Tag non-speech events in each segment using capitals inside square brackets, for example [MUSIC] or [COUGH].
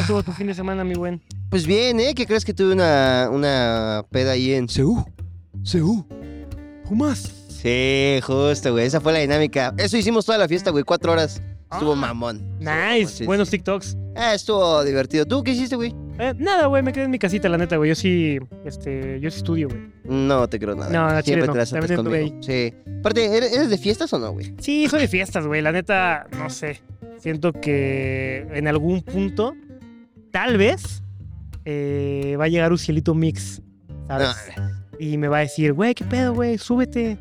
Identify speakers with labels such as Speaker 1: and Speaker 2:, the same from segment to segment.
Speaker 1: estuvo tu fin de semana, mi buen?
Speaker 2: Pues bien, ¿eh? ¿Qué crees que tuve una, una peda ahí en Seúl? Seúl.
Speaker 1: Pumas.
Speaker 2: Sí, justo, güey. Esa fue la dinámica. Eso hicimos toda la fiesta, güey. Cuatro horas. Estuvo
Speaker 1: Ah,
Speaker 2: mamón.
Speaker 1: Nice.
Speaker 2: Sí, sí,
Speaker 1: Buenos
Speaker 2: sí.
Speaker 1: TikToks.
Speaker 2: Ah, estuvo divertido. ¿Tú qué hiciste, güey?
Speaker 1: Eh, nada, güey, me quedé en mi casita, la neta, güey. Yo sí, este, yo sí estudio, güey.
Speaker 2: No te creo nada.
Speaker 1: No, no, chile,
Speaker 2: Siempre
Speaker 1: no.
Speaker 2: te las atas
Speaker 1: También anduve
Speaker 2: conmigo. Sí. Aparte, ¿eres eres de fiestas o no, güey?
Speaker 1: Sí, soy de fiestas, güey. La neta, no sé. Siento que en algún punto, tal vez, eh, va a llegar un cielito mix, ¿sabes?
Speaker 2: Ah.
Speaker 1: Y me va a decir, güey, qué pedo, güey, súbete.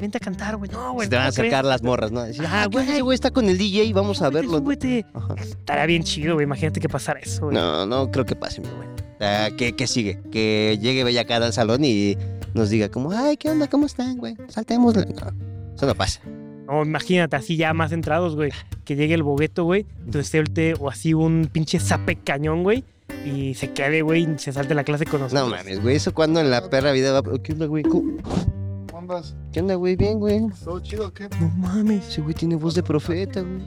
Speaker 1: Vente a cantar, güey. No, güey.
Speaker 2: Se te van a
Speaker 1: ¿cómo crees?
Speaker 2: acercar las morras, ¿no? Decir,
Speaker 1: Ajá,
Speaker 2: ah, güey,
Speaker 1: güey.
Speaker 2: ese güey está con el DJ, vamos a
Speaker 1: Súbete,
Speaker 2: verlo.
Speaker 1: Súbete.
Speaker 2: Ajá.
Speaker 1: Estaría bien chido, güey. Imagínate que pasara eso, güey.
Speaker 2: No, no creo que pase, mi güey. Ah, ¿qué, qué sigue? Que llegue Bellacara al salón y nos diga como, ay, ¿qué onda? ¿Cómo están, güey? Saltemos. No, eso no pasa.
Speaker 1: No, imagínate, así ya más entrados, güey. Que llegue el bogueto, güey. Entonces suelte o así un pinche zape cañón, güey. Y se quede, güey, y se salte la clase con
Speaker 2: No
Speaker 1: nosotros.
Speaker 2: mames, güey. Eso cuando en la perra vida va... ¿Qué onda, güey? ¿Cómo-
Speaker 3: ¿Cómo andas?
Speaker 2: ¿Qué onda, güey? Bien, güey.
Speaker 3: ¿Todo chido o qué?
Speaker 1: No mames.
Speaker 2: Ese güey tiene voz de profeta, güey.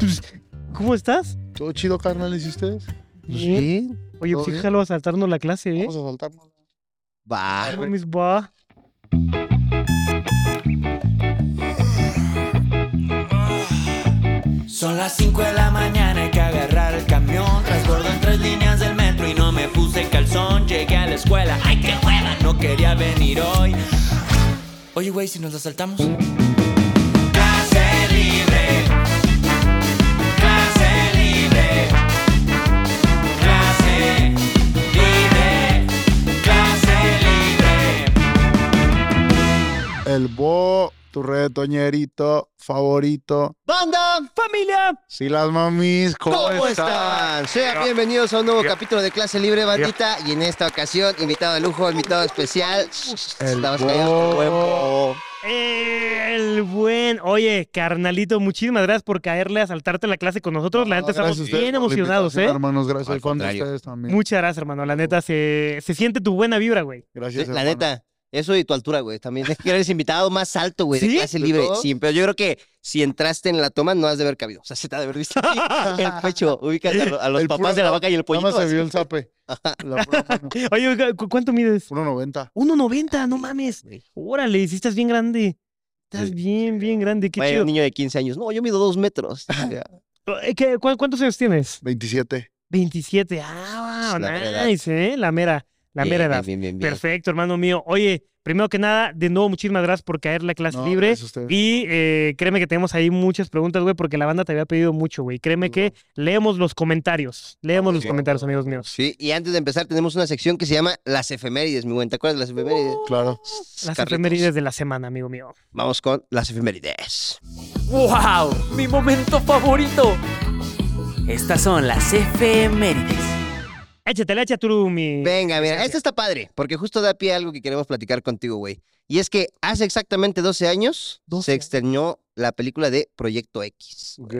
Speaker 1: Pues, ¿Cómo estás?
Speaker 3: ¿Todo chido, carnales, y ustedes?
Speaker 2: Pues
Speaker 1: Bien.
Speaker 2: bien.
Speaker 1: Oye, pues
Speaker 2: ¿Todo
Speaker 1: sí,
Speaker 2: bien?
Speaker 1: jalo a saltarnos la clase, ¿eh?
Speaker 3: Vamos a saltarnos.
Speaker 2: Va.
Speaker 1: No mames, va.
Speaker 4: Son las 5 de la mañana, hay que agarrar el camión. Transbordo en tres líneas del metro y no me puse calzón. Llegué a la escuela, ¡ay qué hueva! No quería venir hoy. Oye, güey, si nos la saltamos. Clase libre. Clase libre. Clase libre. Clase libre.
Speaker 3: El Bo, tu retoñerito favorito.
Speaker 2: ¡Banda!
Speaker 1: ¡Familia!
Speaker 3: Sí, las mamis, ¿cómo,
Speaker 2: ¿Cómo
Speaker 3: están?
Speaker 2: están? Sean bienvenidos a un nuevo capítulo de Clase Libre, bandita. Y en esta ocasión, invitado de lujo, invitado especial.
Speaker 3: El
Speaker 2: Estabas callado.
Speaker 3: Bo.
Speaker 2: Huevo.
Speaker 1: El buen. Oye, carnalito, muchísimas gracias por caerle a saltarte la clase con nosotros. La neta,
Speaker 3: Gracias
Speaker 1: estamos
Speaker 3: a ustedes
Speaker 1: bien
Speaker 3: por la
Speaker 1: emocionados,
Speaker 3: invitación,
Speaker 1: ¿eh?
Speaker 3: Hermanos, gracias.
Speaker 2: Al
Speaker 3: Y con
Speaker 2: contrario.
Speaker 3: ustedes también.
Speaker 1: Muchas gracias, hermano. La neta, se, se siente tu buena vibra, güey.
Speaker 2: Sí,
Speaker 3: gracias.
Speaker 2: la
Speaker 3: hermano.
Speaker 2: neta, eso y tu altura, güey. También es que eres invitado más alto, güey,
Speaker 1: ¿Sí?
Speaker 2: de clase
Speaker 3: ¿De
Speaker 2: libre.
Speaker 3: todo?
Speaker 2: Sí, pero yo creo que si entraste en la toma, no has de haber cabido. O sea, se te ha de haber visto aquí
Speaker 3: [LAUGHS]
Speaker 2: el pecho. Ubícate a, lo- a los
Speaker 3: El
Speaker 2: papás
Speaker 3: puro-
Speaker 2: de la vaca y el
Speaker 3: Nada
Speaker 2: pollito.
Speaker 3: más se
Speaker 2: así.
Speaker 3: vio
Speaker 2: [LAUGHS]
Speaker 3: el zape. La pura mano.
Speaker 1: Oye, oiga, ¿cu- ¿cuánto mides?
Speaker 3: 1.90.
Speaker 1: 1.90, no mames.
Speaker 2: Güey.
Speaker 1: Órale, sí estás bien grande. Estás
Speaker 2: Sí.
Speaker 1: bien, bien grande. Qué
Speaker 2: Vaya,
Speaker 1: chido.
Speaker 2: un niño de 15 años. No, yo mido
Speaker 1: [LAUGHS]
Speaker 2: dos metros.
Speaker 1: Eh, ¿qué- cu- ¿Cuántos años tienes?
Speaker 3: 27.
Speaker 1: 27. Ah, wow,
Speaker 2: Es la mera edad.
Speaker 1: nice, ¿eh? La mera, la mera edad.
Speaker 2: Bien, bien, bien. bien.
Speaker 1: Perfecto, hermano mío. Oye, primero que nada, de nuevo, muchísimas gracias por caer la clase
Speaker 3: No,
Speaker 1: libre.
Speaker 3: gracias a ustedes.
Speaker 1: Y eh, créeme que tenemos ahí muchas preguntas, güey, porque la banda te había pedido mucho, güey. Créeme que leemos los comentarios. Leemos los
Speaker 3: sí.
Speaker 1: comentarios, amigos míos.
Speaker 2: Sí, y antes de empezar, tenemos una sección que se llama Las efemérides, mi buen. ¿Te acuerdas de las efemérides?
Speaker 3: Claro.
Speaker 1: Uh, Las
Speaker 2: Carlitos.
Speaker 1: efemérides de la semana, amigo mío.
Speaker 2: Vamos con las efemérides.
Speaker 4: ¡Wow! ¡Mi momento favorito! Estas son las efemérides.
Speaker 1: Échatela, échaturumi.
Speaker 2: Venga, mira,
Speaker 1: Esencia.
Speaker 2: esta está padre, porque justo da pie a algo que queremos platicar contigo, güey. Y es que hace exactamente 12 años
Speaker 1: 12
Speaker 2: se
Speaker 1: años.
Speaker 2: externó la película de Proyecto X.
Speaker 3: Ok.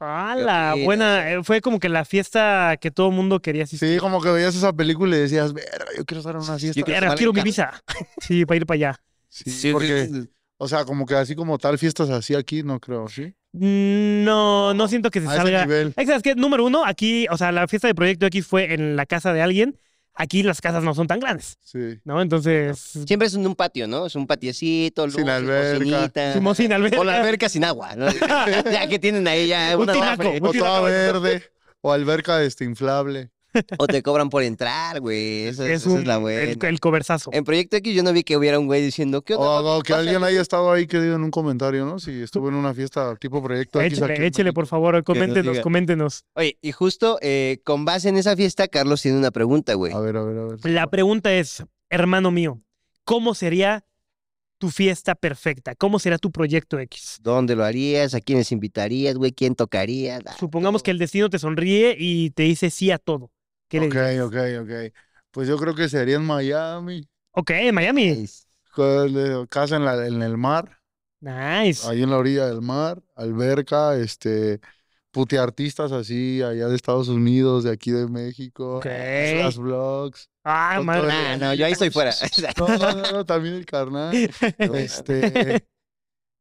Speaker 1: ¡Hala!
Speaker 2: Sí,
Speaker 1: Buena. eh, Fue como que la fiesta que todo mundo quería asistir.
Speaker 3: Sí, como que veías esa película y decías, verga, yo quiero estar en una siesta.
Speaker 2: Yo quiero-
Speaker 1: Verga,
Speaker 2: vale,
Speaker 1: quiero mi
Speaker 2: cara.
Speaker 1: visa. [LAUGHS] Sí, para ir para allá.
Speaker 3: Sí, porque, o sea, como que así como tal fiestas así aquí, no creo, ¿sí?
Speaker 1: Mm, No, no siento que se
Speaker 3: A ese
Speaker 1: salga.
Speaker 3: nivel.
Speaker 1: Ay, ¿Sabes qué? Número uno, aquí, o sea, la fiesta de Proyecto X fue en la casa de alguien. Aquí las casas no son tan grandes,
Speaker 3: Sí.
Speaker 1: ¿no? Entonces,
Speaker 2: Siempre es en un patio, ¿no? Es un patiecito,
Speaker 3: Sin
Speaker 2: luces,
Speaker 3: alberca.
Speaker 2: cocinita.
Speaker 1: Simón sin alberca.
Speaker 2: O la alberca sin agua, ¿no? [LAUGHS] ya que tienen ahí
Speaker 1: [LAUGHS]
Speaker 2: ya
Speaker 1: Un
Speaker 2: una
Speaker 1: tinaco,
Speaker 2: refri.
Speaker 1: un
Speaker 3: O toda
Speaker 1: tinaco.
Speaker 3: verde. O alberca este inflable.
Speaker 2: O te cobran por entrar, güey. Esa,
Speaker 1: es
Speaker 2: esa
Speaker 1: un,
Speaker 2: es la buena. Em,
Speaker 1: el, el coversazo.
Speaker 2: En Proyecto X yo no vi que hubiera un güey diciendo, ¿qué
Speaker 1: Oh,
Speaker 2: onda?
Speaker 3: O, o que
Speaker 2: pasa?
Speaker 3: alguien haya estado ahí que diga en un comentario, ¿no? Si estuvo en una fiesta tipo proyecto X aquí
Speaker 1: Échele,
Speaker 3: en
Speaker 1: échele,
Speaker 3: México.
Speaker 1: por favor, coméntenos,
Speaker 2: diga.
Speaker 1: coméntenos.
Speaker 2: Oye, y justo eh, con base en esa fiesta, Carlos tiene una pregunta, güey.
Speaker 3: A ver, a ver, a ver.
Speaker 1: La pregunta es, hermano mío, ¿cómo sería tu fiesta perfecta? ¿Cómo será tu Proyecto X?
Speaker 2: ¿Dónde lo harías? ¿A quiénes invitarías, güey? ¿Quién tocarías? Ah,
Speaker 1: Supongamos
Speaker 2: todo.
Speaker 1: que el destino te sonríe y te dice sí a todo. ¿Qué le dices?
Speaker 3: Ok, ok, ok. Pues yo creo que sería en Miami.
Speaker 1: Ok, Miami.
Speaker 2: Es-
Speaker 3: con- eh, Casa en, la- en el mar,
Speaker 1: Nice.
Speaker 3: ahí en la orilla del mar, alberca, este, pute artistas así, allá de Estados Unidos, de aquí de México,
Speaker 1: Ok.
Speaker 3: las vlogs.
Speaker 1: Ah,
Speaker 3: Otro
Speaker 1: madre.
Speaker 2: [LAUGHS] Ah, no, yo ahí estoy fuera.
Speaker 3: [LAUGHS] No, no, no, también el carnal. Este,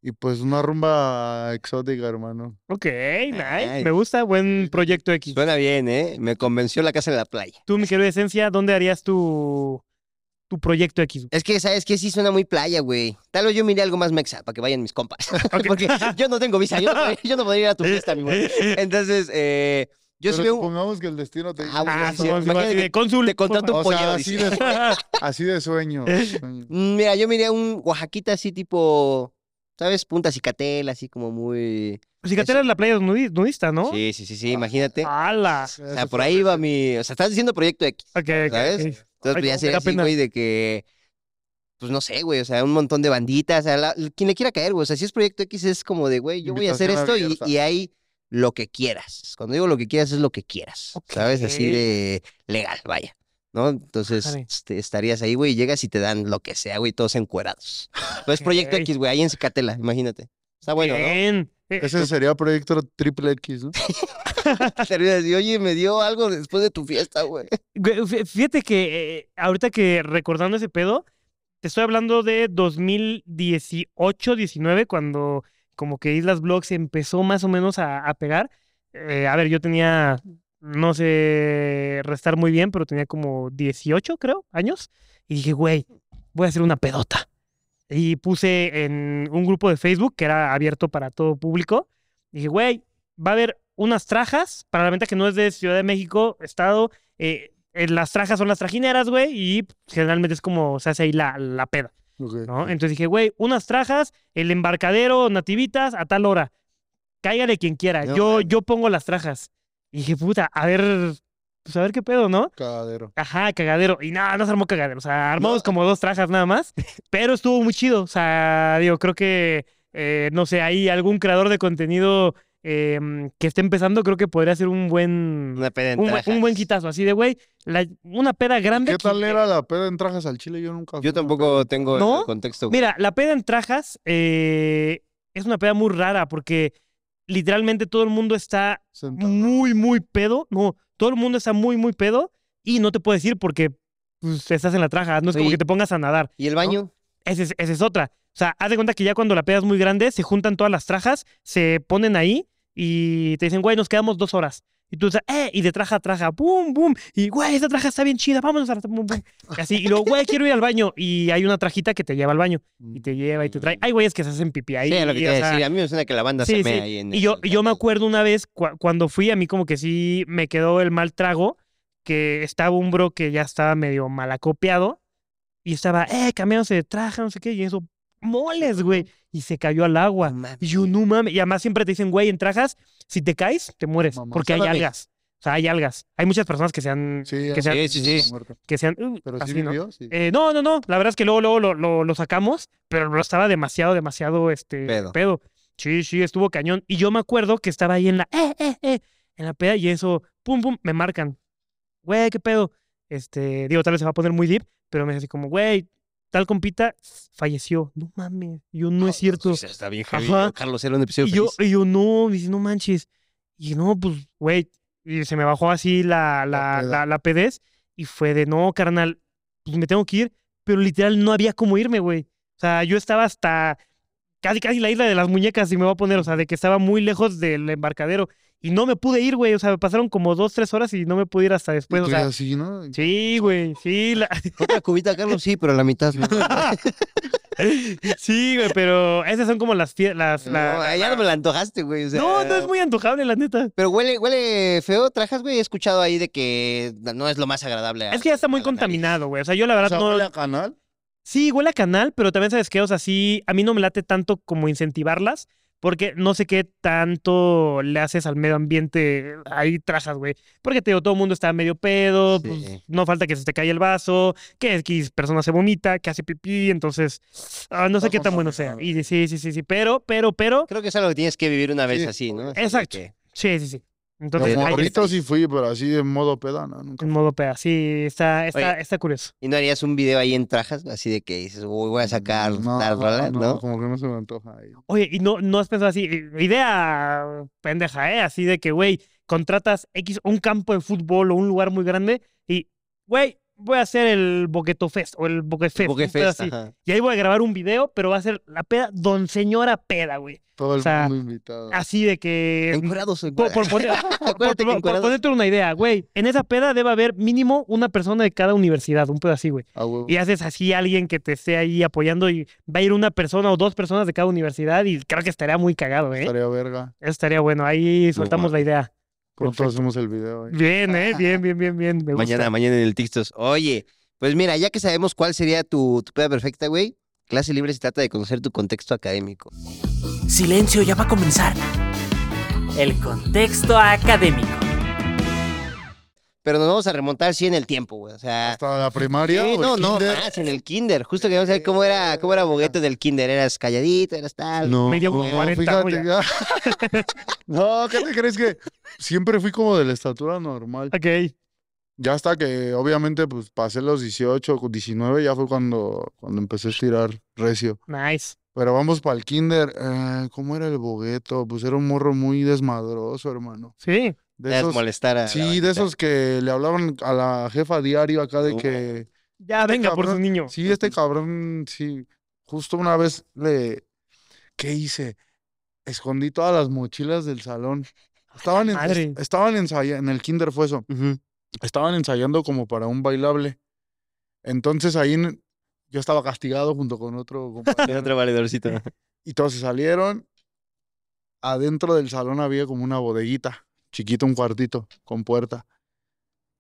Speaker 3: Y pues una rumba exótica, hermano.
Speaker 1: Ok, nice.
Speaker 2: Ay.
Speaker 1: Me gusta. Buen proyecto X.
Speaker 2: Suena bien, ¿eh? Me convenció la casa de la playa.
Speaker 1: Tú, mi querido Esencia, ¿dónde harías tu, tu proyecto X?
Speaker 2: Es que, ¿sabes que Sí suena muy playa, güey. Tal vez yo miré algo más mexa, para que vayan mis compas. [LAUGHS] Porque yo no tengo visa, yo no, podría- yo no podría ir a tu fiesta,
Speaker 1: [LAUGHS]
Speaker 2: mi güey. Entonces, eh, yo
Speaker 3: Pero
Speaker 2: sí veo un...
Speaker 3: supongamos que el destino te...
Speaker 2: Ah,
Speaker 1: Ah,
Speaker 2: sí,
Speaker 1: somos igual,
Speaker 2: imagínate
Speaker 1: así de
Speaker 2: que
Speaker 1: cónsul.
Speaker 2: te contrato
Speaker 1: por
Speaker 2: un
Speaker 3: o sea,
Speaker 2: pollero,
Speaker 3: así
Speaker 2: dice. [LAUGHS]
Speaker 3: de,
Speaker 1: favor.
Speaker 3: así de sueño. sueño.
Speaker 2: Mm, Mira, yo miré un Oaxaquita así tipo, ¿sabes? Punta Cicatel, así como muy...
Speaker 1: Cicatela es la playa nudi- nudista, ¿no? ah,
Speaker 2: Sí, sí, sí, sí, imagínate.
Speaker 3: Ah,
Speaker 1: ¡Hala!
Speaker 2: O sea, por ahí va mi... O sea, estás diciendo Proyecto X.
Speaker 1: Ok, ok,
Speaker 2: ¿Sabes?
Speaker 1: ok.
Speaker 2: Entonces,
Speaker 1: Ay,
Speaker 2: pues ya
Speaker 1: no,
Speaker 2: sería
Speaker 1: da
Speaker 2: así,
Speaker 1: pena.
Speaker 2: güey, de que. Pues no sé, güey, o sea, un montón de banditas, o sea, la- quien le quiera caer, güey, o sea, si es Proyecto X es como de, güey, yo voy a hacer esto
Speaker 3: Invitación
Speaker 2: y,
Speaker 3: abierta.
Speaker 2: y hay lo que quieras. Cuando digo lo que quieras es lo que quieras, ¿sabes? Así
Speaker 1: Ok.
Speaker 2: de legal, vaya, ¿no? Entonces
Speaker 1: Ájale.
Speaker 2: este, estarías ahí, güey, y llegas y te dan lo que sea, güey, todos encuerados. Pues Proyecto
Speaker 1: Ok.
Speaker 2: X, güey, ahí en Cicatela, imagínate. Está
Speaker 1: [LAUGHS]
Speaker 2: bueno, ¿no?
Speaker 1: Bien. Eh,
Speaker 3: Ese sería proyecto triple X, ¿no?
Speaker 2: Terminas y, oye, me dio algo después de tu fiesta, güey.
Speaker 1: Güey, fí- Fíjate que eh, ahorita que recordando ese pedo, te estoy hablando de 2018, 19, cuando como que Islas Blogs empezó más o menos a, a pegar. Eh, a ver, yo tenía, no sé restar muy bien, pero tenía como 18, creo, años. Y dije, güey, voy a hacer una pedota. Y puse en un grupo de Facebook que era abierto para todo público. Dije, güey, va a haber unas trajas para la venta que no es de Ciudad de México, Estado, eh, eh, las trajas son las trajineras, güey, y generalmente es como se hace ahí la, la peda,
Speaker 3: Ok.
Speaker 1: ¿no? Entonces dije, güey, unas trajas, el embarcadero, nativitas, a tal hora. Cáigale quien quiera,
Speaker 2: No
Speaker 1: yo,
Speaker 2: mames.
Speaker 1: yo pongo las trajas. Y dije, puta, a ver, pues a ver qué pedo, ¿no?
Speaker 3: Cagadero.
Speaker 1: Ajá, cagadero. Y nada, no se armó cagadero. O sea, armamos
Speaker 2: No.
Speaker 1: como dos trajas nada
Speaker 2: [LAUGHS]
Speaker 1: más. Pero estuvo muy chido. O sea, digo, creo que, eh, no sé, hay algún creador de contenido eh, que esté empezando, creo que podría ser un buen
Speaker 2: Una peda en
Speaker 1: un, buen- un buen
Speaker 2: trajas.
Speaker 1: quitazo, así de, güey, la- una peda grande. eh,
Speaker 3: ¿Qué
Speaker 1: que-
Speaker 3: tal era la peda en trajes al chile? Yo nunca fui a
Speaker 2: Yo
Speaker 3: una
Speaker 2: tampoco tengo
Speaker 1: ¿No?
Speaker 2: el contexto. güey.
Speaker 1: Mira, la peda en trajas eh, es una peda muy rara porque literalmente todo el mundo está
Speaker 3: peda sentada.
Speaker 2: Mm,
Speaker 1: muy, muy pedo. No, todo el mundo está muy, muy pedo y no te puedes ir porque pues, estás en la traja. No es como
Speaker 2: Oye.
Speaker 1: que te pongas a nadar.
Speaker 2: ¿Y el baño?
Speaker 1: Esa es, esa es otra. O sea, haz de cuenta que ya cuando la peda es muy grande, se juntan todas las trajas, se ponen ahí y te dicen, güey, nos quedamos dos horas. Y tú, dices, eh, y de traja a traja, boom, boom. Y, güey, esa traja está bien chida, vámonos a la boom, boom. Y así, y luego, güey, quiero ir al baño. Y hay una trajita que te lleva al baño
Speaker 3: Mm.
Speaker 1: y te lleva y te trae. Hay güeyes que se hacen pipí ahí.
Speaker 2: Mm. Sí, es lo que
Speaker 1: y, o
Speaker 2: te iba a
Speaker 1: sea,
Speaker 2: decir. A mí me suena que la banda
Speaker 1: sí,
Speaker 2: se
Speaker 1: sí.
Speaker 2: mea ahí en
Speaker 1: y
Speaker 2: el-
Speaker 1: yo,
Speaker 2: en
Speaker 1: yo me
Speaker 2: el-
Speaker 1: acuerdo una vez cua- cuando fui, a mí como que sí me quedó el mal trago, que estaba un bro que ya estaba medio malacopiado y estaba, eh, cambiándose de traje, no sé qué, y eso, moles, güey, y se cayó al agua.
Speaker 2: No mames.
Speaker 1: Y yo, no mames, y además siempre te dicen, güey, en trajas, si te caes, te mueres,
Speaker 3: Mamá.
Speaker 1: porque hay
Speaker 2: Sálvame.
Speaker 1: algas. O sea, hay algas. Hay muchas personas que sean,
Speaker 3: Sí,
Speaker 1: que
Speaker 3: ya.
Speaker 1: sean,
Speaker 2: Sí, sí, sí.
Speaker 1: que sean, uh,
Speaker 3: Pero sí
Speaker 1: así, ¿no?
Speaker 3: vivió, sí.
Speaker 1: Eh, no, no, no. La verdad es que luego, luego lo, lo- lo sacamos, pero el bro estaba demasiado, demasiado este
Speaker 2: Pedo.
Speaker 1: Sí, sí, estuvo cañón. Y yo me acuerdo que estaba ahí en la, eh, eh, eh, en la peda y eso, pum, pum, me marcan. Güey, qué pedo. Este, digo, tal vez se va a poner muy deep, pero me dice así como, güey, tal compita falleció. No mames, yo no es cierto.
Speaker 2: O sea, está bien heavy.
Speaker 1: Ajá.
Speaker 2: Carlos era un episodio
Speaker 1: Y yo,
Speaker 2: feliz.
Speaker 1: y yo, no, me dice, no manches. Y no, pues, güey, y se me bajó así la, la,
Speaker 3: peda.
Speaker 1: la, la pedez y fue de, no, carnal, pues me tengo que ir, pero literal no había cómo irme, güey. O sea, yo estaba hasta casi, casi la isla de las muñecas y me voy a poner, o sea, de que estaba muy lejos del embarcadero y no me pude ir, güey. O sea, me pasaron como dos, tres horas y no me pude ir hasta
Speaker 3: Y
Speaker 2: pues,
Speaker 1: después,
Speaker 3: tú
Speaker 1: o
Speaker 3: ya
Speaker 1: sea.
Speaker 3: así, ¿no?
Speaker 1: Sí, güey, sí, la- [LAUGHS]
Speaker 2: [LAUGHS] Otra cubita, Carlos, sí, pero [LAUGHS] la mitad. No,
Speaker 1: sí, güey, pero esas son como las... fie- las la-
Speaker 2: No, ya no me la antojaste, güey. o sea,
Speaker 1: no, no es muy antojable, la neta.
Speaker 2: Pero huele, huele feo, trajas, güey. He escuchado ahí de que no es lo más agradable. a-
Speaker 1: Es que ya está
Speaker 2: a
Speaker 1: muy
Speaker 2: la nariz.
Speaker 1: contaminado, güey. O sea, yo la
Speaker 3: O
Speaker 1: verdad
Speaker 3: sea,
Speaker 1: no...
Speaker 3: huele a canal.
Speaker 1: Sí, huele a canal, pero también sabes que, o sea, sí, a mí no me late tanto como incentivarlas, porque no sé qué tanto le haces al medio ambiente ahí trajas, güey. Porque te digo, todo el mundo está medio pedo,
Speaker 2: Sí.
Speaker 1: pues, no falta que se te caiga el vaso, que X persona se vomita, que hace pipí, entonces, ah, no sé
Speaker 3: Está
Speaker 1: qué tan bueno sea.
Speaker 3: contaminado.
Speaker 1: Y sí, sí, sí, sí, pero, pero, pero,
Speaker 2: Creo que es algo que tienes que vivir una vez
Speaker 3: Sí.
Speaker 2: así, ¿no? Así de
Speaker 1: Exacto.
Speaker 2: que-
Speaker 1: sí, sí, sí. Entonces,
Speaker 3: Los
Speaker 1: hay que
Speaker 3: morritos sí fui, pero así de modo pedana, nunca.
Speaker 1: en modo peda, sí, está, está, está curioso.
Speaker 2: Y no harías un video ahí en trajas, así de que dices, uy, voy a sacar
Speaker 3: No,
Speaker 2: tal rola,
Speaker 3: no,
Speaker 2: ¿no?
Speaker 3: no, Como que no se me antoja ahí.
Speaker 1: Oye, y no, no has pensado así, eh, idea pendeja, ¿eh? Así de que, güey, contratas X, un campo de fútbol o un lugar muy grande y, güey, voy a hacer el Boqueto Fest o el Boquefest. un pedo
Speaker 2: Boquefest,
Speaker 1: así.
Speaker 2: ajá.
Speaker 1: Y ahí voy a grabar un video, pero va a ser la peda, don señora peda, güey.
Speaker 3: Todo el
Speaker 1: O sea, ah,
Speaker 3: mundo invitado.
Speaker 1: Así de
Speaker 2: eh,
Speaker 1: que...
Speaker 2: Encuerados,
Speaker 1: [LAUGHS] Por,
Speaker 2: encuerados.
Speaker 1: por poner- por- por-
Speaker 2: que
Speaker 1: por
Speaker 2: encuerados-
Speaker 1: ponerte una idea, güey. En esa peda debe haber mínimo una persona de cada universidad, un pedo así, güey.
Speaker 3: A huevo.
Speaker 1: Y haces así a alguien que te esté ahí apoyando y va a ir una persona o dos personas de cada universidad y creo que estaría muy cagado, ¿eh?
Speaker 3: Estaría verga.
Speaker 1: Eso estaría bueno. Ahí soltamos la idea.
Speaker 3: Pronto
Speaker 1: Perfecto.
Speaker 3: hacemos el video. eh.
Speaker 1: Bien, ¿eh? Bien, bien, bien, bien. Me gusta.
Speaker 2: Mañana, mañana en el Tixtos. Oye, pues mira, ya que sabemos cuál sería tu, tu peda perfecta, güey, clase libre se trata de conocer tu contexto académico.
Speaker 5: Silencio, ya va a comenzar. El contexto académico.
Speaker 2: Pero nos vamos a remontar, sí, en el tiempo, güey. O sea,
Speaker 3: ¿Hasta la primaria?
Speaker 2: Sí,
Speaker 3: o el
Speaker 2: no, no,
Speaker 3: kinder? Eh,
Speaker 2: más en el kinder. Justo queríamos saber cómo era, cómo era Boguete del kinder. Eras calladito, eras tal.
Speaker 3: No,
Speaker 1: Me dio
Speaker 3: no,
Speaker 1: 40
Speaker 3: fíjate. ya. [LAUGHS] no, ¿qué te crees que? Siempre fui como de la estatura normal.
Speaker 1: Ok.
Speaker 3: Ya hasta que, obviamente, pues pasé los 18, con 19, ya fue cuando, cuando empecé a estirar recio.
Speaker 1: Nice.
Speaker 3: Pero vamos para el kinder. eh, ¿Cómo era el bogueto? Pues era un morro muy desmadroso, hermano.
Speaker 1: Sí.
Speaker 3: De
Speaker 2: Te
Speaker 3: esos,
Speaker 2: molestar a la
Speaker 3: sí,
Speaker 2: bandita.
Speaker 3: de esos que le hablaban a la jefa diario acá de
Speaker 2: Uh.
Speaker 3: que...
Speaker 1: Ya,
Speaker 3: Este
Speaker 1: venga por su
Speaker 3: cabrón-
Speaker 1: niño.
Speaker 3: Sí, este cabrón, sí. Justo una vez le... ¿Qué hice? Escondí todas las mochilas del salón. Estaban en, este
Speaker 1: Madre.
Speaker 3: est- estaban ensayando, en el kinder fue eso.
Speaker 2: [LAUGHS] Ujú.
Speaker 3: Estaban ensayando como para un bailable. Entonces ahí en- yo estaba castigado junto con otro
Speaker 2: Era
Speaker 3: compañero.
Speaker 2: otro
Speaker 3: [LAUGHS]
Speaker 2: valedorcito.
Speaker 3: Y todos se salieron. Adentro del salón había como una bodeguita, chiquito, un cuartito, con puerta.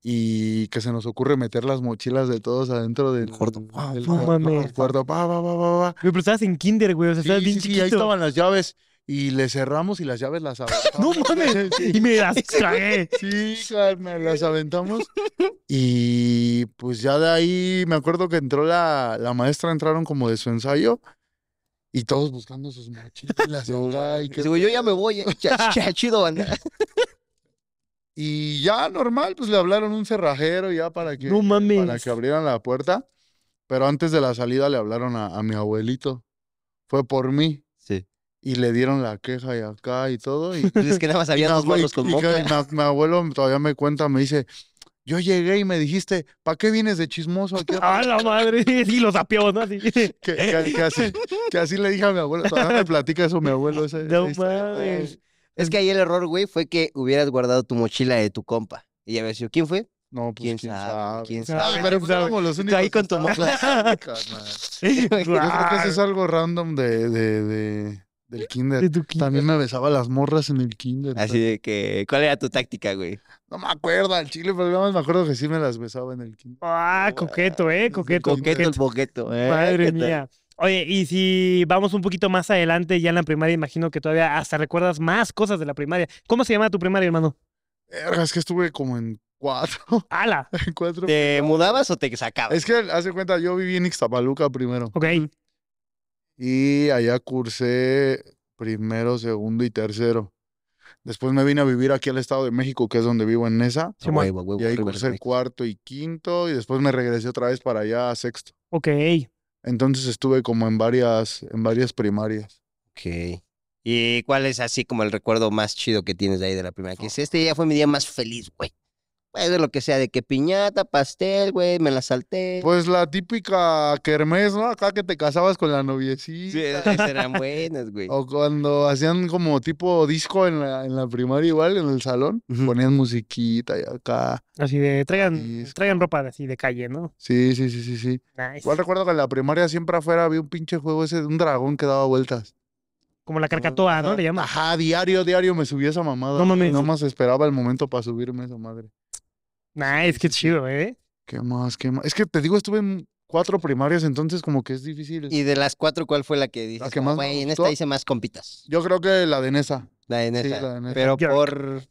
Speaker 3: Y que se nos ocurre meter las mochilas de todos adentro del, Ah,
Speaker 2: cuarto.
Speaker 3: del
Speaker 1: No
Speaker 3: cuarto.
Speaker 1: mames.
Speaker 3: del cuarto. Pa, pa, pa, pa, pa.
Speaker 1: Güey, pero estabas en kinder, güey. O sea, estabas
Speaker 3: Sí,
Speaker 1: bien
Speaker 3: sí, sí, ahí
Speaker 1: chiquito.
Speaker 3: estaban las llaves. Y le cerramos y las llaves las
Speaker 1: no
Speaker 3: aventamos. [LAUGHS]
Speaker 1: mames. Y me las tragué.
Speaker 3: Sí, carnal, las
Speaker 1: [LAUGHS]
Speaker 3: aventamos. Y pues ya de ahí me acuerdo que entró la, la maestra, entraron como de su ensayo. Y todos buscando sus mochilas. y acá, y que-
Speaker 2: Digo, yo ya me voy. eh. Ya,
Speaker 3: [LAUGHS]
Speaker 2: ya, chido, banda.
Speaker 3: Y ya normal, pues le hablaron un cerrajero ya para que,
Speaker 1: No
Speaker 3: para
Speaker 1: mames.
Speaker 3: que abrieran la puerta. Pero antes de la salida le hablaron a, a mi abuelito. Fue por mí.
Speaker 2: Sí.
Speaker 3: Y le dieron la queja y acá y todo.
Speaker 2: [LAUGHS]
Speaker 3: Y,
Speaker 2: Pues es que nada más
Speaker 3: y [LAUGHS]
Speaker 2: había
Speaker 3: mi
Speaker 2: dos
Speaker 3: abue-
Speaker 2: morros con
Speaker 3: y que
Speaker 2: mofla.
Speaker 3: mi ab- mi abuelo todavía me cuenta, me dice, yo llegué y me dijiste, ¿para qué vienes de chismoso
Speaker 2: [LAUGHS]
Speaker 3: aquí?
Speaker 2: Ah,
Speaker 3: a-?"
Speaker 1: A la madre. [LAUGHS] Y los apeó, ¿no? Así.
Speaker 3: Que, que- que así, que así le dije a mi abuelo. Todavía me platica eso mi abuelo.
Speaker 1: [LAUGHS]
Speaker 3: ese-
Speaker 1: No
Speaker 3: esa historia, güey.
Speaker 1: mames.
Speaker 2: Es que ahí el error, güey, fue que hubieras guardado tu mochila de tu compa. Y ya ves, yo, ¿quién fue?
Speaker 3: No, pues
Speaker 2: ¿Quién sabe? ¿Quién
Speaker 1: Ah,
Speaker 2: sabe?
Speaker 3: Pero
Speaker 1: ¿quién
Speaker 3: pues
Speaker 1: sabe?
Speaker 3: éramos los
Speaker 2: Tú
Speaker 3: únicos
Speaker 2: ahí
Speaker 3: que
Speaker 2: con tu
Speaker 3: estábamos [LAUGHS] ahí,
Speaker 1: [LAUGHS]
Speaker 3: carnal. Yo creo que eso es algo random de, de, de- del
Speaker 1: Ah, De
Speaker 3: kinder.
Speaker 1: tu kinder.
Speaker 3: También me besaba las morras en el kinder.
Speaker 2: Así de que, ¿cuál era tu táctica, güey?
Speaker 3: No me acuerdo al chile, pero nada más me acuerdo que sí me las besaba en el kinder.
Speaker 1: Ah, coqueto, eh, coqueto.
Speaker 2: Coqueto el boqueto, ¿eh?
Speaker 1: Madre
Speaker 2: ¿Qué tal?
Speaker 1: mía. Oye, y si vamos un poquito más adelante, ya en la primaria, imagino que todavía hasta recuerdas más cosas de la primaria. ¿Cómo se llama tu primaria, hermano?
Speaker 3: Verga, es que estuve como en cuatro, [LAUGHS]
Speaker 1: ¡Ala!
Speaker 3: en cuatro.
Speaker 2: ¿Te mudabas o te sacabas?
Speaker 3: Es que, hace cuenta, yo viví en Ixtapaluca primero.
Speaker 1: Ok.
Speaker 3: Y allá cursé primero, segundo y tercero. Después me vine a vivir aquí al Estado de México, que es donde vivo en Nesa.
Speaker 2: A
Speaker 1: Simón.
Speaker 2: huevo, a huevo,
Speaker 3: Y ahí
Speaker 2: arriba
Speaker 3: cursé
Speaker 2: los
Speaker 3: cuarto y quinto. Y después me regresé otra vez para allá a sexto.
Speaker 1: Ok.
Speaker 3: Entonces estuve como en varias, en varias primarias.
Speaker 2: Ok. ¿Y cuál es así como el recuerdo más chido que tienes de ahí de la primera?
Speaker 3: Oh.
Speaker 2: Que es este día fue mi día más feliz, güey. Puede ser lo que sea, de que piñata, pastel, güey, me la salté.
Speaker 3: Pues la típica kermés, ¿no? Acá que te casabas con la noviecita.
Speaker 2: Sí, e, esas eran buenas,
Speaker 3: [LAUGHS]
Speaker 2: güey.
Speaker 3: O cuando hacían como tipo disco en la, en la primaria igual, en el salón.
Speaker 2: Ujú.
Speaker 3: Ponían musiquita y acá.
Speaker 1: Así de, traigan,
Speaker 3: Disco.
Speaker 1: traigan ropa de así de calle, ¿no?
Speaker 3: Sí, sí, sí, sí, sí.
Speaker 1: Nice.
Speaker 3: Igual recuerdo que en la primaria siempre afuera había un pinche juego ese de un dragón que daba vueltas.
Speaker 1: Como la carcatoa, ¿no?
Speaker 3: Ajá.
Speaker 1: Le llaman.
Speaker 3: Ajá, diario, diario me subía esa mamada.
Speaker 1: No mames.
Speaker 3: Nomás esperaba el momento para subirme esa madre.
Speaker 1: Nice, qué chido, ¿eh?
Speaker 3: ¿Qué más? ¿Qué más? Es que te digo, estuve en cuatro primarias, entonces como que es difícil.
Speaker 2: Y de las cuatro, ¿cuál fue la que dices?
Speaker 3: pues que
Speaker 2: "Ah,
Speaker 3: más me
Speaker 2: Güey, en
Speaker 3: gustó".
Speaker 2: esta hice más compitas.
Speaker 3: Yo creo que la de Nesa.
Speaker 2: La de
Speaker 3: Sí,
Speaker 2: esta.
Speaker 3: la de Nesa.
Speaker 2: Pero
Speaker 1: York.
Speaker 2: por...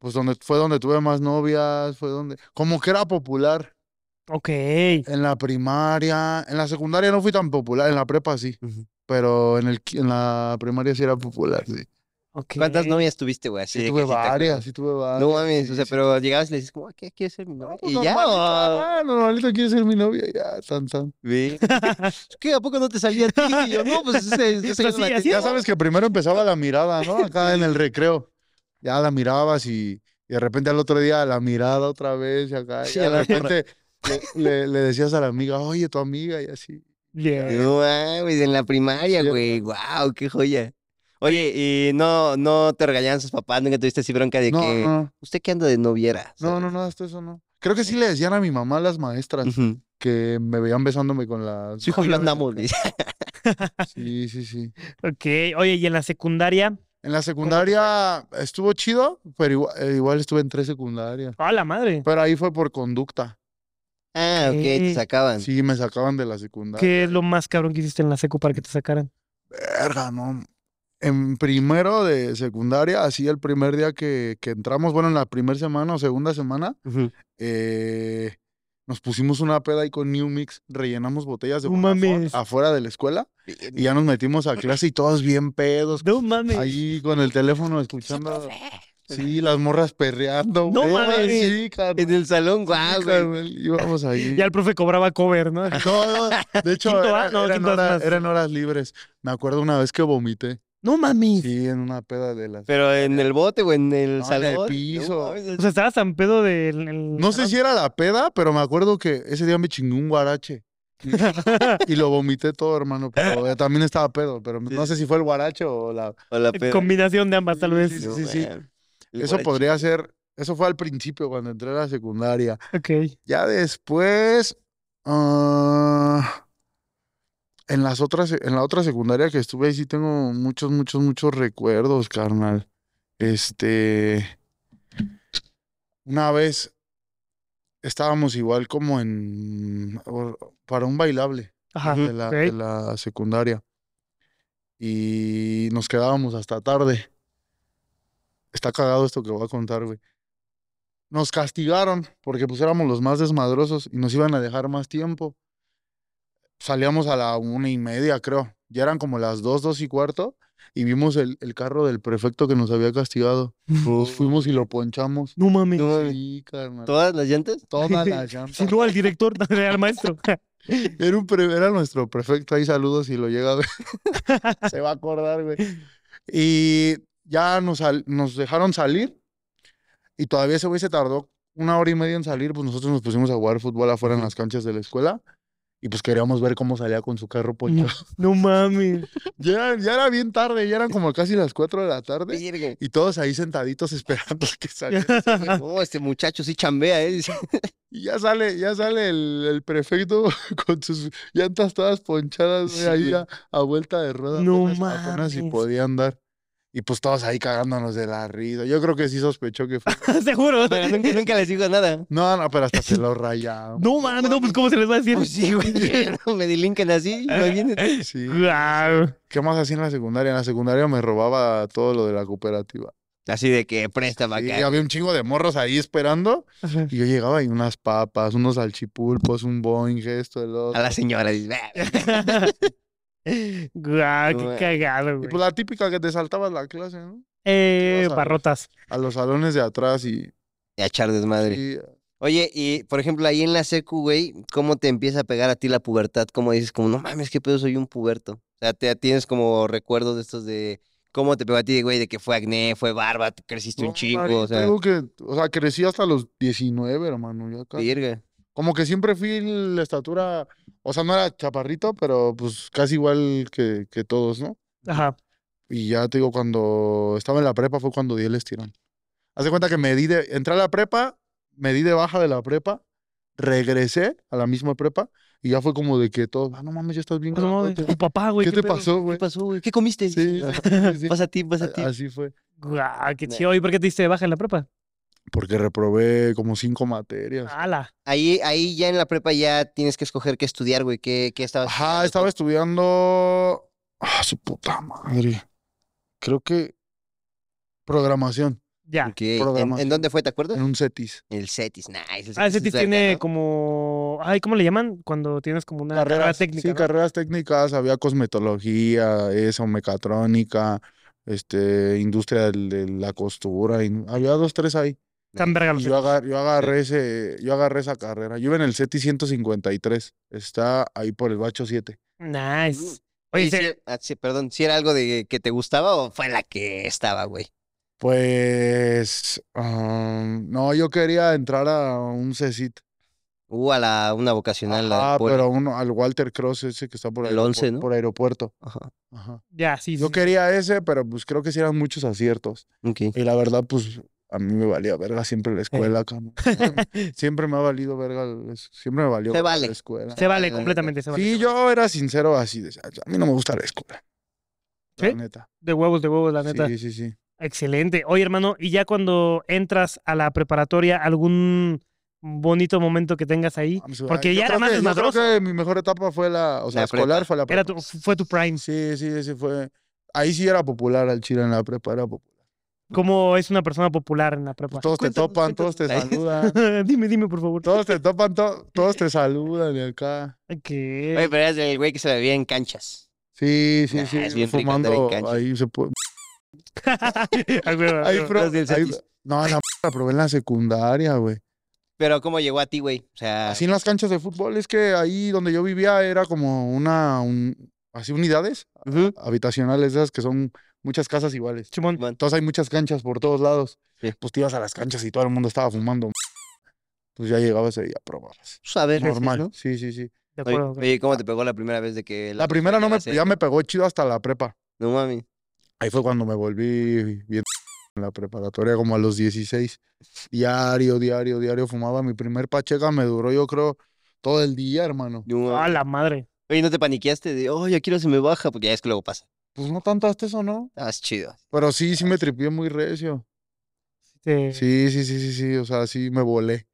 Speaker 3: Pues donde fue donde tuve más novias, fue donde. Como que era popular.
Speaker 1: Ok.
Speaker 3: En la primaria. En la secundaria no fui tan popular. En la prepa sí.
Speaker 2: Ujú.
Speaker 3: Pero en el qui- en la primaria sí era popular, sí.
Speaker 1: ok.
Speaker 2: ¿Cuántas novias tuviste, güey? Así
Speaker 3: Sí,
Speaker 2: de
Speaker 3: tuve
Speaker 2: que sí te
Speaker 3: varias,
Speaker 2: acuerdas.
Speaker 3: sí tuve varias.
Speaker 2: No mames, o sea,
Speaker 3: sí.
Speaker 2: pero llegabas y le dices, como, "Ah, ¿qué quieres ser mi novia?
Speaker 3: Pues
Speaker 2: y ya,
Speaker 3: normalito,
Speaker 2: o-
Speaker 3: ah, normalito quiere ser mi novia, ya, tan, tan.
Speaker 2: Ve. ¿Qué? ¿A poco no te salía a ti? Y yo, no, pues ese, [LAUGHS] ese
Speaker 1: Pues
Speaker 2: señor
Speaker 1: así,
Speaker 2: la
Speaker 1: así
Speaker 2: tenía".
Speaker 3: Ya [LAUGHS] sabes que primero empezaba la mirada, ¿no? Acá en el recreo. Ya la mirabas y, y de repente al otro día la mirada otra vez y acá.
Speaker 2: [LAUGHS] Sí,
Speaker 3: ya
Speaker 2: a
Speaker 3: de
Speaker 2: la
Speaker 3: repente le, le decías a la amiga, oye, tu amiga, y así.
Speaker 1: Bien.
Speaker 2: No mames, en la primaria,
Speaker 3: Sí.
Speaker 2: güey. Wow, qué joya. Oye, y no, no te regañaban sus papás, nunca tuviste así bronca de
Speaker 3: No,
Speaker 2: que
Speaker 3: no,
Speaker 2: usted que anda de noviera.
Speaker 3: no, no, no, hasta eso no. Creo que sí le decían a mi mamá las maestras
Speaker 2: Ujú.
Speaker 3: que me veían besándome con las.
Speaker 2: Su hijo lo andamos, dice. [LAUGHS]
Speaker 3: Sí, sí, sí.
Speaker 1: Ok, oye, y en la secundaria.
Speaker 3: En la secundaria estuvo chido, pero igual, eh, igual estuve en tres secundarias.
Speaker 1: ¡Ah, la madre!
Speaker 3: Pero ahí fue por conducta.
Speaker 2: Ah, ok, te
Speaker 1: Sí.
Speaker 2: sacaban.
Speaker 3: Sí, me sacaban de la secundaria.
Speaker 1: ¿Qué es lo más cabrón que hiciste en la secu para que te sacaran?
Speaker 3: Verga, no. En primero de secundaria, así el primer día que, que entramos, bueno, en la primera semana o segunda semana,
Speaker 2: Ujú.
Speaker 3: eh, nos pusimos una peda ahí con New Mix, rellenamos botellas de
Speaker 1: No
Speaker 3: Bonafont
Speaker 1: mames.
Speaker 3: afuera de la escuela y ya nos metimos a clase y todos bien pedos,
Speaker 1: No mames.
Speaker 3: ahí con el teléfono escuchando. Sí, las morras perreando.
Speaker 1: No
Speaker 3: güey.
Speaker 1: mames.
Speaker 3: Sí, carnal,
Speaker 2: En el salón,
Speaker 3: sí,
Speaker 2: guau, güey.
Speaker 3: carnal, Íbamos ahí.
Speaker 1: Ya el profe cobraba cover, ¿no?
Speaker 3: Ah. No, no,
Speaker 1: [LAUGHS]
Speaker 3: de hecho,
Speaker 1: Quinto
Speaker 3: era-
Speaker 1: A, no,
Speaker 3: eran,
Speaker 1: quinto A es
Speaker 3: hora-
Speaker 1: más.
Speaker 3: eran horas libres. Me acuerdo una vez que vomité.
Speaker 1: No mames.
Speaker 3: Sí, en una peda de las.
Speaker 2: Pero en el bote o en el
Speaker 3: No, en el
Speaker 2: salón. No
Speaker 3: piso.
Speaker 2: mames,
Speaker 1: O sea, estabas tan pedo del. el-
Speaker 3: No sé si era la peda, pero me acuerdo que ese día me chingó un [LAUGHS] guarache. Y, y lo vomité todo, hermano. Pero eh, también estaba pedo, pero no sé si fue el guarache o la.
Speaker 2: o la peda.
Speaker 1: Combinación de ambas, tal vez.
Speaker 3: Sí, sí, sí.
Speaker 2: No, el
Speaker 3: Eso
Speaker 2: guarache.
Speaker 3: podría ser. Eso fue al principio, cuando entré a la secundaria.
Speaker 1: Ok.
Speaker 3: Ya después. ah, en las otras, en la otra secundaria que estuve ahí sí tengo muchos, muchos, muchos recuerdos, carnal. Este. Una vez estábamos igual como en. or- para un bailable
Speaker 1: Ajá.
Speaker 3: de la, de
Speaker 1: ok.
Speaker 3: la secundaria. Y nos quedábamos hasta tarde. Está cagado esto que voy a contar, güey. Nos castigaron porque pues éramos los más desmadrosos y nos iban a dejar más tiempo. Salíamos a la una y media, creo. Ya eran como las dos, dos y cuarto. Y vimos el, el carro del prefecto que nos había castigado. Nos fuimos y lo ponchamos.
Speaker 1: No mames.
Speaker 2: No mames.
Speaker 3: Sí, carnal.
Speaker 2: [LAUGHS] ¿Todas las llantas?
Speaker 3: Toda la
Speaker 1: [LAUGHS]
Speaker 3: llanta.
Speaker 1: Si no, al director, [LAUGHS] al maestro.
Speaker 3: Era, un pre- era nuestro prefecto, ahí saludos si lo llega a ver. [LAUGHS] Se va a acordar, güey. Y ya nos, sal- nos dejaron salir y todavía ese güey se tardó una hora y media en salir, pues nosotros nos pusimos a jugar fútbol afuera en las canchas de la escuela y pues queríamos ver cómo salía con su carro poncho.
Speaker 1: No mames.
Speaker 3: [LAUGHS] ya, era- ya era bien tarde, ya eran como casi las 4 de
Speaker 2: [LAUGHS]
Speaker 3: la tarde
Speaker 2: Virgen.
Speaker 3: y todos ahí sentaditos esperando que saliera.
Speaker 2: No, este muchacho sí chambea, ¿eh? Dice,
Speaker 3: Y ya sale, ya sale el, el prefecto [LAUGHS] con sus llantas todas ponchadas, güey,
Speaker 2: Sí,
Speaker 3: ahí
Speaker 2: güey.
Speaker 3: a, a vuelta de rueda.
Speaker 1: No
Speaker 3: apenas, apenas si
Speaker 1: mames.
Speaker 3: podía andar. Y pues todos ahí cagándonos de la risa. Yo creo que sí sospechó [LAUGHS] que fue.
Speaker 1: [LAUGHS] Seguro.
Speaker 2: [LAUGHS] Pero nunca, nunca les digo nada.
Speaker 3: No, no, pero hasta se [LAUGHS] lo rayaron.
Speaker 1: No mames, no, pues ¿cómo se les va a decir?
Speaker 2: Pues sí, güey. [LAUGHS] no me delinquen así, imagínate.
Speaker 3: Sí. [LAUGHS]
Speaker 1: Guau.
Speaker 3: ¿Qué más hacía en la secundaria? En la secundaria me robaba todo lo de la cooperativa.
Speaker 2: Así de que presta para
Speaker 3: Y
Speaker 2: acá.
Speaker 3: había un chingo de morros ahí esperando.
Speaker 1: Ajá.
Speaker 3: Y yo llegaba y unas papas, unos alchipulpos, un boing, esto, el
Speaker 2: A
Speaker 3: otro.
Speaker 2: la señora dice, [LAUGHS] "Bah".
Speaker 1: Guau, qué
Speaker 2: Güey.
Speaker 1: cagado,
Speaker 3: Y
Speaker 1: güey.
Speaker 3: pues la típica que te saltabas la clase, ¿no?
Speaker 1: Eh,
Speaker 3: vas a-
Speaker 1: parrotas.
Speaker 3: A los salones de atrás y-
Speaker 2: y a echar desmadre.
Speaker 3: y
Speaker 2: Oye, y por ejemplo, ahí en la secu, güey, ¿cómo te empieza a pegar a ti la pubertad? ¿Cómo dices, como, no mames, qué pedo, soy un puberto? O sea, te, tienes como recuerdos de estos de cómo te pegó a ti, güey, de que fue acné, fue barba, te creciste
Speaker 3: No,
Speaker 2: Este, un chingo,
Speaker 3: Mari,
Speaker 2: o
Speaker 3: te
Speaker 2: sea,
Speaker 3: digo que, o sea, crecí hasta los 19, hermano. ya casi.
Speaker 2: virga.
Speaker 3: Como que siempre fui la estatura, o sea, no era chaparrito, pero pues casi igual que, que todos, ¿no?
Speaker 1: Ajá.
Speaker 3: Y ya te digo, cuando estaba en la prepa fue cuando di el estirón. Haz de cuenta que me di de, entré a la prepa, me di de baja de la prepa, regresé a la misma prepa y ya fue como de que todo, ah, no mames, ya estás bien.
Speaker 1: Pues, no mames,
Speaker 3: grandote".
Speaker 1: [LAUGHS] Tu papá, güey.
Speaker 3: ¿Qué te
Speaker 1: pedo?
Speaker 3: pasó,
Speaker 2: ¿Qué
Speaker 3: güey?
Speaker 2: pasó, güey? ¿Qué [LAUGHS] comiste?
Speaker 3: Sí, [LAUGHS] sí, sí.
Speaker 2: Pasa a ti, pasa a ti.
Speaker 3: Así fue.
Speaker 1: Guau, qué chido. ¿Y por qué te diste de baja en la prepa?
Speaker 3: Porque reprobé como cinco materias.
Speaker 1: Ala.
Speaker 2: Ahí, ahí ya en la prepa ya tienes que escoger qué estudiar, güey, qué, qué estabas
Speaker 3: Ajá, estaba estudiando. Ah, su puta madre. Creo que programación
Speaker 1: Ya.
Speaker 2: Ok, ¿en- ¿En,
Speaker 3: programación.
Speaker 2: dónde fue, te acuerdas?
Speaker 3: en un CETIS.
Speaker 2: El CETIS, nice. El
Speaker 1: Ah, ese
Speaker 2: es verga,
Speaker 1: tiene
Speaker 2: ¿no?
Speaker 1: como. Ay, ¿cómo le llaman? Cuando tienes como una carrera
Speaker 3: Carreras
Speaker 1: técnica.
Speaker 3: Sí,
Speaker 1: ¿no?
Speaker 3: carreras técnicas. Había cosmetología, eso, mecatrónica, este, industria del- de, la costura. y había dos, tres ahí.
Speaker 1: Tan verga
Speaker 3: Y
Speaker 1: los-
Speaker 3: yo, agar- yo agarré ese, yo agarré esa carrera. Yo iba en el CETIS 153. Está ahí por el bacho 7.
Speaker 1: Nice.
Speaker 2: Oye,
Speaker 1: Oye,
Speaker 2: si,
Speaker 1: se-
Speaker 2: ah, sí, perdón, si era algo de que te gustaba o fue la que estaba, güey.
Speaker 3: Pues, ah, no, yo quería entrar a un CECIT.
Speaker 2: Uh, a la, una vocacional. la
Speaker 3: Ah,
Speaker 2: poli.
Speaker 3: pero uno, al Walter Cross ese que está por,
Speaker 2: El
Speaker 3: aeropu-
Speaker 2: 11, ¿no?
Speaker 3: por aeropuerto.
Speaker 2: Ajá.
Speaker 3: Ajá.
Speaker 1: Ya, sí.
Speaker 3: Yo
Speaker 1: sí.
Speaker 3: quería ese, pero pues creo que sí eran muchos aciertos.
Speaker 2: Ok.
Speaker 3: Y la verdad, pues a mí me valía verga siempre
Speaker 1: Eh.
Speaker 3: la escuela, cabrón.
Speaker 1: [LAUGHS]
Speaker 3: siempre me ha valido verga, la- siempre me valió
Speaker 2: Se
Speaker 3: verga
Speaker 2: vale.
Speaker 3: la escuela.
Speaker 1: Se vale completamente, se vale.
Speaker 3: Sí, yo era sincero así, de, a mí no me gusta la escuela. La
Speaker 1: ¿Sí?
Speaker 3: neta.
Speaker 1: De huevos, de huevos, la neta.
Speaker 3: Sí, sí, sí.
Speaker 1: Excelente. Oye, hermano, y ya cuando entras a la preparatoria, algún bonito momento que tengas ahí.
Speaker 3: Ah, pues, ay,
Speaker 1: Porque
Speaker 3: yo
Speaker 1: ya era
Speaker 3: creo
Speaker 1: más
Speaker 3: que- yo creo
Speaker 1: desmadroso.
Speaker 3: que mi mejor etapa fue la, o sea,
Speaker 2: La prepa.
Speaker 3: escolar fue la
Speaker 1: Era
Speaker 3: prepa.
Speaker 1: tu- fue tu prime.
Speaker 3: Sí, sí, sí, fue. Ahí sí era popular al chile en la prepa, era popular.
Speaker 1: ¿Cómo es una persona popular en la prepa?
Speaker 3: Pues todos te
Speaker 2: Cuéntanos, [LAUGHS]
Speaker 3: topan, todos te
Speaker 2: cuéntanos.
Speaker 3: saludan.
Speaker 1: [LAUGHS] dime, dime, por favor.
Speaker 3: Todos te topan, to- todos te saludan y acá.
Speaker 1: ¿Qué? [LAUGHS]
Speaker 2: Oye, pero eras el güey que se bebía en canchas.
Speaker 3: Sí, sí,
Speaker 2: Nah,
Speaker 3: sí.
Speaker 2: es bien rico andar en
Speaker 3: fumando
Speaker 2: cancha.
Speaker 3: ahí se puede.
Speaker 1: A huevo, a
Speaker 3: Ahí,
Speaker 1: huevo.
Speaker 3: pro-
Speaker 2: los del
Speaker 3: ahí-
Speaker 2: Cetis.
Speaker 3: no, la, la probé en la secundaria, güey.
Speaker 2: Pero ¿cómo llegó a ti, güey? O sea,
Speaker 3: Así en las canchas de fútbol, es que ahí donde yo vivía era como una, un- así unidades
Speaker 2: ujú,
Speaker 3: habitacionales de esas que son muchas casas iguales.
Speaker 1: Chimón.
Speaker 2: Simón.
Speaker 3: Entonces hay muchas canchas por todos lados.
Speaker 2: Sí.
Speaker 3: Pues te ibas a las canchas y todo el mundo estaba fumando. Pues ya llegabas y ya probabas.
Speaker 2: Pues, a ver,
Speaker 3: Normal.
Speaker 2: ¿no?
Speaker 3: Sí, sí, sí.
Speaker 1: De
Speaker 2: Oye,
Speaker 1: acuerdo.
Speaker 2: oye, ¿cómo te pegó la primera vez de que...
Speaker 3: La primera no me,
Speaker 2: hace-
Speaker 3: ya me pegó chido hasta la prepa.
Speaker 2: No mami.
Speaker 3: Ahí fue cuando me volví bien en la preparatoria, como a los 16. Diario, diario, diario fumaba. Mi primer pacheca me duró, yo creo, todo el día, hermano.
Speaker 2: No mami.
Speaker 1: A la madre.
Speaker 2: Oye, ¿no te paniqueaste de, oh, ya quiero se me baja? Porque ya es que luego pasa.
Speaker 3: Pues no tanto hasta eso, ¿no?
Speaker 2: Ah, es chido.
Speaker 3: Pero sí, sí me tripié muy recio.
Speaker 1: Este-
Speaker 3: Sí, sí, sí, sí, sí. O sea, sí me volé.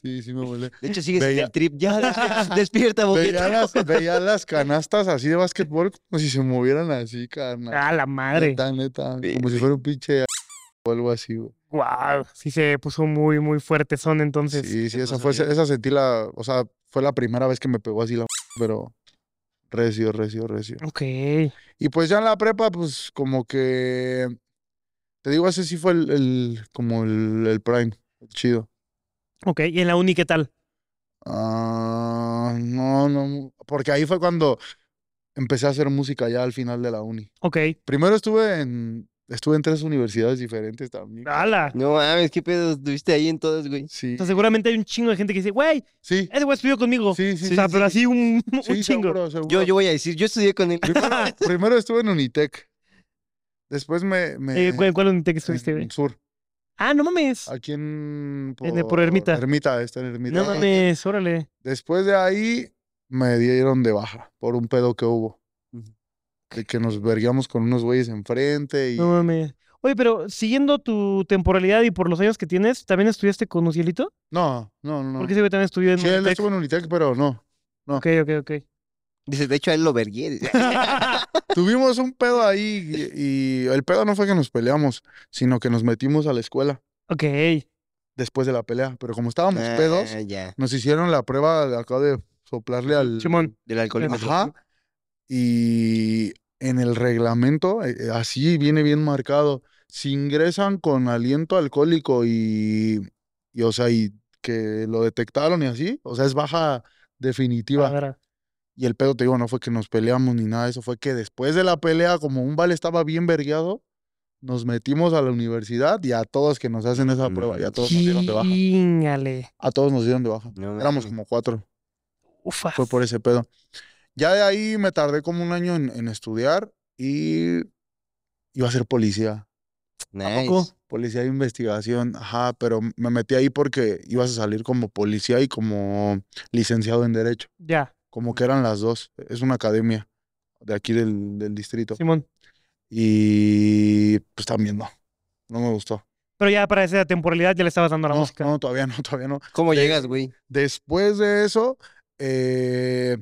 Speaker 3: Sí, sí me volé.
Speaker 2: De hecho, sigues en
Speaker 3: Veía-
Speaker 2: el trip. Ya,
Speaker 3: [LAUGHS]
Speaker 2: des- despierta,
Speaker 3: Veía
Speaker 2: boquita.
Speaker 3: las, veía las canastas así de básquetbol como si se movieran así, carnal.
Speaker 1: A la madre.
Speaker 3: Neta, neta.
Speaker 2: Sí,
Speaker 3: Como si fuera un pinche o algo así, güey.
Speaker 1: Wow. Sí se puso muy, muy fuerte son entonces.
Speaker 3: Sí, sí,
Speaker 2: ¿qué
Speaker 3: esa
Speaker 2: cosa
Speaker 3: fue,
Speaker 2: te dio?
Speaker 3: esa sentí la, o sea, fue la primera vez que me pegó así la, pero recio, recio, recio.
Speaker 1: Ok.
Speaker 3: Y pues ya en la prepa, pues como que, te digo, ese sí fue el, el- como el, el prime, el chido.
Speaker 1: Ok. ¿Y en la uni qué tal?
Speaker 3: Ah, no, no, porque ahí fue cuando empecé a hacer música ya al final de la uni.
Speaker 1: Ok.
Speaker 3: Primero estuve en, estuve en tres universidades diferentes también.
Speaker 1: ¡Hala!
Speaker 2: No mames, ¿qué pedo tuviste ahí en todas, güey?
Speaker 3: Sí,
Speaker 1: O sea, seguramente hay un chingo de gente que dice, güey,
Speaker 3: sí,
Speaker 1: ese güey estudió conmigo.
Speaker 3: sí, sí,
Speaker 1: eh, o sea,
Speaker 3: sí,
Speaker 1: pero
Speaker 3: sí.
Speaker 1: así un, un
Speaker 3: Sí,
Speaker 1: chingo.
Speaker 3: seguro,
Speaker 2: Yo,
Speaker 3: seguro.
Speaker 2: yo voy a decir, yo estudié con él.
Speaker 3: [LAUGHS] Primero, primero estuve en Unitec. Después me. me
Speaker 1: Eh, ¿Cuál, cuál unité que
Speaker 3: en
Speaker 1: estuviste, güey?
Speaker 3: Sur.
Speaker 1: Ah, no mames.
Speaker 3: Aquí en.
Speaker 1: En el- por Ermita.
Speaker 3: Ermita, está en Ermita.
Speaker 1: No mames, órale.
Speaker 3: Después de ahí me dieron de baja por un pedo que hubo.
Speaker 2: Ujú.
Speaker 3: De que nos verguiamos con unos güeyes enfrente y.
Speaker 1: No mames. Oye, pero siguiendo tu temporalidad y por los años que tienes, ¿también estudiaste con Ucielito?
Speaker 3: No, no, no.
Speaker 1: Porque ese güey también estudió en
Speaker 3: Sí, él
Speaker 1: Unitec.
Speaker 3: estuvo en Unitec, pero no.
Speaker 1: Ok, ok, ok.
Speaker 2: Dice, de hecho, a él lo vergué.
Speaker 3: Tuvimos un pedo ahí y, y el pedo no fue que nos peleamos, sino que nos metimos a la escuela
Speaker 1: Ok.
Speaker 3: después de la pelea. Pero como estábamos
Speaker 2: Ah,
Speaker 3: pedos,
Speaker 2: ya.
Speaker 3: nos hicieron la prueba de acá de soplarle al.
Speaker 1: Simón.
Speaker 2: Del alcoholímetro.
Speaker 3: Ajá. Y en el reglamento, eh, eh, así viene bien marcado. Si ingresan con aliento alcohólico y, y, o sea, y que lo detectaron y así, o sea, es baja
Speaker 1: A
Speaker 3: definitiva.
Speaker 1: ver,
Speaker 3: Y el pedo, te digo, no fue que nos peleamos ni nada de eso, fue que después de la pelea, como un vale estaba bien vergueado, nos metimos a la universidad y a todos que nos hacen esa
Speaker 2: No
Speaker 3: prueba, y a todos nos dieron de baja.
Speaker 1: Chingale.
Speaker 3: A todos nos dieron de baja.
Speaker 2: No
Speaker 3: Éramos
Speaker 2: mames.
Speaker 3: como cuatro
Speaker 1: Ufa.
Speaker 3: fue por ese pedo. Ya de ahí me tardé como un año en, en estudiar y iba a ser policía.
Speaker 2: Nice.
Speaker 3: Policía de investigación, ajá, pero me metí ahí porque ibas a salir como policía y como licenciado en Derecho,
Speaker 1: Ya,
Speaker 3: como que eran las dos. Es una academia de aquí del, del distrito.
Speaker 1: Simón.
Speaker 3: Y pues también no, no me gustó.
Speaker 1: Pero ya para esa temporalidad ya le estabas dando a la
Speaker 3: No,
Speaker 1: música.
Speaker 3: no, todavía no, [LAUGHS] todavía no.
Speaker 2: ¿Cómo llegas, güey?
Speaker 3: Después de eso, eh,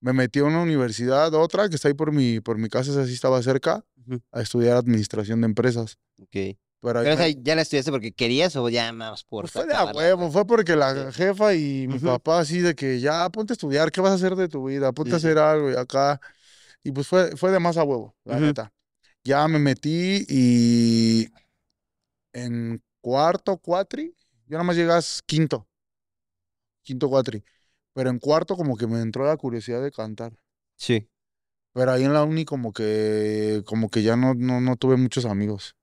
Speaker 3: me metí a una universidad, otra que está ahí por mi, por mi casa, esa sí estaba cerca,
Speaker 2: Ujú.
Speaker 3: a estudiar administración de empresas.
Speaker 2: Ok.
Speaker 3: Pero ahí
Speaker 2: Pero, o
Speaker 3: me-
Speaker 2: sea, ¿ya la estudiaste porque querías o ya nada más por
Speaker 3: pues fue de a
Speaker 2: acabarla?
Speaker 3: huevo, fue porque la jefa y mi
Speaker 2: Ujú.
Speaker 3: papá así de que ya ponte a estudiar, ¿qué vas a hacer de tu vida? Ponte a
Speaker 2: Sí, sí.
Speaker 3: hacer algo y acá. Y pues fue, fue de más a huevo, la
Speaker 2: Ujú.
Speaker 3: neta. Ya me metí y en cuarto cuatri, yo nada más llegas quinto, quinto cuatri. Pero en cuarto como que me entró la curiosidad de cantar.
Speaker 2: Sí.
Speaker 3: Pero ahí en la uni como que, como que ya no, no, no tuve muchos amigos.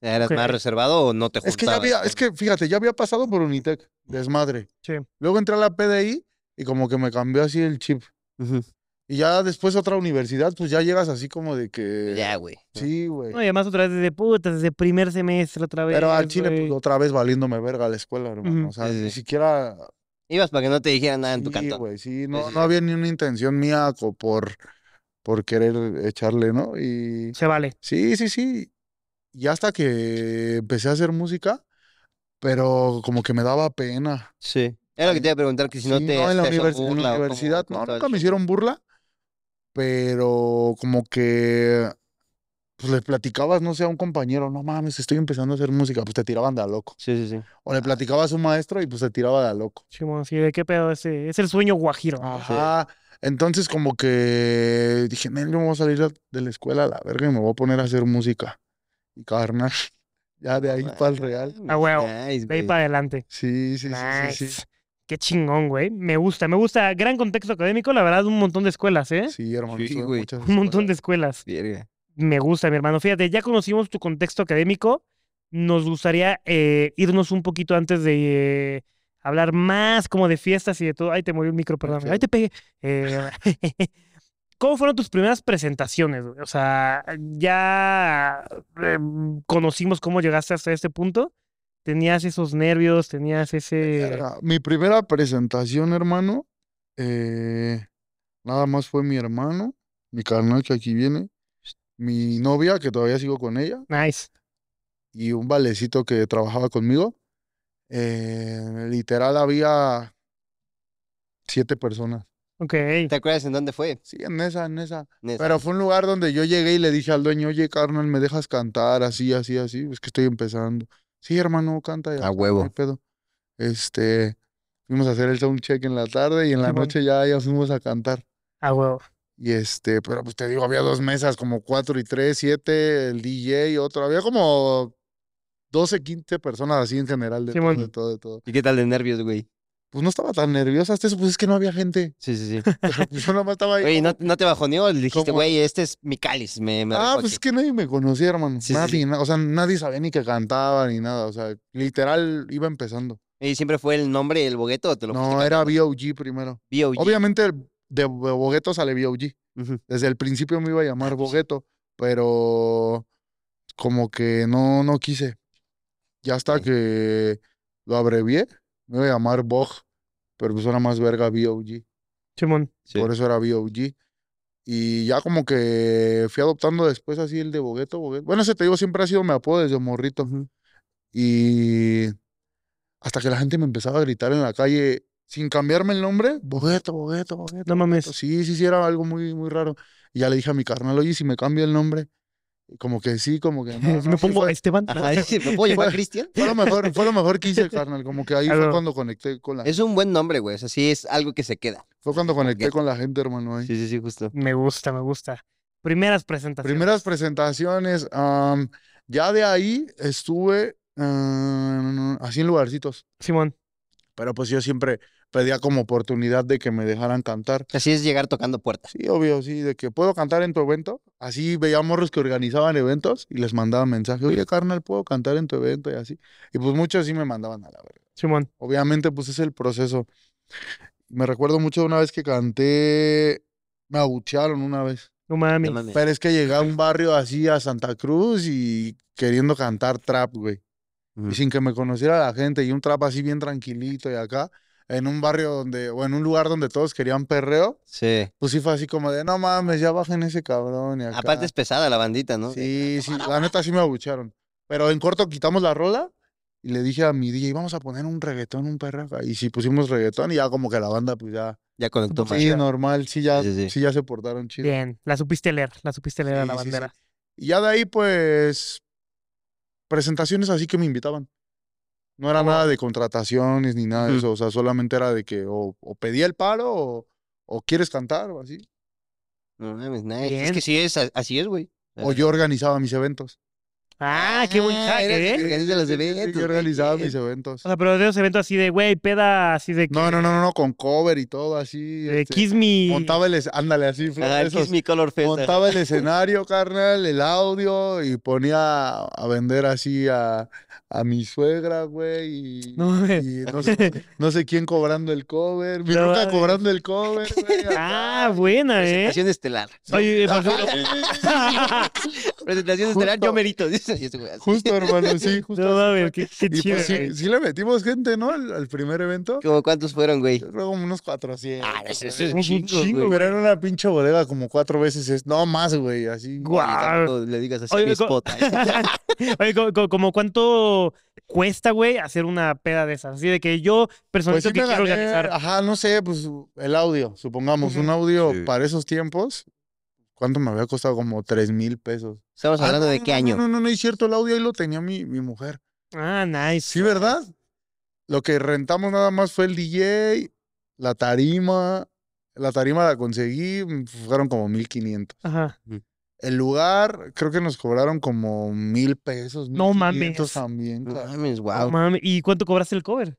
Speaker 2: ¿Eras
Speaker 1: Ok.
Speaker 2: más reservado o no te
Speaker 3: Es que ya
Speaker 2: juntabas?
Speaker 3: había, es que fíjate, ya había pasado por Unitec. desmadre.
Speaker 1: Sí.
Speaker 3: Luego entré a la PDI y como que me cambió así el chip.
Speaker 2: Ujú.
Speaker 3: Y ya después a otra universidad, pues ya llegas así como de que...
Speaker 2: Ya, güey.
Speaker 3: Eh, Sí, güey.
Speaker 1: No, y además otra vez desde putas, desde primer semestre otra vez.
Speaker 3: Pero al Chile, pues,
Speaker 1: güey.
Speaker 3: otra vez valiéndome verga la escuela, hermano.
Speaker 1: Ujú.
Speaker 3: O sea,
Speaker 2: Sí, sí,
Speaker 3: ni
Speaker 2: sí.
Speaker 3: siquiera.
Speaker 2: Ibas para que no te dijeran nada en tu
Speaker 3: Sí,
Speaker 2: cantón.
Speaker 3: güey, sí, no,
Speaker 2: sí, sí.
Speaker 3: no había ni una intención mía co- por, por querer echarle, ¿no? Y
Speaker 1: Se vale.
Speaker 3: sí, sí, sí. Y hasta que empecé a hacer música, pero como que me daba pena.
Speaker 2: Sí. Era lo que te iba a preguntar, que si no
Speaker 3: Sí,
Speaker 2: te.
Speaker 3: en la,
Speaker 2: te hacían
Speaker 3: univers- en la
Speaker 2: burla o cómo-
Speaker 3: universidad,
Speaker 2: cómo
Speaker 3: no,
Speaker 2: estaba el
Speaker 3: nunca me
Speaker 2: show.
Speaker 3: hicieron burla, pero como que pues les platicabas, no sé, a un compañero, no mames, estoy empezando a hacer música, pues te tiraban de a loco.
Speaker 2: Sí, sí, sí.
Speaker 3: O le platicabas a un maestro y pues te tiraba de a loco.
Speaker 1: Simón, sí, de qué pedo ese. Es el sueño guajiro.
Speaker 3: Ah, Ajá. Entonces, como que dije, no, yo me voy a salir de la escuela a la verga y me voy a poner a hacer música. Y carnal, [LAUGHS] ya de ahí
Speaker 2: No
Speaker 3: para el real.
Speaker 2: mames,
Speaker 1: Ah, huevo.
Speaker 2: nice,
Speaker 1: De ahí
Speaker 2: güey.
Speaker 1: para adelante.
Speaker 3: Sí, sí, sí, sí, sí.
Speaker 1: Nice. Qué chingón, güey. Me gusta, me gusta. Gran contexto académico, la verdad, un montón de escuelas, ¿eh?
Speaker 3: Sí, hermano,
Speaker 2: Sí,
Speaker 3: estuve en
Speaker 2: güey.
Speaker 3: muchas
Speaker 1: Un montón de
Speaker 3: escuelas.
Speaker 1: escuelas.
Speaker 2: Verga.
Speaker 1: Me gusta, mi hermano. Fíjate, ya conocimos tu contexto académico. Nos gustaría eh, irnos un poquito antes de eh, hablar más como de fiestas y de todo. Ay, te moví el micro, perdón. Ay,
Speaker 3: claro.
Speaker 1: te pegué. Eh, [LAUGHS] ¿Cómo fueron tus primeras presentaciones? güey? O sea, ya eh, conocimos cómo llegaste hasta este punto. Tenías esos nervios, tenías ese...
Speaker 3: Verga, Mi primera presentación, hermano, eh, nada más fue mi hermano, mi carnal que aquí viene, mi novia, que todavía sigo con ella.
Speaker 1: Nice.
Speaker 3: y un valecito que trabajaba conmigo. eh, literal había siete personas.
Speaker 1: Ok.
Speaker 2: ¿Te acuerdas en dónde fue?
Speaker 3: Sí, en esa, en esa.
Speaker 2: Nes?
Speaker 3: Pero fue un lugar donde yo llegué y le dije al dueño, oye, carnal, ¿me dejas cantar así, así, así? Es que estoy empezando. Sí, hermano, canta ya.
Speaker 2: A
Speaker 3: no
Speaker 2: huevo.
Speaker 3: hay pedo. Este, fuimos a hacer el sound check en la tarde y en la
Speaker 1: Simón.
Speaker 3: noche ya, ya fuimos a cantar.
Speaker 1: A huevo.
Speaker 3: Y este, pero pues te digo, había dos mesas, como cuatro y tres, siete, el DJ y otro. Había como 12, 15 personas así en general, de todo,
Speaker 1: Simón.
Speaker 3: de todo, de todo.
Speaker 2: ¿Y qué tal de nervios, güey?
Speaker 3: Pues no estaba tan nerviosa hasta eso, pues es que no había gente. [LAUGHS]
Speaker 2: Sí, sí, sí.
Speaker 3: Pero pues yo nomás estaba ahí.
Speaker 2: Oye, ¿no, no te bajoneó? Le dijiste,
Speaker 3: ¿Cómo?
Speaker 2: güey, este es mi cáliz. Me, me
Speaker 3: ah,
Speaker 2: recoche.
Speaker 3: pues es que nadie me conocía, hermano.
Speaker 2: Sí, sí,
Speaker 3: nadie,
Speaker 2: sí.
Speaker 3: na- o sea, nadie sabía ni que cantaba ni nada. O sea, literal iba empezando.
Speaker 2: ¿Y siempre fue el nombre, el bogueto o te lo
Speaker 3: No,
Speaker 2: fuiste
Speaker 3: era B.O.G. primero.
Speaker 2: B.O.G.?
Speaker 3: Obviamente el- de Bo- Bogueto sale B.O.G.
Speaker 2: Ujú. Ah, pues
Speaker 3: Desde el principio me iba a llamar Bogueto, pero como que no, no quise. Ya hasta
Speaker 2: Ok.
Speaker 3: que lo abrevié, me iba a llamar Bog, pero pues suena más verga B.O.G.
Speaker 1: Simón.
Speaker 2: Sí.
Speaker 3: Por eso era B.O.G. Y ya como que fui adoptando después así el de Bogueto, Bogueto. Bueno, ese te digo, siempre ha sido mi apodo desde morrito. Y hasta que la gente me empezaba a gritar en la calle sin cambiarme el nombre, Bogueto, Bogueto, Bogueto.
Speaker 1: No
Speaker 3: Pues
Speaker 1: mames.
Speaker 3: Sí, sí, sí, era algo muy, muy raro. Y ya le dije a mi carnal, oye, si me cambio el nombre. Y Como que sí, como que no,
Speaker 1: [LAUGHS]
Speaker 3: no,
Speaker 1: Me
Speaker 3: sí
Speaker 1: pongo
Speaker 3: fue,
Speaker 1: Esteban. [LAUGHS]
Speaker 2: Ajá, [LAUGHS] sí, ¿Me puedo llamar
Speaker 3: Fue-
Speaker 2: Cristian?
Speaker 3: fue lo mejor, fue lo mejor que hice, carnal. Como que ahí fue
Speaker 1: Algo.
Speaker 3: cuando conecté con la,
Speaker 2: Es un buen nombre, güey. O sea, sí es algo que se queda.
Speaker 3: fue cuando conecté
Speaker 2: que-
Speaker 3: con la gente, hermano. ahí.
Speaker 2: Sí, sí, sí, justo.
Speaker 1: Me gusta, me gusta. Primeras presentaciones.
Speaker 3: Primeras presentaciones. am, ya de ahí estuve ah, así en lugarcitos.
Speaker 1: Simón.
Speaker 3: Pero pues yo siempre pedía como oportunidad de que me dejaran cantar.
Speaker 2: Así es llegar tocando puertas.
Speaker 3: Sí, obvio, sí, de que puedo cantar en tu evento. Así veía morros que organizaban eventos y les mandaban mensajes, oye, carnal, puedo cantar en tu evento y así. Y pues muchos sí me mandaban a la verga.
Speaker 1: Simón.
Speaker 3: Obviamente, pues es el proceso. Me recuerdo mucho de una vez que canté, me abuchearon una vez.
Speaker 1: No
Speaker 2: No
Speaker 1: mames.
Speaker 2: mames.
Speaker 3: Pero es que llegué a un barrio así, a Santa Cruz, y queriendo cantar trap, güey.
Speaker 2: Ujú.
Speaker 3: Y sin que me conociera la gente, y un trap así bien tranquilito, y acá, en un barrio donde, o en un lugar donde todos querían perreo,
Speaker 2: Sí.
Speaker 3: pues sí fue así como de, no mames, ya bajen ese cabrón, y acá.
Speaker 2: Aparte es pesada la bandita, ¿no?
Speaker 3: Sí, sí, la neta sí me abucharon. Pero en corto quitamos la rola, y le dije a mi DJ, vamos a poner un reggaetón, un perreo acá. Y sí, pusimos reggaetón, y ya como que la banda, pues ya.
Speaker 2: Ya conectó más.
Speaker 3: Sí, normal, sí ya,
Speaker 2: Sí, sí, sí.
Speaker 3: sí ya se portaron chido.
Speaker 1: Bien. La supiste leer. La supiste leer a
Speaker 3: Sí,
Speaker 1: la
Speaker 3: sí, sí.
Speaker 1: bandera.
Speaker 3: Y ya de ahí, pues, presentaciones así que me invitaban. No era nada de contrataciones ni nada de
Speaker 2: Ujú.
Speaker 3: eso. O sea, solamente era de que o, o pedía el paro o, o quieres cantar o así.
Speaker 2: No mames, nice. Es
Speaker 1: Bien.
Speaker 2: que sí es, a- así es, güey.
Speaker 3: O yo organizaba mis eventos.
Speaker 1: Ah, qué buen hack, [LAUGHS]
Speaker 2: eres el
Speaker 1: ¿eh?
Speaker 2: que organiza los
Speaker 3: Sí, sí, sí,
Speaker 2: eventos,
Speaker 3: Yo
Speaker 2: güey,
Speaker 3: organizaba
Speaker 2: bien.
Speaker 3: mis eventos.
Speaker 1: O sea, pero de esos eventos así de, güey, peda, así de, que-
Speaker 3: No, no, no, no, no, con cover y todo así.
Speaker 1: de
Speaker 3: este,
Speaker 1: Kiss Me.
Speaker 3: Montaba el... es- Ándale, así. fla-
Speaker 2: Ajá, el
Speaker 3: esos. ¿eh?
Speaker 2: Kiss Me Color Fest. ajá.
Speaker 3: Montaba el escenario, carnal, el audio y ponía a vender así a, a mi suegra, güey. Y,
Speaker 1: [LAUGHS] No mames.
Speaker 3: y no, sé, no sé quién cobrando el cover. Mi
Speaker 1: No
Speaker 3: ruca
Speaker 1: mames.
Speaker 3: cobrando el cover, güey.
Speaker 1: [LAUGHS] Ah, buena, ¿eh?
Speaker 2: Presentación estelar.
Speaker 3: [LAUGHS]
Speaker 1: Oye, por
Speaker 3: Ajá,
Speaker 1: ejemplo,
Speaker 3: sí, sí, sí.
Speaker 1: [LAUGHS]
Speaker 2: Presentación estelar,
Speaker 3: Justo.
Speaker 2: yo merito. [LAUGHS] dice, y este güey así.
Speaker 3: Justo, hermano, sí, justo.
Speaker 1: no
Speaker 3: así
Speaker 1: mames,
Speaker 3: fue.
Speaker 1: qué, qué
Speaker 3: Y
Speaker 1: chido.
Speaker 3: pues sí,
Speaker 1: güey.
Speaker 3: sí le metimos gente, ¿no? Al, al primer evento.
Speaker 2: ¿Cómo cuántos fueron, güey?
Speaker 3: Yo creo como unos 400.
Speaker 2: Ah, eso es
Speaker 3: güey.
Speaker 2: un chingo, güey.
Speaker 3: Pero era una pinche bodega como cuatro veces. Es, no más, güey, así.
Speaker 1: Guau.
Speaker 2: No Le digas así
Speaker 1: Oye,
Speaker 2: a mi ¿eh?
Speaker 1: co-
Speaker 2: spot.
Speaker 1: [LAUGHS] Oye, co- co- como, cuánto cuesta, güey, hacer una peda de esas. Así de que yo,
Speaker 3: Pues
Speaker 1: personalmente,
Speaker 3: sí
Speaker 1: que
Speaker 3: me
Speaker 1: quiero
Speaker 3: gané,
Speaker 1: organizar.
Speaker 3: Ajá, no sé, pues el audio, supongamos,
Speaker 1: Ujú.
Speaker 3: un audio
Speaker 2: Sí.
Speaker 3: para esos tiempos. ¿Cuánto me había costado? Como tres mil pesos.
Speaker 2: Estamos
Speaker 3: Ah,
Speaker 2: hablando
Speaker 3: no,
Speaker 2: de
Speaker 3: no,
Speaker 2: qué
Speaker 3: no,
Speaker 2: año.
Speaker 3: No, no, no, es cierto, el audio ahí lo tenía mi, mi mujer.
Speaker 1: Ah, nice.
Speaker 3: Sí, ¿verdad? Lo que rentamos nada más fue el DJ, la tarima. La tarima la conseguí, fueron como 1500.
Speaker 1: Ajá.
Speaker 3: El lugar, creo que nos cobraron como mil pesos.
Speaker 1: No
Speaker 3: 1500
Speaker 1: mames.
Speaker 3: También,
Speaker 2: No
Speaker 3: ca-
Speaker 2: mames,
Speaker 1: No
Speaker 3: Ah, Oh,
Speaker 2: wow.
Speaker 1: mames, ¿Y cuánto cobraste el cover?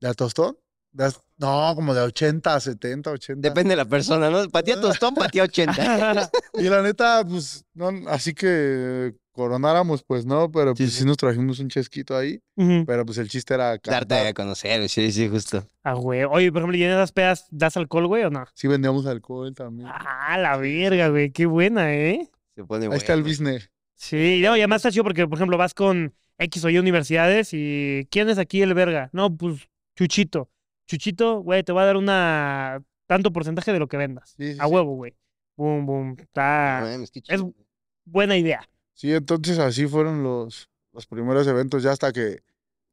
Speaker 3: ¿De a tostón? De a- no, como de 80 a 70, 80.
Speaker 2: Depende de la persona, ¿no? Patía
Speaker 3: [LAUGHS]
Speaker 2: tostón, patía
Speaker 3: Ah,
Speaker 2: 80.
Speaker 3: Y la neta, pues, no, así que coronáramos, pues no, pero
Speaker 2: Sí,
Speaker 3: pues sí nos trajimos un chesquito ahí.
Speaker 1: [LAUGHS] Ujú.
Speaker 3: Pero pues el chiste era
Speaker 2: Darte
Speaker 3: cantar.
Speaker 2: a conocer, güey, sí, sí, justo.
Speaker 1: Ah, güey. Oye, por ejemplo, ¿y en esas pedas das alcohol, güey, o no?
Speaker 3: Sí vendíamos alcohol también.
Speaker 1: Ah, la verga, güey. Qué buena, ¿eh?
Speaker 2: Se pone
Speaker 3: Ahí está el
Speaker 2: bueno.
Speaker 3: business.
Speaker 1: Sí, y luego, y además está chido porque, por ejemplo, vas con X o Y universidades y ¿quién es aquí el verga? No, pues Chuchito. Chuchito, güey, te va a dar una tanto porcentaje de lo que vendas.
Speaker 3: Sí, sí,
Speaker 1: A
Speaker 3: sí.
Speaker 1: huevo, güey. Boom, boom.
Speaker 2: No
Speaker 1: Está
Speaker 2: mames, qué
Speaker 1: es-
Speaker 2: chido.
Speaker 1: buena idea.
Speaker 3: Sí, entonces así fueron los, los primeros eventos, ya hasta que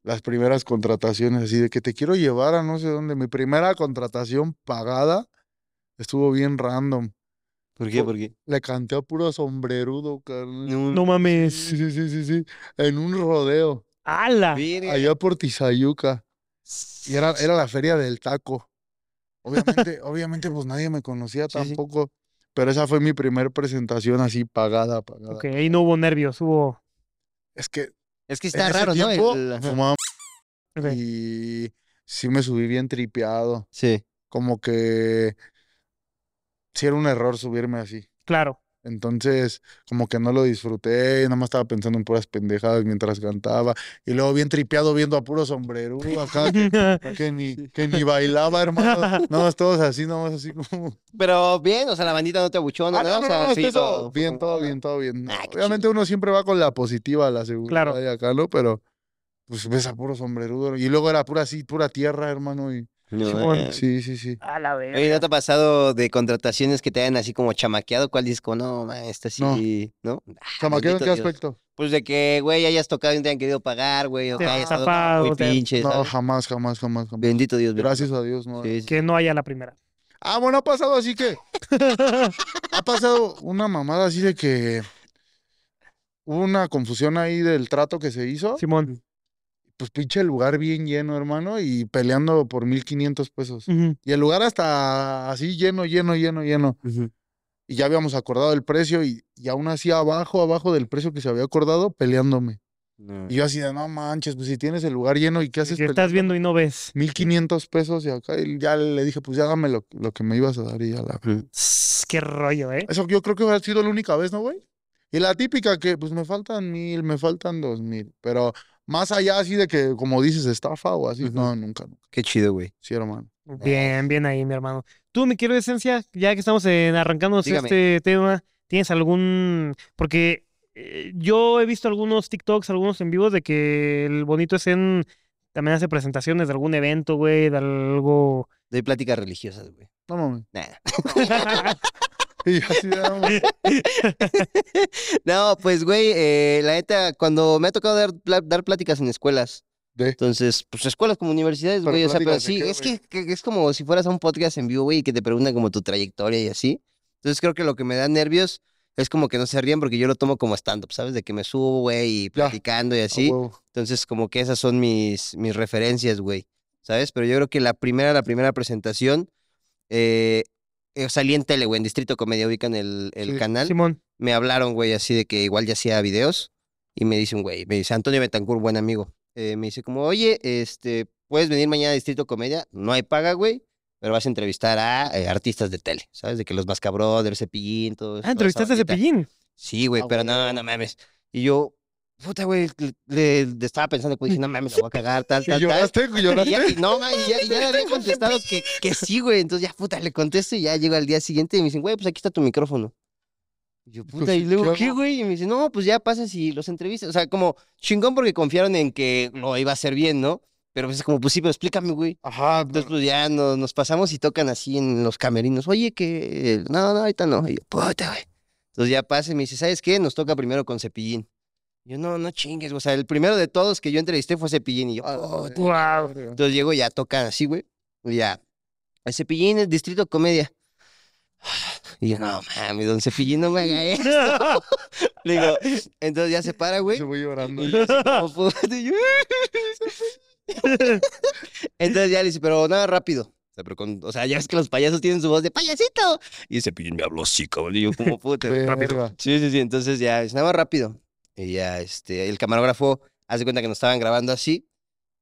Speaker 3: las primeras contrataciones, así de que te quiero llevar a no sé dónde. Mi primera contratación pagada estuvo bien random.
Speaker 2: ¿Por qué? ¿Por qué?
Speaker 3: Le canté a puro sombrerudo, carnal.
Speaker 1: No
Speaker 3: Sí,
Speaker 1: mames.
Speaker 3: sí, sí, sí, sí. En un rodeo,
Speaker 1: ¡Hala!
Speaker 2: Verga.
Speaker 3: allá por Tizayuca. Ah, Y era, era la feria
Speaker 2: [LAUGHS]
Speaker 3: del taco. Obviamente, obviamente, pues nadie me conocía
Speaker 2: Sí, sí.
Speaker 3: tampoco. Pero esa fue mi primer presentación así pagada, pagada.
Speaker 1: Ok, ahí no hubo nervios, hubo.
Speaker 3: Es que
Speaker 2: Es que
Speaker 3: en
Speaker 2: está
Speaker 3: ese
Speaker 2: raro, ¿no?
Speaker 3: tiempo
Speaker 2: El- ajá.
Speaker 3: fumaba
Speaker 1: ok.
Speaker 3: y sí me subí bien tripeado.
Speaker 2: Sí.
Speaker 3: Como que sí era un error subirme así.
Speaker 1: Claro. [LAUGHS]
Speaker 3: Entonces, como que no lo disfruté, nada más estaba pensando en puras pendejadas mientras cantaba. Y luego bien tripeado viendo a
Speaker 2: [LAUGHS]
Speaker 3: puro sombrero acá, que, que ni, que ni
Speaker 1: [LAUGHS]
Speaker 3: bailaba, hermano. Nada más todos así, nada más así como... [LAUGHS]
Speaker 2: Pero bien, o sea, la bandita no te abuchó, ¿no?
Speaker 3: Ah, no,
Speaker 2: O
Speaker 3: no,
Speaker 2: sea,
Speaker 3: no,
Speaker 2: sí,
Speaker 3: este, todo
Speaker 2: todo fue
Speaker 3: bien,
Speaker 2: como-
Speaker 3: todo bien, todo bien.
Speaker 2: Ah, qué
Speaker 3: Obviamente uno siempre va con la positiva, la segunda
Speaker 1: Claro.
Speaker 3: y acá, ¿no? Pero pues ves a puro sombrerudo. Y luego era pura así, pura tierra, hermano. Y...
Speaker 2: No,
Speaker 1: Simón.
Speaker 2: eh.
Speaker 3: Sí, sí, sí.
Speaker 1: A la verga.
Speaker 2: Oye, ¿no te ha pasado de contrataciones que te hayan así como chamaqueado? ¿Cuál disco? No, man, este
Speaker 3: No.
Speaker 2: sí, ¿no? Ah,
Speaker 3: ¿Chamaqueo en
Speaker 2: bendito
Speaker 3: qué
Speaker 2: Dios.
Speaker 3: aspecto?
Speaker 2: Pues de que, güey, hayas tocado y no te han querido pagar, güey, o
Speaker 1: Te
Speaker 2: que
Speaker 1: has
Speaker 2: hayas estado
Speaker 1: zafado,
Speaker 2: muy
Speaker 1: te has-
Speaker 2: pinche,
Speaker 3: No,
Speaker 2: ¿sabes?
Speaker 3: jamás, jamás, jamás, jamás.
Speaker 2: Bendito Dios, bendito.
Speaker 3: Gracias a Dios, no.
Speaker 2: Sí, sí.
Speaker 1: Que no haya la primera.
Speaker 3: Ah, bueno, ha pasado
Speaker 1: [LAUGHS]
Speaker 3: así que. ha pasado una mamada así de que. Hubo una confusión ahí del trato que se hizo.
Speaker 1: Simón.
Speaker 3: Pues pinche lugar bien lleno, hermano, y peleando por 1500 pesos.
Speaker 1: Ujú.
Speaker 3: Y el lugar hasta así lleno, lleno, lleno, lleno.
Speaker 2: Ujú.
Speaker 3: Y ya habíamos acordado el precio y, y aún así abajo, abajo del precio que se había acordado, peleándome.
Speaker 2: No.
Speaker 3: Y yo así de, no manches, pues si tienes el lugar lleno y qué haces
Speaker 1: Que estás viendo y no ves.
Speaker 3: 1500 pesos y acá y ya le dije, pues ya dame lo, lo que me ibas a dar y ya la...
Speaker 1: Tss, Qué rollo, ¿eh?
Speaker 3: Eso yo creo que hubiera sido la única vez, ¿no, güey? Y la típica que, pues me faltan mil, me faltan dos mil. Pero más allá así de que, como dices, estafa o así.
Speaker 2: Ujú.
Speaker 3: No, nunca, nunca.
Speaker 2: Qué chido, güey.
Speaker 3: Sí, hermano.
Speaker 1: Bien, bien ahí, mi hermano. Tú, mi querido Esencia, ya que estamos en- arrancándonos
Speaker 2: Dígame.
Speaker 1: este tema, ¿tienes algún...? Porque eh, yo he visto algunos TikToks, algunos en vivos de que el bonito es en... También hace presentaciones de algún evento, güey, de
Speaker 3: [LAUGHS]
Speaker 1: algo...
Speaker 2: Doy pláticas religiosas, güey.
Speaker 3: No mames. [LAUGHS]
Speaker 2: Nada.
Speaker 3: Y yo así de, "Ah, "No, mames".
Speaker 2: No, pues, güey, eh, la neta, cuando me ha tocado dar, pla- dar pláticas en escuelas,
Speaker 3: De-
Speaker 2: entonces, pues escuelas como universidades,
Speaker 3: Pero
Speaker 2: güey, o sea, pero
Speaker 3: pláticas de
Speaker 2: sí,
Speaker 3: qué,
Speaker 2: es
Speaker 3: güey.
Speaker 2: que, que- es como si fueras a un podcast en vivo, güey, y que te preguntan como tu trayectoria y así. Entonces creo que lo que me da nervios es como que no se ríen porque yo lo tomo como stand-up, ¿sabes? De que me subo, güey, y platicando y
Speaker 3: A
Speaker 2: así.
Speaker 3: huevo.
Speaker 2: Entonces, como que esas son mis, mis referencias, güey. ¿Sabes? Pero yo creo que la primera, la primera presentación, eh, eh, salí en tele, güey, en Distrito Comedia, ubican el, el
Speaker 3: Sí,
Speaker 2: canal.
Speaker 1: Simón,
Speaker 2: Me hablaron, güey, así de que igual ya hacía videos. Y me dice un güey, me dice Antonio Betancourt, buen amigo. eh, me dice como, oye, este, puedes venir mañana a Distrito Comedia. No hay paga, güey, pero vas a entrevistar a eh, artistas de tele, ¿sabes? De que los Vasca
Speaker 3: Pues,
Speaker 2: Brothers, Cepillín, todo. toda
Speaker 1: ah,
Speaker 2: esa
Speaker 1: entrevistaste a
Speaker 2: bandita".
Speaker 1: Cepillín.
Speaker 2: Sí, güey,
Speaker 3: Ah,
Speaker 2: pero
Speaker 3: güey.
Speaker 2: no, no mames. Y yo, Puta, güey, le, le- estaba pensando, güey, dije, no mames, la voy a cagar, tal,
Speaker 3: [LAUGHS] ¿Y
Speaker 2: tal, tal.
Speaker 3: lloraste?
Speaker 2: Y
Speaker 1: [LAUGHS]
Speaker 2: ya-
Speaker 3: ¿Lloraste?
Speaker 2: y no, ma, y ya, y ya le había contestado que, que sí, güey. Entonces ya, puta, le contesto y ya llego al día siguiente y me dicen, güey, pues aquí está tu micrófono. Y yo, puta,
Speaker 3: Pues,
Speaker 2: y luego,
Speaker 3: ¿qué
Speaker 2: ¿qué,
Speaker 3: hago?
Speaker 2: güey? Y me dicen, no, pues ya pasas y los entrevistas. O sea, como chingón porque confiaron en que lo iba a hacer bien, ¿no? Pero pues es como, pues sí, pero explícame, güey.
Speaker 3: Ajá.
Speaker 2: Entonces, pues ya no- nos, pasamos y tocan así en los camerinos. Oye, que. No, no, ahorita no. Y yo, puta, güey. Entonces ya pasa y me dice, ¿sabes qué? Nos toca primero con Cepillín. Yo, no, no chingues. güey. O sea, el primero de todos que yo entrevisté fue Cepillín. Y yo,
Speaker 1: Oh,
Speaker 2: puta.
Speaker 1: Wow.
Speaker 2: Entonces llego y ya tocan así, güey. Y ya. El cepillín, el distrito comedia. [SIGHS] Y yo, no mames, don Cepillín no me haga eso. [LAUGHS] Le digo, entonces ya se para, güey.
Speaker 3: Se voy
Speaker 1: [LAUGHS]
Speaker 3: llorando.
Speaker 2: Y yo así como, [LAUGHS] puta, y yo, Entonces ya le dice, pero nada rápido. O sea, pero con- o sea, ya ves que los payasos tienen su voz de payasito. Y el cepillín me habló así, cabrón. Y yo, como puta.
Speaker 3: [LAUGHS] Verga.
Speaker 2: Sí, sí, sí. Entonces ya, es nada más rápido. Y ya, este, el camarógrafo hace cuenta que nos estaban grabando así.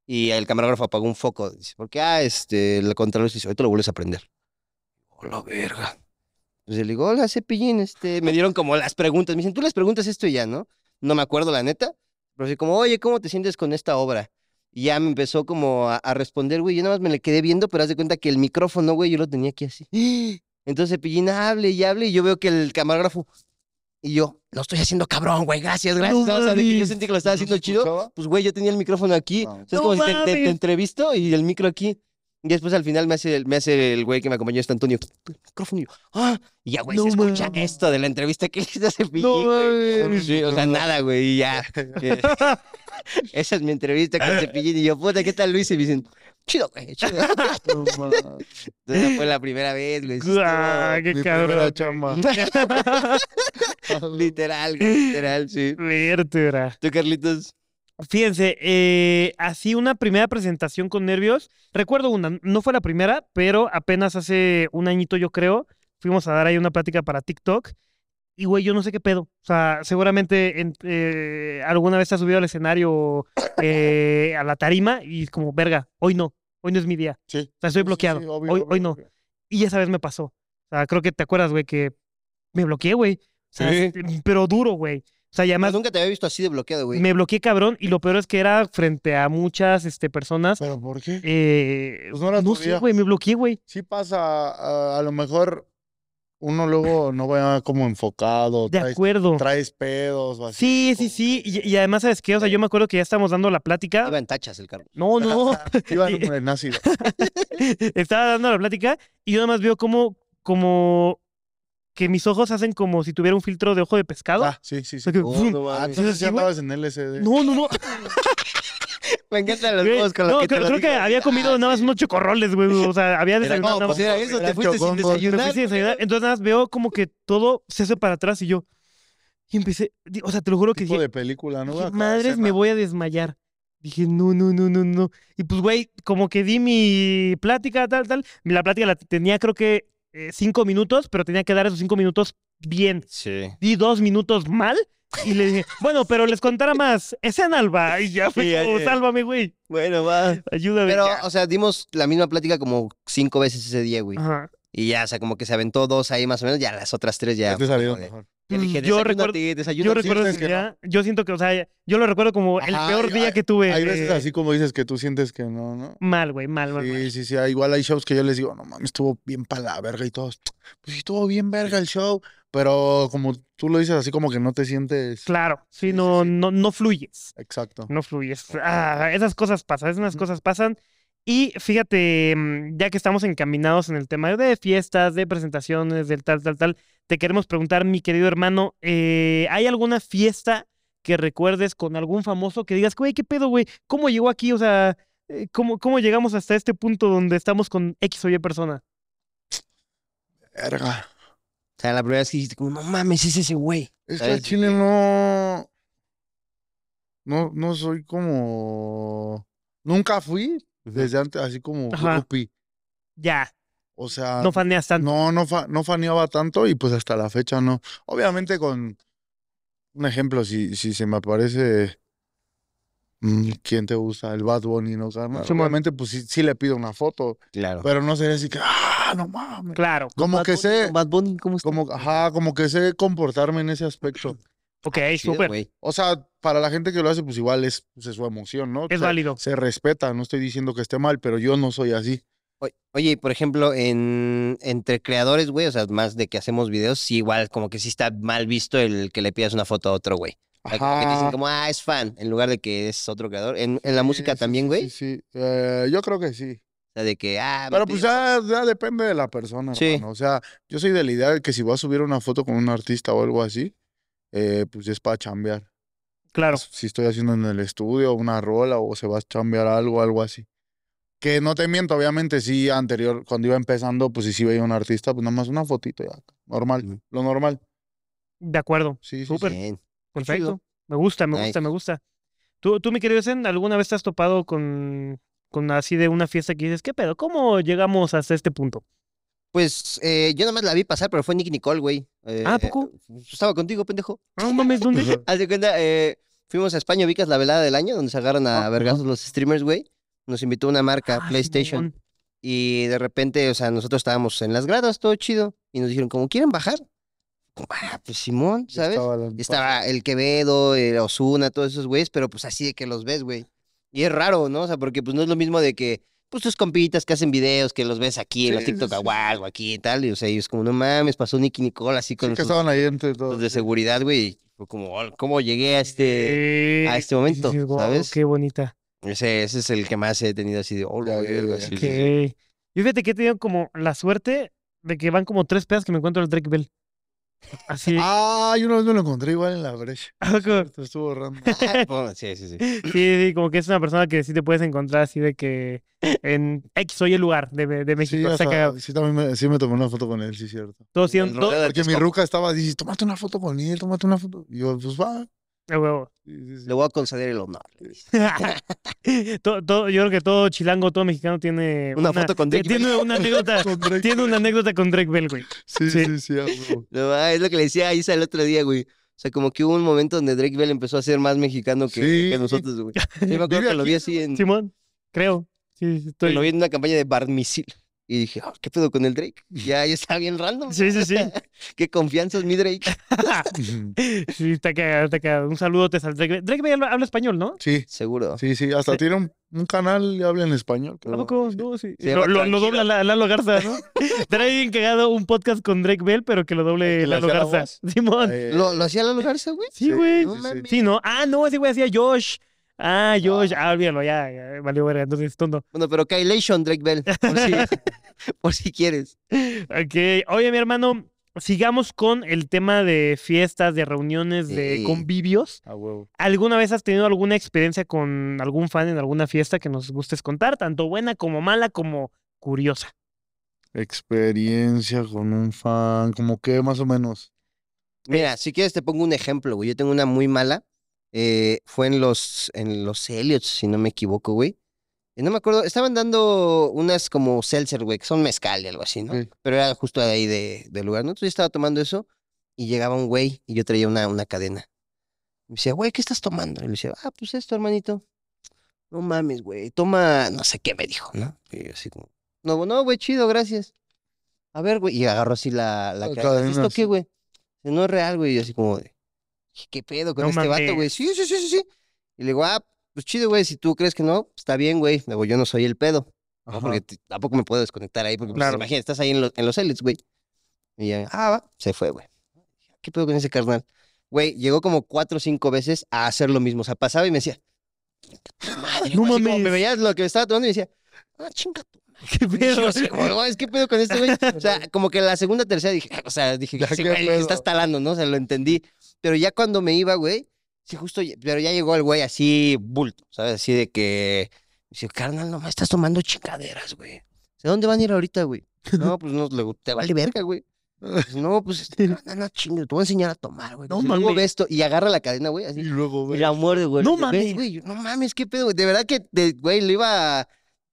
Speaker 2: Y el camarógrafo apagó un foco. Dice, porque, ah, este, el contralor dice, ahorita lo vuelves a prender. Hola, verga. Entonces le digo, hola, Cepillín, este, me dieron como las preguntas. Me dicen, tú les preguntas esto y ya, ¿no? No me acuerdo, la neta. Pero así como, oye, ¿cómo te sientes con esta obra? Y ya me empezó como a, a responder, güey. Yo nada más me le quedé viendo, pero haz de cuenta que el micrófono, güey, yo lo tenía aquí así. Entonces Cepillín hable y hable y yo veo que el camarógrafo... Y yo, lo estoy haciendo cabrón, güey, gracias, gracias.
Speaker 1: No
Speaker 2: O sea, de que yo
Speaker 1: mames.
Speaker 2: sentí que lo estaba
Speaker 3: ¿No se
Speaker 2: haciendo
Speaker 1: [LAUGHS]
Speaker 2: chido
Speaker 3: escuchaba?
Speaker 2: pues güey, yo tenía el micrófono aquí.
Speaker 3: No.
Speaker 2: O sea, es
Speaker 1: No
Speaker 2: como si te, te- te
Speaker 1: mames.
Speaker 2: entrevisto y el micro aquí. Y después al final me hace, el- me hace el güey que me acompañó, este Antonio, "Tu micrófono. Y yo, ah, y ya, güey,
Speaker 1: No
Speaker 2: se escucha
Speaker 1: mames.
Speaker 2: esto de la entrevista que [LAUGHS] le hice a
Speaker 1: No
Speaker 2: Cepillín.
Speaker 1: mames.
Speaker 2: Sí, o sea, nada, güey, y ya.
Speaker 1: [LAUGHS]
Speaker 2: Eh, Esa es mi entrevista con Cepillín. Y yo, puta, ¿qué tal, Luis? Y me dicen, chido, güey, chido.
Speaker 3: No mames.
Speaker 2: Entonces fue la primera vez, güey. sí
Speaker 1: Guau, Ah, qué
Speaker 3: Mi
Speaker 1: cabrón.
Speaker 3: primera chamba.
Speaker 2: estuvo- literal, güey, literal, sí.
Speaker 1: Vértebra.
Speaker 2: ¿Tú, Carlitos?
Speaker 1: Fíjense, eh, así una primera presentación con nervios. Recuerdo una, no fue la primera, pero apenas hace un añito, yo creo, fuimos a dar ahí una plática para TikTok. Y güey, yo no sé qué pedo. O sea, seguramente en- eh, alguna vez te has subido al escenario eh, a la tarima y es como, verga, hoy no, hoy no es mi día.
Speaker 3: Sí.
Speaker 1: O sea, [LAUGHS] estoy bloqueado. hoy, hoy no. Y esa vez me pasó. O sea, creo que te acuerdas, güey, que me bloqueé, güey. O sea,
Speaker 2: Sí.
Speaker 1: este, pero duro, güey. O sea, y además
Speaker 2: nunca te había visto así de bloqueado, güey.
Speaker 1: me bloqueé cabrón y lo peor es que era frente a muchas este, personas.
Speaker 2: Pues,
Speaker 3: ¿Pero por qué?
Speaker 1: eh,
Speaker 3: Pues no era tu
Speaker 1: sé,
Speaker 3: día.
Speaker 1: güey, me bloqueé, güey.
Speaker 3: sí pasa, a, a lo mejor uno luego no va como
Speaker 2: Pues,
Speaker 3: enfocado,
Speaker 1: De
Speaker 3: traes,
Speaker 1: acuerdo.
Speaker 3: traes pedos o
Speaker 1: Sí,
Speaker 3: así.
Speaker 1: sí,
Speaker 3: como
Speaker 1: sí. Y, y además, ¿sabes qué? O sea, yo me acuerdo que ya estábamos dando la plática.
Speaker 2: Iba en tachas el carro.
Speaker 1: No, no. [LAUGHS]
Speaker 3: Iban en ácido.
Speaker 1: Estaba dando la plática y yo nada más veo como, como que mis ojos hacen como si tuviera un filtro de ojo de pescado.
Speaker 3: Ah, sí, sí,
Speaker 1: O
Speaker 3: sí.
Speaker 1: sea, que,
Speaker 2: Oh,
Speaker 1: ¡fum!
Speaker 2: no
Speaker 3: Ah,
Speaker 2: mames.
Speaker 3: entonces
Speaker 1: sí,
Speaker 3: ya
Speaker 1: güey.
Speaker 3: estabas en LSD.
Speaker 1: no, no,
Speaker 2: [LAUGHS]
Speaker 1: no.
Speaker 2: Me encantan los
Speaker 1: Güey,
Speaker 2: juegos con los
Speaker 1: no,
Speaker 2: que te
Speaker 1: creo,
Speaker 2: lo
Speaker 1: creo que
Speaker 2: digo.
Speaker 1: había
Speaker 2: Ah,
Speaker 1: comido nada más unos chocorroles, güey. O sea, había
Speaker 2: Era
Speaker 1: desayunado
Speaker 2: como,
Speaker 1: nada más.
Speaker 2: pues era eso,
Speaker 3: Era
Speaker 2: te fuiste sin
Speaker 3: chocongos.
Speaker 1: me
Speaker 2: desayunar.
Speaker 1: fui sin desayunar, Entonces nada más veo como que todo se hace para atrás y yo. Y empecé. di- O sea, te lo juro que
Speaker 3: tipo
Speaker 1: dije,
Speaker 3: de película, ¿no?
Speaker 1: dije,
Speaker 3: Acá,
Speaker 1: madres, me
Speaker 3: escena.
Speaker 1: voy a desmayar. Dije, no, no, no, no, no. Y pues, güey, como que di mi plática, tal, tal. La plática la tenía, creo que eh, cinco minutos, pero tenía que dar esos cinco minutos bien.
Speaker 2: Sí.
Speaker 1: Di dos minutos mal y le
Speaker 3: [LAUGHS]
Speaker 1: dije, bueno, pero les contara más. Es en Alba. Y ya fue
Speaker 2: Sí, ya,
Speaker 1: como,
Speaker 2: ya.
Speaker 1: sálvame, güey.
Speaker 2: Bueno, va.
Speaker 1: Ayúdame.
Speaker 2: Pero,
Speaker 1: ya".
Speaker 2: o sea, dimos la misma plática como cinco veces ese día, güey.
Speaker 1: Ajá.
Speaker 2: Y ya, o sea, como que se aventó dos ahí más o menos, ya las otras tres ya.
Speaker 3: Ya te
Speaker 2: fue
Speaker 3: salieron
Speaker 2: como de-
Speaker 3: mejor.
Speaker 2: Pues, Ya le dije,
Speaker 1: Mm, Yo
Speaker 2: "Desayúnate,
Speaker 1: recuerdo-
Speaker 2: desayúnate".
Speaker 1: Yo
Speaker 2: Sí,
Speaker 1: recuerdo
Speaker 3: sientes
Speaker 1: que
Speaker 3: que no.
Speaker 1: ya- yo siento que, o sea, yo lo recuerdo como el
Speaker 3: Ajá,
Speaker 1: peor
Speaker 3: hay-
Speaker 1: día que tuve.
Speaker 3: Hay veces
Speaker 1: eh,
Speaker 3: así como dices que tú sientes que no, ¿no?
Speaker 1: Mal, güey, mal, mal. mal.
Speaker 3: Sí, sí, sí. ah, Igual hay shows que yo les digo, no mames, estuvo bien para la verga y todos. Pues sí, estuvo bien verga el show. Pero como tú lo dices, así como que no te sientes.
Speaker 1: Claro, sí,
Speaker 3: Sí, sí,
Speaker 1: no,
Speaker 3: sí.
Speaker 1: no, no fluyes.
Speaker 3: Exacto.
Speaker 1: No fluyes. Ah, esas cosas pasan, esas cosas pasan. Y fíjate, mm, ya que estamos encaminados en el tema de fiestas, de presentaciones, del tal, tal, tal, te queremos preguntar, mi querido hermano, eh, ¿hay alguna fiesta que recuerdes con algún famoso que digas, güey, qué pedo, güey? ¿Cómo llegó aquí? O sea, eh, ¿cómo, cómo llegamos hasta este punto donde estamos con X o Y persona?
Speaker 3: Verga.
Speaker 2: O sea, la primera vez que dijiste, como, no mames, es ese güey.
Speaker 3: Es que
Speaker 2: ¿Sabes?
Speaker 3: al chile no. No, no soy como. Nunca fui desde antes, así como
Speaker 1: Ajá.
Speaker 3: groupie.
Speaker 1: Ya,
Speaker 3: O sea,
Speaker 1: no faneas tanto.
Speaker 3: Ah, no, no, fa- no faneaba tanto y pues hasta la fecha no. Obviamente con un ejemplo, si, si se me aparece mm, quién te gusta, el Bad Bunny, ¿no? Carnal?
Speaker 1: Simón.
Speaker 3: Obviamente pues sí, sí le pido una foto,
Speaker 2: Claro.
Speaker 3: pero no sería así que, ah, no mames.
Speaker 1: Claro.
Speaker 3: Como
Speaker 2: Bad
Speaker 3: que
Speaker 2: Bunny,
Speaker 3: sé,
Speaker 2: Bad Bunny, ¿cómo está?
Speaker 3: como, ajá, como que sé comportarme en ese aspecto.
Speaker 1: Ok,
Speaker 2: Chido,
Speaker 1: súper.
Speaker 2: güey.
Speaker 3: O sea, para la gente que lo hace, pues igual es, pues, es su emoción, ¿no? O
Speaker 1: Es
Speaker 3: sea,
Speaker 1: válido.
Speaker 3: Se respeta, no estoy diciendo que esté mal, pero yo no soy así.
Speaker 2: Oy- Oye, y por ejemplo, en, entre creadores, güey, o sea, más de que hacemos videos, sí, igual, como que sí está mal visto el que le pidas una foto a otro, güey. O sea, como Que te dicen
Speaker 3: Ajá.
Speaker 2: como, ah, es fan, en lugar de que es otro creador. En, en la música
Speaker 3: Sí, sí,
Speaker 2: también,
Speaker 3: sí,
Speaker 2: güey.
Speaker 3: Sí, sí. Eh, yo creo que sí.
Speaker 2: O sea, de que, ah, me
Speaker 3: Pero pues
Speaker 2: pidió-
Speaker 3: ya, ya depende de la persona,
Speaker 2: Sí.
Speaker 3: hermano. O sea, yo soy de la idea de que si voy a subir una foto con un artista o algo así, eh, pues es para chambear.
Speaker 1: Claro.
Speaker 3: Si estoy haciendo en el estudio una rola o se va a chambear algo, algo así. Que no te miento, obviamente sí, anterior, cuando iba empezando, pues sí, sí veía un artista, pues nada más una fotito ya, normal,
Speaker 2: Ujú.
Speaker 3: lo normal.
Speaker 1: De acuerdo.
Speaker 3: Sí, sí,
Speaker 1: Súper.
Speaker 2: Bien.
Speaker 1: Perfecto.
Speaker 2: Chido.
Speaker 1: Me gusta, me gusta,
Speaker 2: Nice.
Speaker 1: me gusta. ¿Tú, tú, mi querido Zen, alguna vez te has topado con, con así de una fiesta que dices, ¿qué pedo? ¿Cómo llegamos hasta este punto?
Speaker 2: Pues eh, yo nomás la vi pasar, pero fue Nick Nicole, güey. Eh,
Speaker 1: Ah, ¿a poco? Ah,
Speaker 2: Estaba contigo, pendejo.
Speaker 1: No mames, ¿dónde?
Speaker 3: Ujú.
Speaker 1: [LAUGHS]
Speaker 2: Haz de cuenta, eh, fuimos a España, ubicas la velada del año, donde se agarran a
Speaker 3: Ah,
Speaker 2: vergazos los streamers, güey. Nos invitó una marca,
Speaker 1: Ah,
Speaker 2: PlayStation.
Speaker 1: Simón.
Speaker 2: Y de repente, o sea, nosotros estábamos en las gradas, todo chido. Y nos dijeron, como, ¿quieren bajar? Como, ah, pues Simón,
Speaker 3: Ya
Speaker 2: ¿sabes?
Speaker 3: estaba la-
Speaker 2: Y Estaba el Quevedo, el Osuna, todos esos güeyes, pero pues así de que los ves, güey. Y es raro, ¿no? O sea, porque pues no es lo mismo de que, pues tus compitas que hacen videos, que los ves aquí, en los
Speaker 3: Sí, sí,
Speaker 2: TikTok
Speaker 3: sí.
Speaker 2: Awal o aquí y tal. Y o sea, ellos como, no mames, pasó Nicky Nicole así
Speaker 3: Sí,
Speaker 2: con
Speaker 3: que
Speaker 2: sus-
Speaker 3: estaban ahí entre todos.
Speaker 2: los de seguridad, güey. y Fue como, "Ol, ¿cómo llegué a este,
Speaker 1: Eh,
Speaker 2: a este
Speaker 1: sí, sí,
Speaker 2: momento?
Speaker 1: sí, guau,
Speaker 2: ¿Sabes?
Speaker 1: Qué bonita.
Speaker 2: Ese, ese es el que más he tenido así de, oh,
Speaker 3: Ya, ya, ya, ya.
Speaker 2: [LAUGHS]
Speaker 1: Ok. Yo fíjate que he tenido como la suerte de que van como tres pedas que me encuentro el Drake Bell. Así.
Speaker 3: Ah, yo una vez me lo encontré igual en la brecha.
Speaker 2: Ah.
Speaker 1: [LAUGHS] como-
Speaker 3: Te estuvo [LAUGHS] borrando.
Speaker 2: Sí, sí, sí.
Speaker 1: Sí, sí, como que es una persona que sí te puedes encontrar así de que en X oye lugar de, de
Speaker 3: Sí,
Speaker 1: México.
Speaker 3: o
Speaker 1: está
Speaker 3: sea,
Speaker 1: cagado.
Speaker 3: sí, también me, sí me tomé una foto con él, sí, cierto.
Speaker 1: Todos
Speaker 2: El
Speaker 1: tienen todo-
Speaker 2: rodeo de
Speaker 3: Porque mi
Speaker 2: Texcoco.
Speaker 3: ruca estaba diciendo, tómate una foto con él, tómate una foto. Y yo, pues va.
Speaker 1: a huevo.
Speaker 3: Sí, sí, sí.
Speaker 2: Le voy a conceder el honor. le dije.
Speaker 1: [LAUGHS] Todo- todo- yo creo que todo chilango, todo mexicano tiene
Speaker 2: Una foto con Drake
Speaker 1: Tiene una anécdota.
Speaker 3: Con Drake.
Speaker 1: tiene una anécdota con Drake Bell, güey.
Speaker 3: Sí,
Speaker 1: sí.
Speaker 3: sí, sí, a
Speaker 2: [LAUGHS]
Speaker 3: huevo.
Speaker 2: No, ah, es lo que le decía a Isa el otro día, güey. O sea, como que hubo un momento donde Drake Bell empezó a ser más mexicano que, que
Speaker 3: Sí.
Speaker 2: nosotros, güey. Yo me acuerdo
Speaker 3: Vive
Speaker 2: que lo vi
Speaker 3: aquí,
Speaker 2: así en,
Speaker 1: Simón, creo. Sí, sí,
Speaker 2: Mm. lo vi
Speaker 1: estoy.
Speaker 2: en una campaña de Bar Misil. Y dije, "Ah, ¿qué pedo con el Drake? Ya, ya está bien random.
Speaker 1: Sí, sí, [LAUGHS] sí.
Speaker 2: Qué confianza es mi Drake.
Speaker 1: Sí, está cagado, está cagado. Un saludo te al Drake Bell. Drake Bell habla español, ¿no?
Speaker 3: Sí,
Speaker 2: Seguro.
Speaker 3: sí, sí. Hasta tiene un, un canal y habla en español.
Speaker 1: ¿A
Speaker 2: No,
Speaker 1: poco? No, sí.
Speaker 2: Se
Speaker 1: Lo, lo-
Speaker 2: llama
Speaker 1: lo
Speaker 2: Tranquilo.
Speaker 1: dobla la- Lalo Garza, ¿no? [LAUGHS] Trae bien cagado un podcast con Drake Bell, pero que lo doble
Speaker 3: El que le
Speaker 1: Lalo
Speaker 3: hacía la
Speaker 1: Garza.
Speaker 3: voz.
Speaker 1: Simón.
Speaker 3: Eh,
Speaker 2: ¿Lo, lo hacía Lalo Garza, güey?
Speaker 1: sí, güey.
Speaker 2: No
Speaker 3: sí,
Speaker 2: mames.
Speaker 1: Sí, ¿no? Ah, no, ese güey hacía Josh. Ah, Josh. Ah, olvídalo, ya, ya, Valió verga, entonces tonto.
Speaker 2: Bueno, pero Kylation, Drake Bell. Por
Speaker 1: [LAUGHS]
Speaker 2: si, por si quieres.
Speaker 1: Ok. Oye, mi hermano, sigamos con el tema de fiestas, de reuniones, de
Speaker 2: Sí.
Speaker 1: convivios.
Speaker 3: A huevo.
Speaker 1: ¿Alguna vez has tenido alguna experiencia con algún fan en alguna fiesta que nos gustes contar? Tanto buena como mala como curiosa.
Speaker 3: Experiencia con un fan, como que más o menos.
Speaker 2: Mira, si quieres te pongo un ejemplo, güey. Yo tengo una muy mala. eh, fue en los, en los Elliots, si no me equivoco, güey. Y No me acuerdo, estaban dando unas como seltzer, güey, que son mezcal y algo así, ¿no?
Speaker 3: Ok.
Speaker 2: Pero era justo de ahí de- del lugar, ¿no? Entonces yo estaba tomando eso y llegaba un güey y yo traía una, una cadena. Y me decía, güey, ¿qué estás tomando? Y le decía, ah, pues esto, hermanito. No mames, güey, toma no sé qué me dijo, ¿no? Y yo así como, no, no, güey, chido, gracias. A ver, güey, y agarró así la, la
Speaker 3: La
Speaker 2: cadena. ¿Esto
Speaker 3: cadena,
Speaker 2: qué,
Speaker 3: sí.
Speaker 2: güey? No es real, güey. Y yo así como, de, ¿qué pedo con
Speaker 1: No
Speaker 2: este vato, güey?
Speaker 1: mames.
Speaker 2: Sí, sí, sí, sí, sí. Y le digo, ah, pues chido, güey, si tú crees que no, pues, está bien, güey. Luego yo no soy el pedo, ¿no?
Speaker 3: Ajá.
Speaker 2: Porque t- tampoco me puedo desconectar ahí, porque pues,
Speaker 1: Claro.
Speaker 2: imagínate, estás ahí en, lo- en los elites, güey. Y ya, ah, va, se fue, güey. ¿Qué pedo con ese carnal? Güey, llegó como cuatro o cinco veces a hacer lo mismo. O sea, pasaba y me decía, madre,
Speaker 1: No
Speaker 2: güey", así como
Speaker 1: mames.
Speaker 2: Me veías lo que me estaba tomando y me decía, ah, chinga tu
Speaker 1: ¿Qué
Speaker 2: madre". Y yo así como, "No, es que pedo con este, güey. O sea, como que la segunda, tercera dije, "Ah, o sea, dije,
Speaker 3: Ya,
Speaker 2: "Ese
Speaker 3: qué
Speaker 2: güey
Speaker 3: pedo".
Speaker 2: estás talando, ¿no? O sea, lo entendí. Pero ya cuando me iba, güey, sí, justo, ll- pero ya llegó el güey así, bulto, ¿sabes? Así de que, dice, carnal, nomás estás tomando chingaderas, güey. ¿De dónde van a ir ahorita,
Speaker 1: [LAUGHS]
Speaker 2: güey? No, pues no, le digo, te vale verga, güey. Dice, no, pues, no, no, no, chingue, te voy a enseñar a tomar, güey.
Speaker 1: No
Speaker 2: No, luego
Speaker 1: mames.
Speaker 2: ve esto y agarra la cadena, güey,
Speaker 3: Y
Speaker 2: así.
Speaker 3: luego,
Speaker 2: Y
Speaker 3: güey.
Speaker 2: la muerde, güey.
Speaker 1: No
Speaker 2: ¿Ves,
Speaker 1: mames.
Speaker 2: güey? Yo, No mames, qué pedo, güey. De verdad que, de- güey, lo iba a...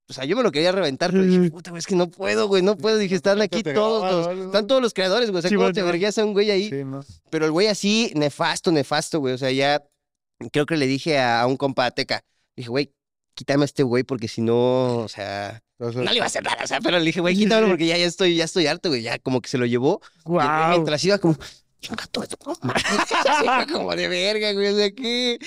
Speaker 2: O sea, yo me lo quería reventar, pero dije,
Speaker 1: Sí.
Speaker 2: puta, güey, es que no puedo, güey, no puedo. Dije, están aquí
Speaker 3: Te
Speaker 2: todos
Speaker 3: grabaron,
Speaker 2: los...
Speaker 3: algo.
Speaker 2: Están todos los creadores, güey. O sea,
Speaker 1: Sí,
Speaker 2: cómo
Speaker 1: bueno,
Speaker 2: te
Speaker 1: sí, bueno.
Speaker 2: verguías a un güey ahí.
Speaker 3: Sí, ¿no?
Speaker 2: Pero el güey así, nefasto, nefasto, güey. O sea, ya creo que le dije a, a un compa teca, dije, güey, quítame a este güey porque si no, o sea,
Speaker 3: Entonces,
Speaker 2: no le iba a hacer nada, o sea, pero le dije, güey,
Speaker 1: Sí, sí,
Speaker 2: quítamelo
Speaker 1: sí.
Speaker 2: porque ya, ya estoy, ya estoy harto, güey, ya como que se lo llevó. y el güey
Speaker 1: Guau.
Speaker 2: mientras iba como, chinga todo esto, no mames. [LAUGHS] Así fue como de verga, güey, o sea, ¿qué?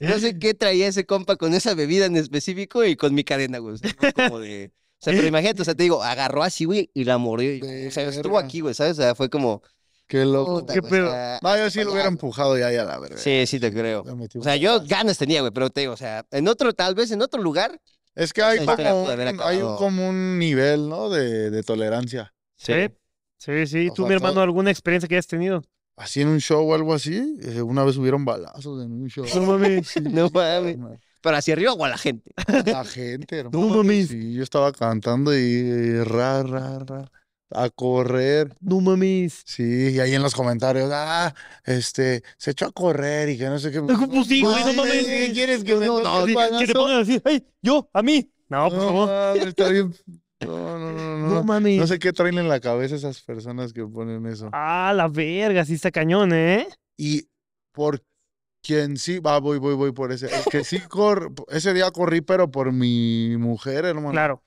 Speaker 2: No sé qué traía ese compa con esa bebida en específico y con mi cadena, güey. o sea, fue como de... O sea, pero imagínate, o sea, te digo, agarró así, güey, y la mordió. y- O sea, estuvo
Speaker 3: Verga.
Speaker 2: aquí, güey, ¿sabes? O sea, fue como...
Speaker 3: Qué loco.
Speaker 2: puta,
Speaker 1: Oh, ¿Qué
Speaker 2: güey,
Speaker 1: pedo?
Speaker 2: está-
Speaker 3: No, yo sí lo hubiera empujado ya, ya la verga.
Speaker 2: Sí, sí te creo.
Speaker 3: Le metí
Speaker 2: O
Speaker 3: un-
Speaker 2: sea, yo ganas tenía, güey, pero te digo, o sea, en otro, tal vez en otro lugar.
Speaker 3: es que hay
Speaker 2: esa historia
Speaker 3: como,
Speaker 2: pudo haber
Speaker 3: un, hay
Speaker 2: acabado.
Speaker 3: como un nivel, ¿no? De, de tolerancia.
Speaker 1: Sí. Sí, sí.
Speaker 3: O
Speaker 1: ¿Tú,
Speaker 3: sea,
Speaker 1: mi hermano,
Speaker 3: todo-
Speaker 1: alguna experiencia que hayas tenido?
Speaker 3: Así en un show o algo así, eh, una vez hubieron balazos en un show.
Speaker 1: No mames.
Speaker 2: [LAUGHS] No mames. Pero hacia arriba o a la gente.
Speaker 3: La gente, hermano.
Speaker 1: mames.
Speaker 3: Sí, yo estaba cantando y eh, ra, ra, ra. A correr.
Speaker 1: No mames.
Speaker 3: Sí, y ahí en los comentarios, ah, este, se echó a correr y que no sé
Speaker 1: [LAUGHS]
Speaker 3: qué.
Speaker 1: Pues sí, güey, no mames.
Speaker 3: ¿Qué quieres que me
Speaker 1: No,
Speaker 3: toque
Speaker 1: no,
Speaker 3: el
Speaker 1: sí, que te
Speaker 3: balazo?
Speaker 1: pongan así, ¡ay! ¡Yo! ¡A mí! No, por
Speaker 3: No,
Speaker 1: favor.
Speaker 3: mames, está bien. No, no, no, no.
Speaker 1: No mames.
Speaker 3: No sé qué traen en la cabeza esas personas que ponen eso.
Speaker 1: Ah, la verga, sí está cañón, ¿eh?
Speaker 3: Y por quien sí, va, voy, voy, voy por ese. El que sí, cor... ese día corrí, pero por mi mujer, hermano.
Speaker 1: Claro.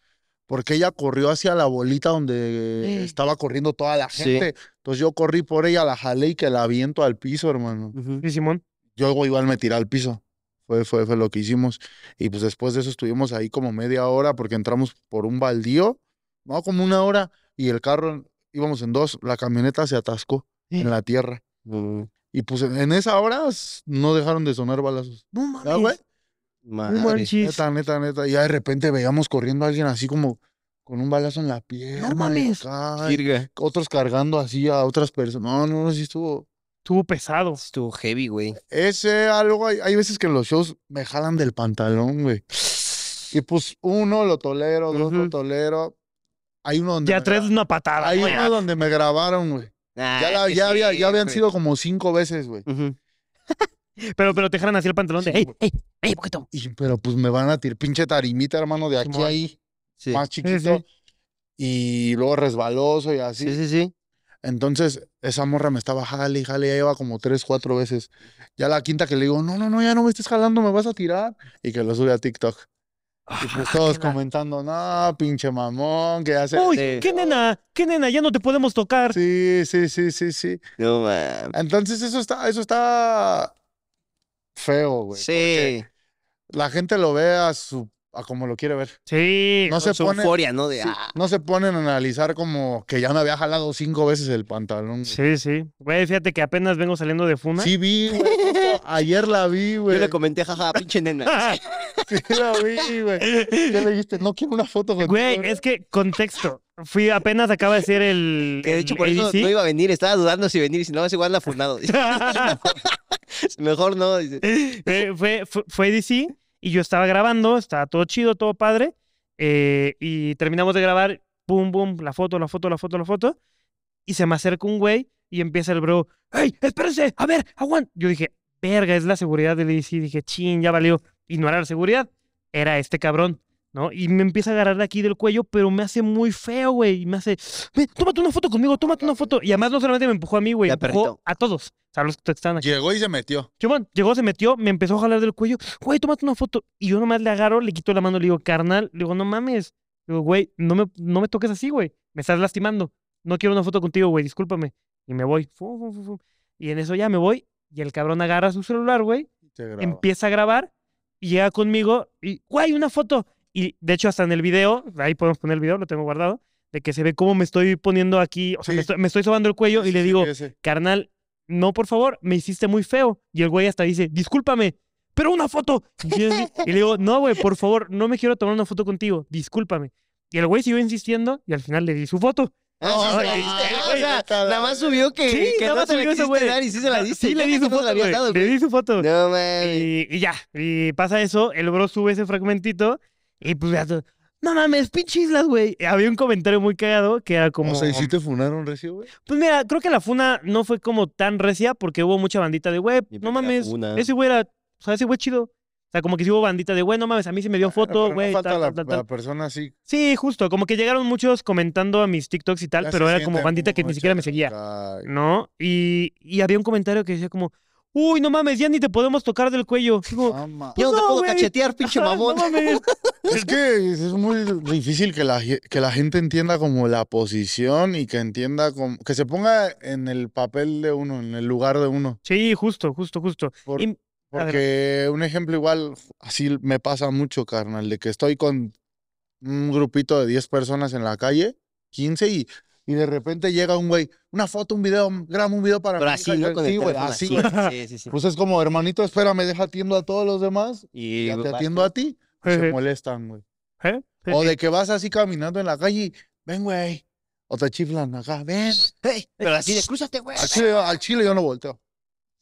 Speaker 3: Porque ella corrió hacia la bolita donde
Speaker 1: Eh.
Speaker 3: estaba corriendo toda la
Speaker 2: Sí.
Speaker 3: gente. Entonces yo corrí por ella, la jalé y que la aviento al piso, hermano.
Speaker 1: Sí, Simón.
Speaker 3: Yo güey, igual me tiré al piso. Fue, fue, fue lo que hicimos. Y pues después de eso estuvimos ahí como media hora porque entramos por un baldío, no, como una hora, y el carro, íbamos en dos, la camioneta se atascó en la tierra.
Speaker 2: Mm,
Speaker 3: Y pues en en esa hora s- no dejaron de sonar balazos.
Speaker 1: No
Speaker 3: ¿Ya, güey?
Speaker 1: mames. No
Speaker 2: madre.
Speaker 1: manches.
Speaker 3: Neta, neta, neta. Y ya de repente veíamos corriendo a alguien así como con un balazo en la pierna. y
Speaker 1: mames.
Speaker 3: acá, y
Speaker 2: Jirga.
Speaker 3: Otros cargando así a otras personas. No, no, no, sí estuvo.
Speaker 1: Estuvo pesado.
Speaker 2: Estuvo heavy, güey.
Speaker 3: Ese algo, hay, hay veces que en los shows me jalan del pantalón, güey. Y pues uno lo tolero, dos lo
Speaker 1: Ujú.
Speaker 3: tolero. Hay uno donde.
Speaker 1: Ya
Speaker 3: me
Speaker 1: tres
Speaker 3: gra-
Speaker 1: una patada.
Speaker 3: Hay
Speaker 1: güey.
Speaker 3: uno donde me grabaron, güey.
Speaker 2: Ah,
Speaker 3: Ya, la- ya había, ya habían sido como cinco veces, güey.
Speaker 1: Pero, pero te jalan así el pantalón de,
Speaker 3: Sí,
Speaker 1: ¡ey!
Speaker 3: güey.
Speaker 1: ¡ey! ¡ey, poquito!
Speaker 3: Y- pero pues me van a tirar pinche tarimita, hermano, de aquí a
Speaker 1: Simón.
Speaker 3: ahí,
Speaker 2: Sí.
Speaker 3: más chiquito.
Speaker 1: sí.
Speaker 3: Y luego resbaloso y así.
Speaker 2: sí, sí, sí.
Speaker 3: Entonces, esa morra me estaba jale y jale, ya lleva como tres, cuatro veces. Ya la quinta que le digo, no, no, no, ya no me estés jalando, me vas a tirar. Y que lo sube a TikTok.
Speaker 2: Ah,
Speaker 3: Y pues todos comentando, no, pinche mamón, que hace.
Speaker 1: ¡Uy!
Speaker 2: sí.
Speaker 1: ¡Qué nena! ¡Qué nena! ¡Ya no te podemos tocar!
Speaker 3: [LAUGHS] Sí, sí, sí, sí, sí.
Speaker 2: No mames.
Speaker 3: Entonces, eso está, eso está feo, güey.
Speaker 2: Sí.
Speaker 3: La gente lo ve a su, a como lo quiere ver.
Speaker 1: Sí.
Speaker 3: No se
Speaker 2: Su
Speaker 3: pone.
Speaker 2: euforia, ¿no? De,
Speaker 3: sí,
Speaker 2: ah,
Speaker 3: no se ponen a analizar como que ya me había jalado cinco veces el pantalón.
Speaker 1: Sí,
Speaker 3: güey.
Speaker 1: sí. Güey, fíjate que apenas vengo saliendo de Funa.
Speaker 3: Sí vi, güey.
Speaker 2: [LAUGHS]
Speaker 3: justo Ayer la vi,
Speaker 2: Yo
Speaker 3: güey.
Speaker 2: le comenté, jaja, pinche nena.
Speaker 3: Sí la vi, güey. ¿Qué le dijiste? No quiero una foto contigo.
Speaker 1: Güey,
Speaker 3: güey.
Speaker 1: es que contexto. Fui apenas acaba de ser el.
Speaker 2: Que de hecho por
Speaker 1: el
Speaker 2: eso
Speaker 1: ADC.
Speaker 2: no iba a venir, estaba dudando si venir, si no, es igual la [LAUGHS] funado. Dice,
Speaker 1: [LAUGHS]
Speaker 2: Mejor no, [LAUGHS] dice.
Speaker 1: fue, fue, fue- fue DC y yo estaba grabando, estaba todo chido, todo padre. eh, y terminamos de grabar, boom, boom, la foto, la foto, la foto, la foto. Y se me acerca un güey y empieza el bro, ¡Ey, espérense! A ver, aguanta. Yo dije, verga, es la seguridad del DC. Dije, chin, ya valió. Y no era la seguridad, era este cabrón. ¿no? Y me empieza a agarrar de aquí del cuello, pero me hace muy feo, güey. Y me hace, "Ven, tómate una foto conmigo, tómate una foto. Y además no solamente me empujó a mí, güey,
Speaker 2: Ya,
Speaker 1: empujó
Speaker 2: perrito.
Speaker 1: a todos. O sea, los que están aquí.
Speaker 3: Llegó y se metió.
Speaker 1: Chumón llegó, se metió, me empezó a jalar del cuello. Güey, tómate una foto. Y yo nomás le agarro, le quito la mano, le digo, carnal, le digo, no mames. Le digo, güey, no me, no me toques así, güey. Me estás lastimando. No quiero una foto contigo, güey, discúlpame. Y me voy. Fu, fu, fu, fu. Y en eso ya me voy. Y el cabrón agarra su celular, güey,
Speaker 3: Te graba.
Speaker 1: empieza a grabar y llega conmigo y, güey, una foto. Y de hecho, hasta en el video, ahí podemos poner el video, lo tengo guardado, de que se ve cómo me estoy poniendo aquí, o sea,
Speaker 3: Sí.
Speaker 1: me, estoy, me estoy sobando el cuello y
Speaker 3: Sí,
Speaker 1: le
Speaker 3: sí,
Speaker 1: digo,
Speaker 3: sí, sí.
Speaker 1: carnal, no, por favor, me hiciste muy feo. Y el güey hasta dice, discúlpame, pero una foto. Y, yo así- y le digo, no, güey, por favor, no me quiero tomar una foto contigo, discúlpame. Y el güey siguió insistiendo y al final le di su foto. Ay,
Speaker 2: Ah, sí, se la diste,
Speaker 1: ay,
Speaker 2: o sea,
Speaker 3: neta, la
Speaker 2: nada más subió que,
Speaker 1: Sí,
Speaker 2: que
Speaker 1: nada
Speaker 2: no
Speaker 1: más
Speaker 2: te la
Speaker 1: subió ese
Speaker 2: quisiste
Speaker 1: güey. Ah,
Speaker 2: dar y sí se la diste.
Speaker 1: Sí, le
Speaker 2: ya
Speaker 1: di
Speaker 2: que
Speaker 1: su
Speaker 2: no se
Speaker 1: foto.
Speaker 2: la habías
Speaker 1: güey,
Speaker 2: dado,
Speaker 1: le
Speaker 2: güey.
Speaker 1: di su foto.
Speaker 2: [LAUGHS] No mames.
Speaker 1: Y, y ya, y pasa eso, el bro sube ese fragmentito y pues ya todo, No mames, pinche islas, güey. Había un comentario muy cagado que era como. um,
Speaker 3: O sea, ¿y si te funaron recién, güey?
Speaker 1: Pues mira, creo que la funa no fue como tan recia porque hubo mucha bandita de, güey,
Speaker 2: Mi
Speaker 1: no
Speaker 2: primera
Speaker 1: mames,
Speaker 2: funa.
Speaker 1: ese güey era, o sea, ese güey chido. O sea, como que sí hubo bandita de, güey, no mames, a mí se me dio
Speaker 3: Ah, Pero
Speaker 1: foto,
Speaker 3: no
Speaker 1: güey,
Speaker 3: falta
Speaker 1: tal,
Speaker 3: la,
Speaker 1: tal, tal,
Speaker 3: la
Speaker 1: tal.
Speaker 3: persona así.
Speaker 1: Sí, justo, como que llegaron muchos comentando a mis TikToks y tal,
Speaker 3: ya
Speaker 1: pero
Speaker 3: se
Speaker 1: era como
Speaker 3: siente
Speaker 1: bandita que ni
Speaker 3: mucho,
Speaker 1: siquiera me seguía,
Speaker 3: ay,
Speaker 1: ¿no? Y, y había un comentario que decía como, uy, no mames, ya ni te podemos tocar del cuello. Digo,
Speaker 3: Ama.
Speaker 2: Yo no te
Speaker 1: no,
Speaker 2: puedo
Speaker 1: güey.
Speaker 2: cachetear, pinche mamón.
Speaker 1: no
Speaker 3: [LAUGHS]
Speaker 1: mames.
Speaker 3: Es que es muy difícil que la, ge- que la gente entienda como la posición y que entienda como... Que se ponga en el papel de uno, en el lugar de uno.
Speaker 1: Sí, justo, justo, justo.
Speaker 3: Por-
Speaker 1: Y-
Speaker 3: Porque un ejemplo igual, así me pasa mucho, carnal, de que estoy con un grupito de 10 personas en la calle, 15, y, y de repente llega un güey, una foto, un video, mm, graba un video para
Speaker 2: Pero
Speaker 3: mi
Speaker 2: así,
Speaker 3: hija", y
Speaker 2: ¿no?
Speaker 3: yo,
Speaker 2: Con el
Speaker 3: sí, güey,
Speaker 2: teléfono
Speaker 3: así,
Speaker 2: así. [LAUGHS]
Speaker 3: güey.
Speaker 2: Sí, sí, sí.
Speaker 3: Pues es como, hermanito, espérame, deja atiendo a todos los demás,
Speaker 2: Y
Speaker 3: ya te
Speaker 2: va-
Speaker 3: atiendo a ti, y
Speaker 1: Jeje.
Speaker 3: se molestan, güey.
Speaker 1: ¿Eh? Sí,
Speaker 3: O
Speaker 1: sí.
Speaker 3: de que vas así caminando en la calle y, ven, güey, o te chiflan acá, ven.
Speaker 2: Ey, Pero así de, crúzate, güey.
Speaker 3: Al chile, al chile yo no volteo.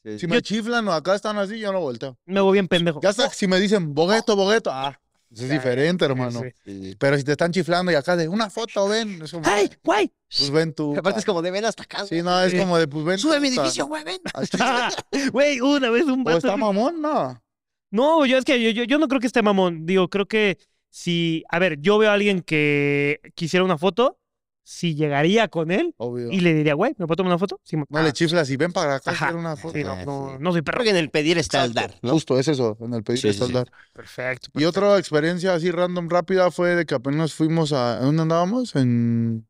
Speaker 2: Sí,
Speaker 3: Si
Speaker 2: sí.
Speaker 3: me chiflan o acá están así, yo no volteo.
Speaker 1: [LAUGHS] Me hago bien pendejo.
Speaker 3: Ya hasta si me dicen bogueto, bogueto, ah, eso es
Speaker 1: Ya,
Speaker 3: diferente,
Speaker 1: Sí,
Speaker 3: hermano.
Speaker 1: sí.
Speaker 2: Sí.
Speaker 3: Pero si te están chiflando y acá de una foto, ven, es como,
Speaker 1: ¡Ay, güey!
Speaker 3: pues ven tú.
Speaker 2: Aparte es como de ven hasta acá.
Speaker 3: Sí, no, es
Speaker 1: Sí.
Speaker 3: como de, pues ven.
Speaker 2: Sube mi
Speaker 3: puta.
Speaker 2: edificio, güey, [LAUGHS] ven.
Speaker 3: Al chile.
Speaker 1: [LAUGHS] Güey, una vez un
Speaker 3: O
Speaker 1: vato-
Speaker 3: está mamón, no.
Speaker 1: No, yo es que yo, yo, yo no creo que esté mamón. Digo, creo que si. A ver, yo veo a alguien que quisiera una foto, si llegaría con él
Speaker 3: Obvio.
Speaker 1: y le diría, güey, ¿me puedo tomar una foto? Sí, me-
Speaker 3: No
Speaker 1: Ah,
Speaker 3: le eh, chiflas y ven para acá
Speaker 1: Ajá.
Speaker 3: hacer una foto.
Speaker 1: sí, no,
Speaker 2: Ah,
Speaker 1: no,
Speaker 2: sí.
Speaker 1: no soy
Speaker 2: Creo
Speaker 1: perro.
Speaker 2: que en el pedir este está el dar, ¿no?
Speaker 3: Justo, es eso, en el pedir
Speaker 2: Sí,
Speaker 3: está
Speaker 2: sí,
Speaker 3: el dar.
Speaker 1: Perfecto.
Speaker 3: Y otra experiencia así random, rápida, fue de que apenas fuimos a... ¿a ¿Dónde andábamos? En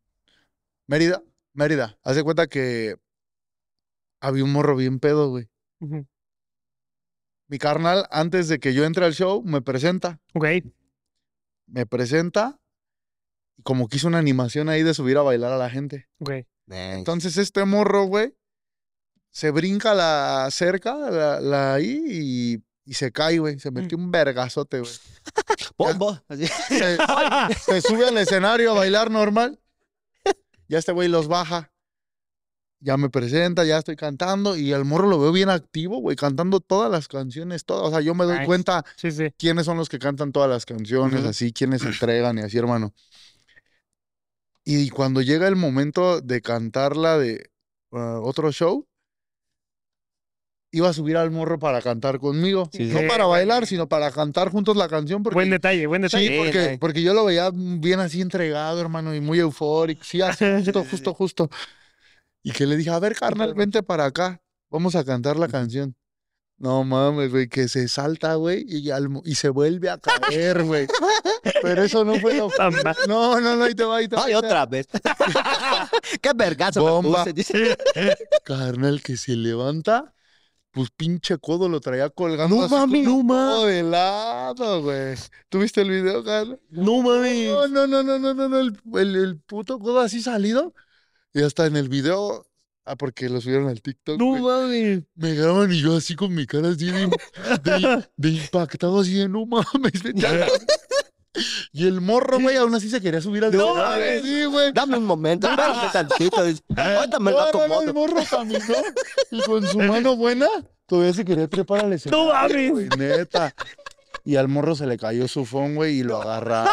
Speaker 3: Mérida. Mérida. Haz de cuenta que había un morro bien pedo, güey.
Speaker 1: Ujú.
Speaker 3: Mi carnal, antes de que yo entre al show, me presenta.
Speaker 1: Ok.
Speaker 3: Me presenta y como que hizo una animación ahí de subir a bailar a la gente. [LAUGHS]
Speaker 1: Ok.
Speaker 2: Nice.
Speaker 3: Entonces este morro, güey, se brinca la cerca, la, la ahí y, y se cae, güey. Se metió un vergazote, güey.
Speaker 2: Bombo. Así.
Speaker 3: Se- se sube al escenario a bailar normal. Ya este güey los baja. Ya me presenta, ya estoy cantando y al morro lo veo bien activo, güey, cantando todas las canciones, todas. O sea, yo me doy
Speaker 1: Nice.
Speaker 3: cuenta
Speaker 1: Sí, sí.
Speaker 3: quiénes son los que cantan todas las canciones,
Speaker 2: Ujú.
Speaker 3: así, quiénes entregan y así, hermano. Y cuando llega el momento de cantarla de ah, otro show, iba a subir al morro para cantar conmigo.
Speaker 2: Sí, sí.
Speaker 3: No
Speaker 1: Sí,
Speaker 3: para
Speaker 1: güey.
Speaker 3: bailar, sino para cantar juntos la canción. Porque
Speaker 1: Buen detalle, buen
Speaker 3: Sí,
Speaker 1: detalle.
Speaker 3: porque, [LAUGHS]
Speaker 2: detalle.
Speaker 3: porque yo lo veía bien así entregado, hermano, y muy eufórico. [LAUGHS] Sí, así, justo, justo, justo. Y que le dije, a ver, carnal, vente para acá. Vamos a cantar la canción. No mames, güey, que se salta, güey, y, al mo- y se vuelve a caer, güey. Pero eso no fue lo...
Speaker 1: Tamba.
Speaker 3: No, no, no, ahí te va, ahí te va.
Speaker 2: Ay,
Speaker 3: ahí te va.
Speaker 2: otra [LAUGHS] vez. Qué vergazo
Speaker 3: Bomba.
Speaker 2: me puse, dice.
Speaker 3: Carnal, que se levanta, pues pinche codo lo traía colgando.
Speaker 2: No
Speaker 3: así como
Speaker 2: mames.
Speaker 3: un codo de lado, güey. ¿Tuviste el video, carnal?
Speaker 1: No mames.
Speaker 3: No, no, no, no, no, no, no, el, el, el puto codo así salido. Y hasta en el video, ah, porque lo subieron al TikTok.
Speaker 1: No
Speaker 3: güey,
Speaker 1: mames.
Speaker 3: me graban y yo así con mi cara así de, de- de impactado, así de no mames. vete a la-". Y el morro, güey, aún así se quería subir al
Speaker 2: No
Speaker 3: escenario,
Speaker 2: mames.
Speaker 3: Sí, güey. Ah,
Speaker 2: Dame un momento, [LAUGHS] espérame tantito. dice. Ahorita me lo
Speaker 3: No, no, no,
Speaker 2: acomodo.
Speaker 3: el morro caminó y con su mano buena todavía se quería trepar al escenario.
Speaker 1: No mames.
Speaker 3: güey, neta. Y al morro se le cayó su phone, güey, y lo agarraron.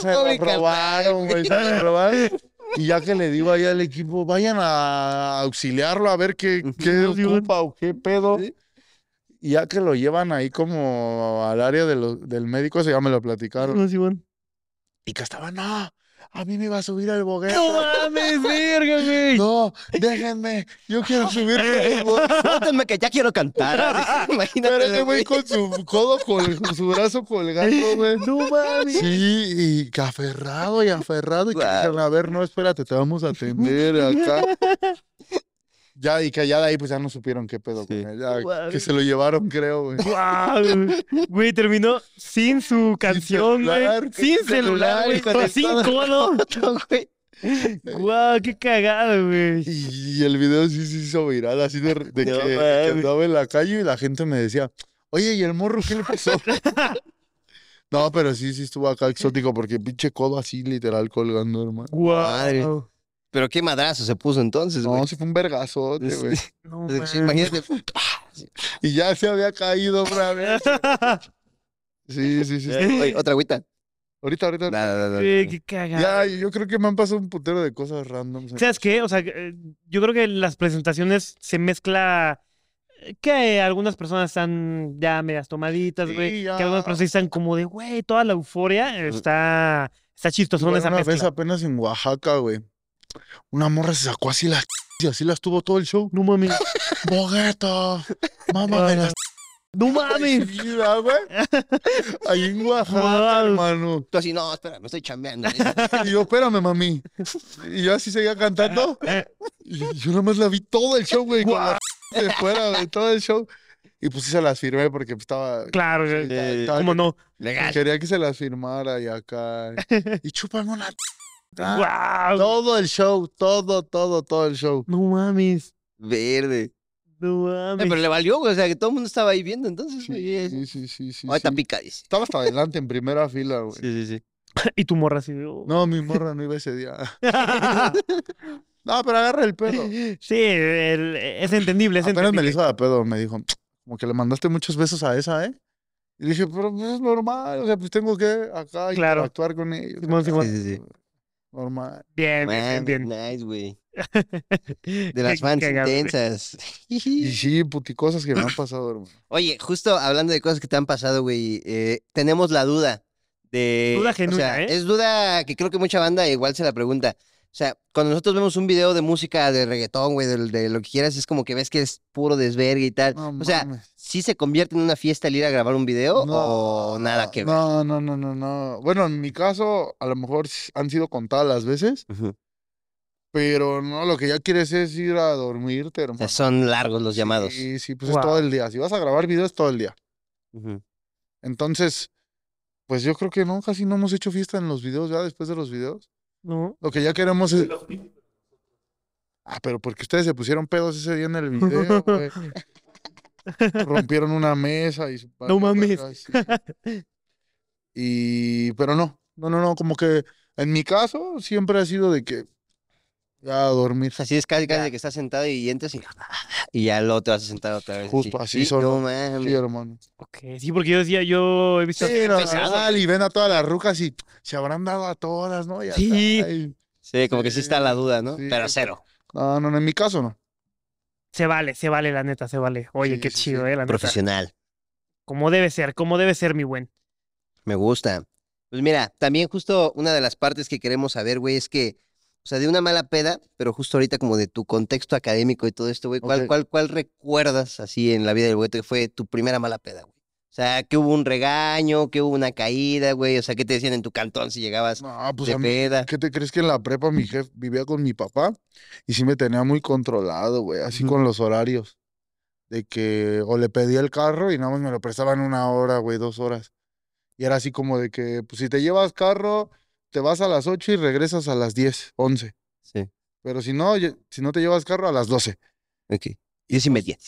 Speaker 3: se
Speaker 2: Pobre
Speaker 3: lo
Speaker 2: carnal,
Speaker 3: robaron, güey, se lo robaron. Y ya que le digo ahí al equipo, vayan a auxiliarlo a ver qué, qué
Speaker 1: Dios, Dios.
Speaker 3: ocupa o qué pedo.
Speaker 2: Sí.
Speaker 3: Y ya que lo llevan ahí como al área de lo- del médico, eso ya me lo platicaron.
Speaker 1: No, Simón.
Speaker 3: Y que estaba, no, a mí me iba a subir al boguete.
Speaker 1: No mames, verga, güey.
Speaker 3: No, déjenme, yo quiero subir.
Speaker 1: [LAUGHS]
Speaker 2: Suéltenme que ya quiero [LAUGHS] cantar. Imagínate.
Speaker 3: Pero ese güey con su codo, col- con su brazo colgando, güey.
Speaker 1: No mames.
Speaker 3: Sí, y que aferrado y aferrado. Y que
Speaker 2: Guau.
Speaker 3: dijeron, a ver, no, espérate, te vamos a
Speaker 2: [LAUGHS]
Speaker 3: atender acá. Ya, y que ya de ahí pues ya no supieron qué pedo
Speaker 2: Sí.
Speaker 3: con él. ya,
Speaker 1: Guau.
Speaker 3: que se lo llevaron, creo, güey.
Speaker 1: Guau, güey. güey, terminó sin su canción, güey.
Speaker 3: celular,
Speaker 1: Sin
Speaker 3: sin
Speaker 1: celular,
Speaker 3: celular,
Speaker 1: güey.
Speaker 3: hijo de
Speaker 1: Sin
Speaker 3: toda-
Speaker 1: codo. Guau, qué cagado, güey.
Speaker 3: Y, y el video sí se hizo viral, así de, de
Speaker 2: No
Speaker 3: que, que
Speaker 2: mames.
Speaker 3: andaba en la calle y la gente me decía, oye, ¿y el morro qué le
Speaker 2: [LAUGHS]
Speaker 3: pasó? no, pero sí, sí estuvo acá exótico porque pinche codo así literal colgando, hermano.
Speaker 1: Guau.
Speaker 2: Madre. [LAUGHS] Pero qué madrazo se puso entonces, güey.
Speaker 3: No, sí fue un vergazote, güey.
Speaker 1: No
Speaker 2: Entonces,
Speaker 1: mames.
Speaker 2: Imagínate.
Speaker 3: Y ya se había caído
Speaker 2: [LAUGHS]
Speaker 3: otra vez.
Speaker 1: [LAUGHS]
Speaker 3: Sí, sí, sí.
Speaker 2: Oye, otra agüita.
Speaker 3: Ahorita, ahorita. ahorita.
Speaker 2: Nada, nada.
Speaker 1: Güey, qué cagado.
Speaker 3: Ya, yo creo que me han pasado un putero de cosas random.
Speaker 1: ¿Sabes qué? O sea, eh, yo creo que las presentaciones se mezcla eh, que algunas personas están ya medias tomaditas,
Speaker 3: Sí,
Speaker 1: güey.
Speaker 3: ya.
Speaker 1: Que algunas personas están como de, güey, toda la euforia eh,
Speaker 2: Mm.
Speaker 1: está, está chistosona
Speaker 3: Igual
Speaker 1: esa
Speaker 3: una vez
Speaker 1: mezcla.
Speaker 3: apenas en Oaxaca, güey. Una morra se sacó así la y así las tuvo todo
Speaker 1: [LAUGHS]
Speaker 3: el show. No mames. Bogueto. Mámame las [LAUGHS]
Speaker 1: ¡No mames!
Speaker 3: Mira, güey. Ahí en Oaxaca,
Speaker 1: Wow.
Speaker 3: hermano.
Speaker 2: Tú así, no, espera, me estoy chambeando.
Speaker 3: Y yo, espérame, mami. Y yo así seguía cantando.
Speaker 1: eh.
Speaker 3: Y yo nada más la vi todo el show, güey. Con la de fuera, güey, todo el show. Y pues sí se las firmé porque estaba.
Speaker 1: Claro, güey.
Speaker 3: Eh,
Speaker 1: ¿cómo no?
Speaker 2: Legal.
Speaker 3: Quería que se las firmara
Speaker 1: [LAUGHS]
Speaker 3: y acá. Y chúpame una.
Speaker 1: ¡Wow!
Speaker 3: Todo el show, todo, todo, todo el show.
Speaker 1: No mames.
Speaker 2: Verde.
Speaker 1: No
Speaker 2: Eh,
Speaker 1: mames.
Speaker 2: pero le valió, güey. O sea, que todo el mundo estaba ahí viendo, entonces, güey. es-
Speaker 3: Sí, sí, sí, sí.
Speaker 2: Ahorita
Speaker 3: sí.
Speaker 2: pica, dice.
Speaker 3: Estaba hasta adelante en primera fila, güey.
Speaker 2: Sí, sí, sí.
Speaker 1: [LAUGHS] Y tu morra así. oh.
Speaker 3: No, mi morra no iba ese día. No, pero agarra el pedo.
Speaker 1: [LAUGHS] sí, el- es entendible, [LAUGHS] es
Speaker 3: Apenas me
Speaker 1: entendible.
Speaker 3: le hizo de pedo, me dijo, como que le mandaste muchos besos a esa, ¿eh? Y dije, pero pues, es normal, o sea, pues tengo que acá
Speaker 1: Claro.
Speaker 3: actuar con ellos.
Speaker 1: Simón, Simón.
Speaker 2: Sí, sí, sí.
Speaker 3: Normal.
Speaker 1: Bien, bien,
Speaker 2: Man,
Speaker 1: bien.
Speaker 2: nice, güey.
Speaker 1: bien.
Speaker 2: De las
Speaker 1: Qué
Speaker 2: fans
Speaker 1: cagado.
Speaker 2: intensas.
Speaker 3: Y sí, puticosas que me han pasado, hermano.
Speaker 2: [LAUGHS] Oye, justo hablando de cosas que te han pasado, güey, eh, tenemos la duda de...
Speaker 1: Duda
Speaker 2: o
Speaker 1: genuina,
Speaker 2: sea,
Speaker 1: ¿eh?
Speaker 2: Es duda que creo que mucha banda igual se la pregunta. O sea, cuando nosotros vemos un video de música, de reggaetón, güey, de, de lo que quieras, es como que ves que es puro desvergue y tal.
Speaker 3: No,
Speaker 2: o sea,
Speaker 3: mames.
Speaker 2: ¿sí se convierte en una fiesta el ir a grabar un video o nada que ver?
Speaker 3: No, no, no, no, no. Bueno, en mi caso, a lo mejor s- han sido contadas las veces,
Speaker 2: Ujú. O
Speaker 3: pero no, lo que ya quieres es ir a dormirte, hermano.
Speaker 2: sea, son largos los llamados.
Speaker 3: Sí, sí, pues
Speaker 1: Wow.
Speaker 3: es todo el día. Si vas a grabar videos, todo el día.
Speaker 2: Ujú.
Speaker 3: Entonces, pues yo creo que no, casi no hemos hecho fiesta en los videos, ya después de los videos.
Speaker 1: No.
Speaker 3: Lo que ya queremos es. Ah, pero porque ustedes se pusieron pedos ese día en el
Speaker 1: [LAUGHS]
Speaker 3: video, güey. Rompieron una mesa y su
Speaker 1: No mames.
Speaker 3: Sí, sí. Y pero no, no, no, no, como que en mi caso siempre ha sido de que ya a dormir.
Speaker 2: O sea, sí es casi casi de que estás sentado y entras y, y ya lo te vas a sentar otra vez.
Speaker 3: Justo así
Speaker 2: Sí,
Speaker 3: solo.
Speaker 2: No mames.
Speaker 3: Sí, hermano.
Speaker 1: Ok, sí, porque yo decía, yo he visto.
Speaker 3: Sí, no,
Speaker 2: pesado.
Speaker 3: sal y ven a todas las rucas y se habrán dado a todas, ¿no? Y hasta
Speaker 1: Sí.
Speaker 3: ahí.
Speaker 2: Sí, como que sí está la duda, ¿no?
Speaker 3: Sí,
Speaker 2: Pero
Speaker 3: sí.
Speaker 2: cero.
Speaker 3: No, no, no, en mi caso no.
Speaker 1: Se vale, se vale, la neta, se vale. Oye,
Speaker 3: Sí,
Speaker 1: qué
Speaker 3: sí,
Speaker 1: chido,
Speaker 3: sí.
Speaker 1: ¿eh? La neta.
Speaker 2: Profesional.
Speaker 1: Como debe ser, como debe ser, mi buen.
Speaker 2: Me gusta. Pues mira, también justo una de las partes que queremos saber, güey, es que, o sea, de una mala peda, pero justo ahorita como de tu contexto académico y todo esto, güey, ¿cuál,
Speaker 3: Ok.
Speaker 2: cuál, cuál recuerdas así en la vida del boleto que fue tu primera mala peda, güey? O sea, que hubo un regaño, que hubo una caída, güey, o sea, ¿qué te decían en tu cantón si llegabas
Speaker 3: No, pues
Speaker 2: de
Speaker 3: a mí,
Speaker 2: peda?
Speaker 3: ¿Qué te crees que en la prepa mi jefe vivía con mi papá y sí me tenía muy controlado, güey, así
Speaker 2: Ujú.
Speaker 3: con los horarios? De que o le pedía el carro y nada más me lo prestaban una hora, güey, dos horas. Y era así como de que, pues si te llevas carro, te vas a las 8 y regresas a las 10, 11.
Speaker 2: Sí,
Speaker 3: Pero si no, ye- si no te llevas carro, a las 12.
Speaker 2: ok. Diez y
Speaker 3: Pues,
Speaker 2: media.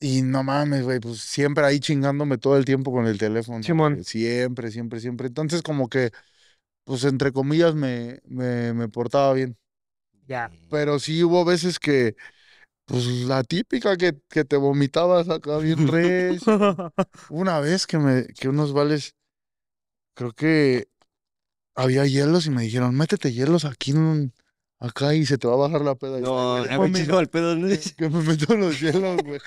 Speaker 3: Y no mames, güey, pues siempre ahí chingándome todo el tiempo con el teléfono.
Speaker 1: Simón.
Speaker 3: güey, Siempre, siempre, siempre. Entonces como que, pues entre comillas, me, me, me portaba bien. ah,
Speaker 2: [LAUGHS]
Speaker 1: Ya.
Speaker 3: Pero sí hubo veces que, pues la típica que, que te vomitabas acá [LAUGHS] bien res. Una vez que me, que unos vales, creo que había hielos y me dijeron, métete hielos aquí en- acá y se te va a bajar la peda. Y [LAUGHS]
Speaker 2: No,
Speaker 3: dije,
Speaker 2: no,
Speaker 1: mames.
Speaker 2: no, el pedo no es.
Speaker 3: [LAUGHS] que me meto los hielos, güey.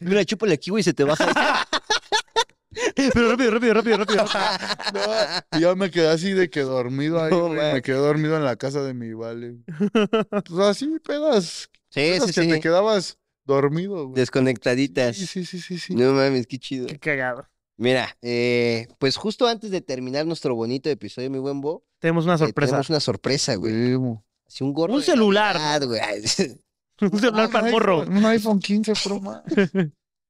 Speaker 2: Mira, chúpale aquí, güey, se te baja.
Speaker 3: [LAUGHS]
Speaker 1: Pero rápido, rápido, rápido, rápido.
Speaker 3: Y ya me quedé así de que dormido ahí,
Speaker 2: No,
Speaker 3: güey,
Speaker 2: man.
Speaker 3: me quedé dormido en la casa de mi [LAUGHS] vale. Pues así, pedas,
Speaker 2: [LAUGHS] Sí,
Speaker 3: esas
Speaker 2: sí,
Speaker 3: que te
Speaker 2: sí.
Speaker 3: quedabas
Speaker 1: Pues,
Speaker 3: dormido, güey.
Speaker 2: Desconectaditas.
Speaker 3: Sí, sí, sí, sí, sí.
Speaker 2: No mames, qué
Speaker 1: [LAUGHS]
Speaker 2: chido.
Speaker 1: Qué cagado.
Speaker 2: Mira, eh, pues justo antes de terminar nuestro bonito episodio, mi buen Bo,
Speaker 1: Tenemos una
Speaker 2: eh,
Speaker 1: sorpresa.
Speaker 2: tenemos una sorpresa, güey.
Speaker 3: Primo.
Speaker 2: Así un gorro.
Speaker 1: Un
Speaker 2: de
Speaker 1: celular.
Speaker 2: Navidad, güey. Ay, [LAUGHS] Que
Speaker 1: Un celular
Speaker 3: Ah,
Speaker 1: para el
Speaker 3: un
Speaker 1: morro.
Speaker 3: iPhone- Un iPhone 15 Pro Max.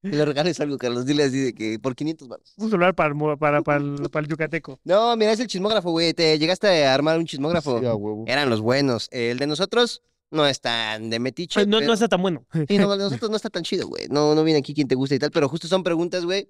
Speaker 2: le regales algo, Carlos. Dile así de que por 500 baros.
Speaker 1: Un celular para el, mo- para, para el, para el yucateco.
Speaker 2: No, mira, es el chismógrafo, güey. Te llegaste a armar un chismógrafo.
Speaker 3: Sí, a huevo.
Speaker 2: Eran los buenos. El de nosotros no es tan de metiche.
Speaker 1: Ay, Pues, No,
Speaker 2: pero-
Speaker 1: no está tan bueno.
Speaker 2: Sí, no, el de nosotros no está tan chido, güey. No, no viene aquí quien te gusta y tal, pero justo son preguntas, güey.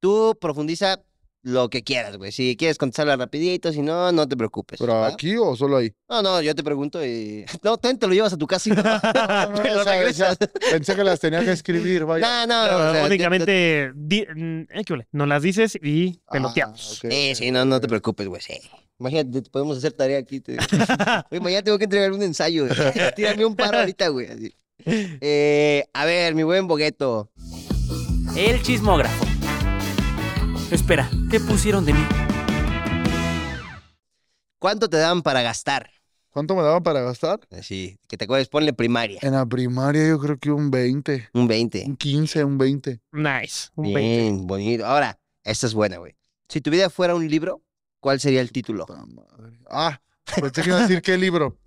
Speaker 2: Tú profundiza lo que quieras, güey. Si quieres contestarla rapidito, si no, no te preocupes.
Speaker 3: ¿Pero
Speaker 2: ¿va?
Speaker 3: aquí o solo ahí?
Speaker 2: No, no, yo te pregunto y. [LAUGHS] No, [LAUGHS] ten, te lo llevas a tu casa y
Speaker 3: [LAUGHS] no,
Speaker 2: te lo
Speaker 3: Ah, o sea,
Speaker 2: regresas.
Speaker 3: Pensé que las tenía [LAUGHS] que escribir, vaya.
Speaker 2: No, no,
Speaker 1: Pero
Speaker 2: no. o sea, yo-
Speaker 1: Ah, únicamente, di- mm, eh, ¿qué huele? nos las dices y peloteamos.
Speaker 3: Ah, ok,
Speaker 2: Sí,
Speaker 3: ok,
Speaker 2: sí, no, no te
Speaker 3: ok.
Speaker 2: preocupes, güey. Sí. Imagínate, te podemos hacer tarea aquí. te- Oye, mañana tengo que entregar un ensayo. güey. Tírame un par ahorita, güey. así. Eh, a ver, mi buen Bogueto.
Speaker 5: El chismógrafo. Espera, ¿qué pusieron de mí?
Speaker 2: ¿Cuánto te dan para gastar?
Speaker 3: ¿Cuánto me daban para gastar?
Speaker 2: Así, que te acuerdes, ponle primaria.
Speaker 3: En la primaria yo creo que un 20,
Speaker 2: Un 20.
Speaker 3: un 15, un 20.
Speaker 1: Nice. Un 20.
Speaker 2: Bien, bonito. Ahora, esta es buena, güey. Si tu vida fuera un libro, ¿cuál sería el
Speaker 3: [LAUGHS]
Speaker 2: título?
Speaker 3: Puta madre. Ah, pensé que iba a decir qué libro.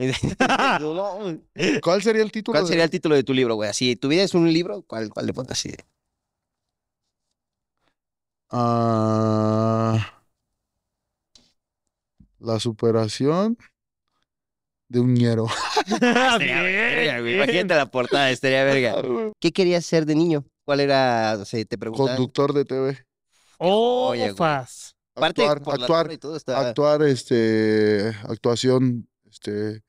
Speaker 3: ¿Cuál sería el título?
Speaker 2: ¿Cuál
Speaker 3: de-
Speaker 2: sería el título de tu libro, güey? Así, tu vida es un libro, ¿cuál, cuál le pones así?
Speaker 3: Ah, la superación de un ñero.
Speaker 1: [LAUGHS]
Speaker 2: Estaría Ah, verga,
Speaker 1: Bien,
Speaker 2: güey.
Speaker 1: bien.
Speaker 2: Imagínate la portada, estaría verga. ¿Qué querías ser de niño? ¿Cuál era? O sea, te preguntaban.
Speaker 3: Conductor de TV.
Speaker 2: Oye, güey.
Speaker 1: Ofas.
Speaker 2: Aparte,
Speaker 3: Actuar,
Speaker 2: por la
Speaker 3: actuar,
Speaker 2: altura y todo está-
Speaker 3: actuar, este, actuación, este,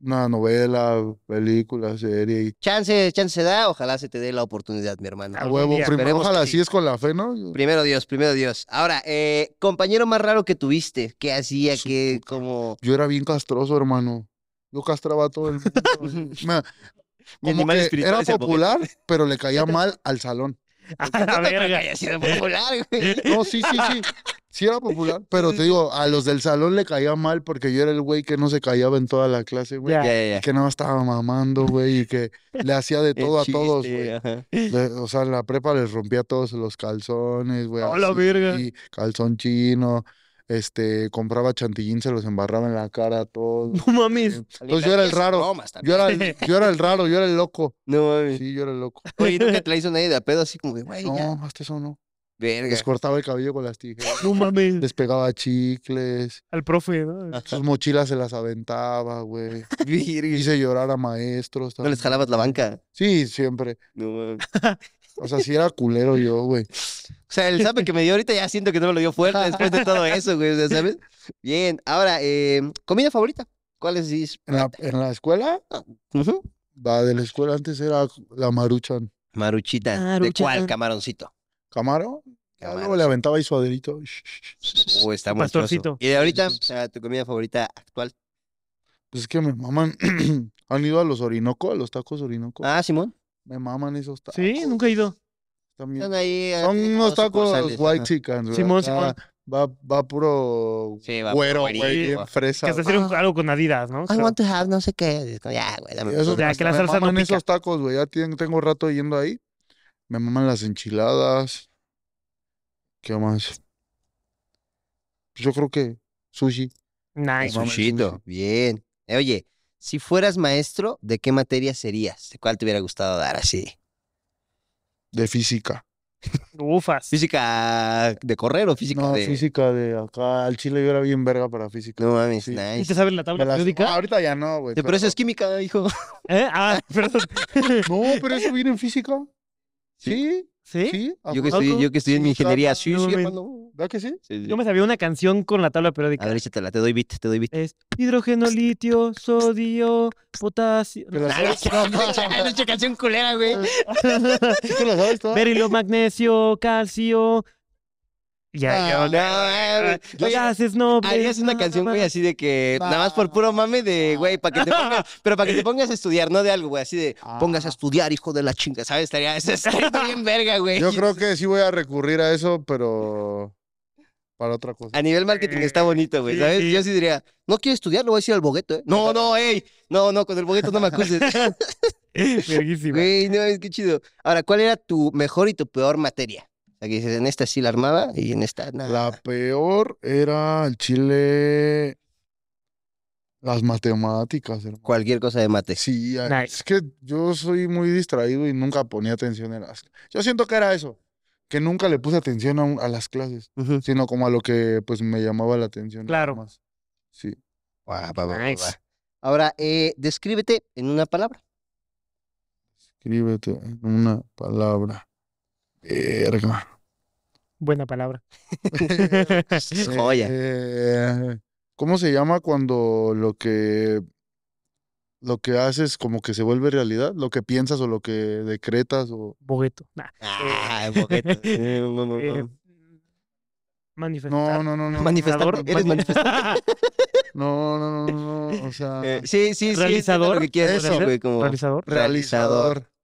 Speaker 3: una novela, película, serie. y-
Speaker 2: Chance, chance se da, ojalá se te dé la oportunidad, mi hermano.
Speaker 3: A
Speaker 1: Algún
Speaker 3: huevo,
Speaker 1: día,
Speaker 3: prim-
Speaker 2: esperemos
Speaker 3: ojalá
Speaker 2: que
Speaker 3: así
Speaker 2: sí.
Speaker 3: es con la fe, ¿no? Yo-
Speaker 2: Primero Dios, primero Dios. Ahora, eh, compañero más raro que tuviste, ¿qué hacía?
Speaker 3: Su
Speaker 2: ¿Qué, [LAUGHS] cómo?
Speaker 3: Yo era bien castroso, hermano. Yo castraba a todo el mundo. güey.
Speaker 2: [LAUGHS]
Speaker 3: Me- como
Speaker 2: animal
Speaker 3: que
Speaker 2: espiritual
Speaker 3: era
Speaker 2: es el boquete.
Speaker 3: popular, pero le
Speaker 2: [LAUGHS]
Speaker 3: caía mal al salón.
Speaker 1: [LAUGHS] A la verga.
Speaker 2: Haya sido popular, güey.
Speaker 3: No, sí, sí, sí. Sí era popular, pero te digo, a los del salón le caía mal porque yo era el güey que no se callaba en toda la clase, güey.
Speaker 1: Ya.
Speaker 2: Ya, ya, ya.
Speaker 3: Que no estaba mamando, güey, y que le hacía de todo a todos, güey. Le- o sea, en la prepa les rompía todos los calzones, güey.
Speaker 1: A la
Speaker 3: así,
Speaker 1: verga.
Speaker 3: y calzón chino, este, compraba chantillín, se los embarraba en la cara
Speaker 1: [LAUGHS]
Speaker 3: a todos.
Speaker 1: No mames.
Speaker 3: Entonces yo era el raro. Yo era, el, yo era el raro, yo era el loco.
Speaker 2: No mames.
Speaker 3: Sí, yo era el loco.
Speaker 2: [LAUGHS] Oye, nunca te la hizo nadie de a pedo así como que, güey, ya.
Speaker 3: No, hasta eso no.
Speaker 2: Verga.
Speaker 3: Les cortaba el cabello con las tijeras,
Speaker 1: No mames.
Speaker 3: les pegaba chicles,
Speaker 1: Al profe,
Speaker 2: Ah.
Speaker 1: ¿no?
Speaker 3: sus mochilas se las aventaba, güey.
Speaker 2: Verga.
Speaker 3: Hice llorar a maestros.
Speaker 2: No les
Speaker 3: también.
Speaker 2: jalabas la banca.
Speaker 3: Sí, siempre.
Speaker 2: No mames.
Speaker 3: O sea, sí era culero yo, güey.
Speaker 2: O sea, el sape que me dio ahorita ya siento que no me lo dio
Speaker 3: [LAUGHS]
Speaker 2: fuerte después de todo eso, güey. O sea, ¿sabes? Bien. Ahora, eh, comida favorita. ¿Cuál es? Is-
Speaker 3: En la, en la escuela,
Speaker 2: Ujú.
Speaker 3: la de la escuela antes era la maruchan.
Speaker 2: Maruchita. ¿De
Speaker 1: Maruchan.
Speaker 2: cuál? Camaroncito.
Speaker 3: Camaro, ya Ah, luego
Speaker 2: Camarón.
Speaker 3: le aventaba y suaderito.
Speaker 2: Uh, está muy
Speaker 1: Pastorcito.
Speaker 2: Y de ahorita, o sea, tu comida favorita actual.
Speaker 3: Pues es que me maman. [CLEARS THROAT] ¿Han ido a los Orinoco, a los tacos Orinoco?
Speaker 2: Ah, Simón.
Speaker 3: Me maman esos tacos.
Speaker 1: Sí, nunca he ido.
Speaker 2: Ah,
Speaker 3: También.
Speaker 2: Están ahí. eh,
Speaker 3: Son
Speaker 2: como
Speaker 3: unos tacos
Speaker 2: sucursales,
Speaker 3: white
Speaker 2: ajá.
Speaker 3: chickens, güey.
Speaker 1: Simón,
Speaker 3: acá
Speaker 1: Simón.
Speaker 3: Va, va puro
Speaker 2: Sí, va
Speaker 3: güero,
Speaker 2: güerito.
Speaker 3: güey, bien fresa.
Speaker 1: Que hasta
Speaker 3: güey.
Speaker 1: hicieron algo con Adidas, ¿no?
Speaker 2: ah. I
Speaker 1: Creo.
Speaker 2: want to have no sé qué. Es como, Ya, güey, dame.
Speaker 3: Esos
Speaker 1: Ya,
Speaker 3: me-
Speaker 1: que la
Speaker 3: me
Speaker 1: salsa no
Speaker 3: maman
Speaker 1: pica.
Speaker 3: esos tacos, güey. Ya tien- tengo rato yendo ahí. Me maman las enchiladas. ¿Qué más? Yo creo que sushi.
Speaker 2: Ay,
Speaker 1: Nice.
Speaker 3: mames,
Speaker 2: sushito.
Speaker 3: sushi.
Speaker 2: [LAUGHS] Bien. Eh, Oye, si fueras maestro, ¿de qué materia serías? ¿De cuál te hubiera gustado dar así?
Speaker 3: De física.
Speaker 1: Ufas.
Speaker 2: ¿Física de correr o física
Speaker 3: No,
Speaker 2: de.?
Speaker 3: física de acá. Al chile yo era bien verga para física.
Speaker 2: No mames,
Speaker 3: Sí.
Speaker 1: ¿Y te
Speaker 2: nice.
Speaker 1: sabes la
Speaker 3: Me
Speaker 1: tabla
Speaker 3: las- Ah,
Speaker 1: periódica?
Speaker 3: ahorita ya no, güey.
Speaker 2: Pero eso es química, hijo.
Speaker 1: ¿Eh? Ah, [LAUGHS] perdón.
Speaker 3: No, pero eso viene en física. Sí,
Speaker 1: ¿Sí?
Speaker 3: sí. ¿a
Speaker 2: Yo que
Speaker 3: poco?
Speaker 2: estoy, yo que estoy en mi
Speaker 3: Sí, está-
Speaker 2: ingeniería.
Speaker 3: no
Speaker 2: Sí, sí,
Speaker 1: mames.
Speaker 2: hermano.
Speaker 3: ¿Verdad que sí?
Speaker 2: Sí, sí.
Speaker 1: Yo me sabía una canción con la tabla
Speaker 2: A
Speaker 1: periódica.
Speaker 2: ver, échatela, te doy beat, te doy beat.
Speaker 1: Es hidrógeno, litio, sodio, potasio.
Speaker 3: ¿Te la
Speaker 2: Nah,
Speaker 3: sabes?
Speaker 2: no, no, [LAUGHS] no, no, canción culera, güey.
Speaker 3: ¿Sí te la sabes toda?
Speaker 1: Berilo, magnesio, calcio. Ya,
Speaker 2: No,
Speaker 1: ya.
Speaker 3: Ah,
Speaker 2: no, eh, mames.
Speaker 3: yo-
Speaker 2: Oye,
Speaker 1: Gases nobles.
Speaker 2: Harías Ah, una canción, güey, así de que nada más por puro mame de, güey, para que te pongas, pero para que te pongas a estudiar, no de algo, güey, así de, pongas a estudiar, hijo de la chinga, ¿sabes? Estaría, [LAUGHS] eso estaría bien verga, güey. [LAUGHS]
Speaker 3: Yo creo que sí voy a recurrir a eso, pero para otra cosa.
Speaker 2: A nivel marketing está bonito, güey,
Speaker 1: Sí,
Speaker 2: ¿sabes?
Speaker 1: sí.
Speaker 2: Yo sí diría, no quiero estudiar, lo voy a decir al bogueto, ¿eh? No, no, ey, no, no, con el bogueto no me acuses.
Speaker 1: [LAUGHS] Verguísima.
Speaker 2: Güey, no, es que chido. Ahora, ¿cuál era tu mejor y tu peor materia? O sea, que dices, en esta sí la armaba y en esta nada.
Speaker 3: La peor era el chile. Las matemáticas, hermano.
Speaker 2: Cualquier cosa de
Speaker 1: Este,
Speaker 2: mate.
Speaker 3: Sí, a-
Speaker 1: Nice.
Speaker 3: es que yo soy muy distraído y nunca ponía atención en las. Yo siento que era eso, que nunca le puse atención a, un- a las clases,
Speaker 2: Ujú.
Speaker 3: sino como a lo que pues me llamaba la atención. nada
Speaker 1: Claro.
Speaker 3: más. Sí.
Speaker 2: Guau, va, va, va,
Speaker 1: Nice.
Speaker 2: va. Ahora, eh, descríbete en una palabra.
Speaker 3: Escríbete en una palabra.
Speaker 1: [LAUGHS]
Speaker 3: Verga. [LAUGHS]
Speaker 1: Buena
Speaker 2: [LAUGHS]
Speaker 1: palabra.
Speaker 2: Joya.
Speaker 3: Eh, ¿Cómo se llama cuando lo que lo que haces como que se vuelve realidad? Lo que piensas o lo que decretas o
Speaker 1: Bogueto. Nah.
Speaker 2: Ah, boquete. Eh, no, no,
Speaker 1: [LAUGHS] Eh,
Speaker 2: no.
Speaker 1: manifestar.
Speaker 3: no, no, no,
Speaker 1: [LAUGHS]
Speaker 3: no,
Speaker 2: Manifestador.
Speaker 1: Ganador,
Speaker 2: Eres
Speaker 1: mani-
Speaker 2: manifestador.
Speaker 3: no, no, no, no, no, o sea,
Speaker 2: Eh, sí, sí, sí. entiendo
Speaker 1: Realizador.
Speaker 2: Lo que quieres decir,
Speaker 1: Realiza-
Speaker 2: [LAUGHS] güey,
Speaker 1: [LAUGHS]
Speaker 2: como
Speaker 1: Realizador.
Speaker 2: realizador.
Speaker 3: realizador.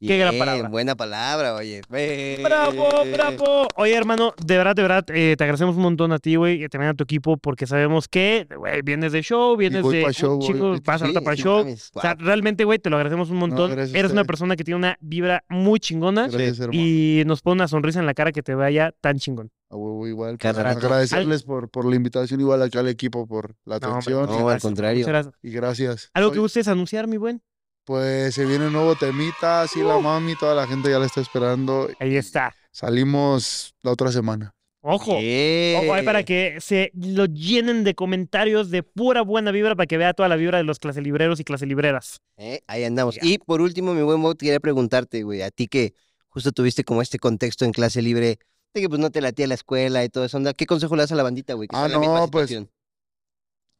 Speaker 1: Qué gran palabra.
Speaker 2: Buena palabra, oye. Eh.
Speaker 1: ¡Bravo, bravo! Oye, hermano, de verdad, de verdad, eh, te agradecemos un montón a ti, güey, y también a tu equipo, porque sabemos que, güey, vienes de show, vienes
Speaker 3: voy
Speaker 1: de
Speaker 3: pa' show,
Speaker 1: un
Speaker 3: voy,
Speaker 1: chico,
Speaker 3: ahorita.
Speaker 1: vas harta
Speaker 2: Sí,
Speaker 1: para
Speaker 2: sí,
Speaker 1: show.
Speaker 2: mames,
Speaker 1: O sea,
Speaker 2: guau.
Speaker 1: realmente, güey, te lo agradecemos un montón.
Speaker 3: gracias a
Speaker 1: Eres una
Speaker 3: ustedes.
Speaker 1: persona que tiene una vibra muy chingona
Speaker 3: Gracias, hermano.
Speaker 1: y nos pone una sonrisa en la cara que te vaya tan chingón.
Speaker 3: A huevo, igual. pues,
Speaker 2: Cada rato.
Speaker 3: agradecerles por, por la invitación, igual acá al equipo por la
Speaker 1: No, hombre,
Speaker 3: atención.
Speaker 1: muchas
Speaker 2: No, al
Speaker 1: gracias,
Speaker 2: contrario.
Speaker 1: muchas gracias.
Speaker 3: y gracias.
Speaker 1: Algo
Speaker 3: Soy-
Speaker 1: que gustes anunciar, mi buen.
Speaker 3: Pues se viene un nuevo temita, sí,
Speaker 1: Uh.
Speaker 3: la mami, toda la gente ya la está esperando.
Speaker 1: Ahí está.
Speaker 3: Salimos la otra semana.
Speaker 1: Ojo. Ojo ahí para que se lo llenen de comentarios de pura buena vibra para que vea toda la vibra de los claselibreros y claselibreras.
Speaker 2: Eh, Ahí andamos. Y por último, mi buen Bob, quería preguntarte, güey, a ti que justo tuviste como este contexto en clase libre de que pues no te latía la escuela y todo eso, onda, ¿qué consejo le das a la bandita, güey? que está
Speaker 3: Ah,
Speaker 2: en la misma
Speaker 3: no, pues,
Speaker 2: situación?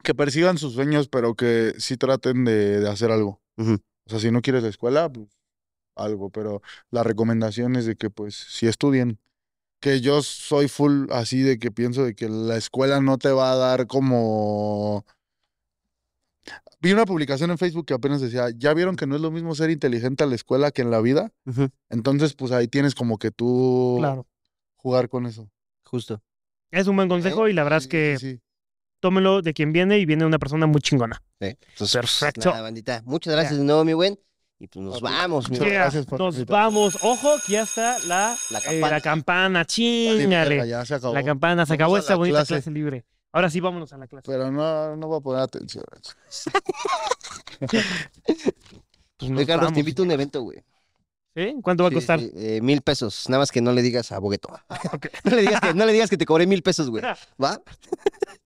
Speaker 3: Que persigan sus sueños, pero que sí traten de, de hacer algo.
Speaker 2: Ujú.
Speaker 3: O sea, si no quieres la escuela, pues algo, pero la recomendación es de que pues si estudien. Que yo soy full así de que pienso de que la escuela no te va a dar como... Vi una publicación en Facebook que apenas decía, ¿ya vieron que no es lo mismo ser inteligente en la escuela que en la vida?
Speaker 2: Ujú,
Speaker 3: Entonces, pues ahí tienes como que tú
Speaker 1: Claro.
Speaker 3: jugar con eso.
Speaker 2: Justo.
Speaker 1: Es un buen consejo y la verdad es que
Speaker 3: Sí, sí.
Speaker 1: tómelo de quien viene y viene una persona muy chingona.
Speaker 2: Eh, entonces, pues,
Speaker 1: Perfecto.
Speaker 2: nada, bandita. Muchas gracias de nuevo, mi buen. Y pues nos vamos, mi
Speaker 3: Muchas
Speaker 1: Yeah,
Speaker 2: buen.
Speaker 3: gracias por la
Speaker 1: Nos
Speaker 3: invitación.
Speaker 1: vamos. Ojo que ya está la,
Speaker 2: La
Speaker 1: eh,
Speaker 2: campana.
Speaker 1: la campana.
Speaker 3: Sí, verga,
Speaker 1: Chingale.
Speaker 3: ya se acabó.
Speaker 1: La campana. Se
Speaker 3: Vamos
Speaker 1: acabó
Speaker 3: a
Speaker 1: esta
Speaker 3: la
Speaker 1: bonita
Speaker 3: clase. Pues,
Speaker 1: clase libre. Ahora sí, vámonos a la clase.
Speaker 3: Pero no, no voy a poner atención.
Speaker 1: Pues
Speaker 2: Oye,
Speaker 1: nos
Speaker 2: Carlos,
Speaker 1: vamos.
Speaker 2: te invito a un evento, güey.
Speaker 1: ¿Sí? ¿Cuánto va a
Speaker 2: Sí,
Speaker 1: costar?
Speaker 2: sí, eh, mil
Speaker 1: [LAUGHS]
Speaker 2: pesos. [LAUGHS] Nada más que no le digas a Bogueto. no, le digas que, no le digas que te cobré mil pesos, güey. ¿Va?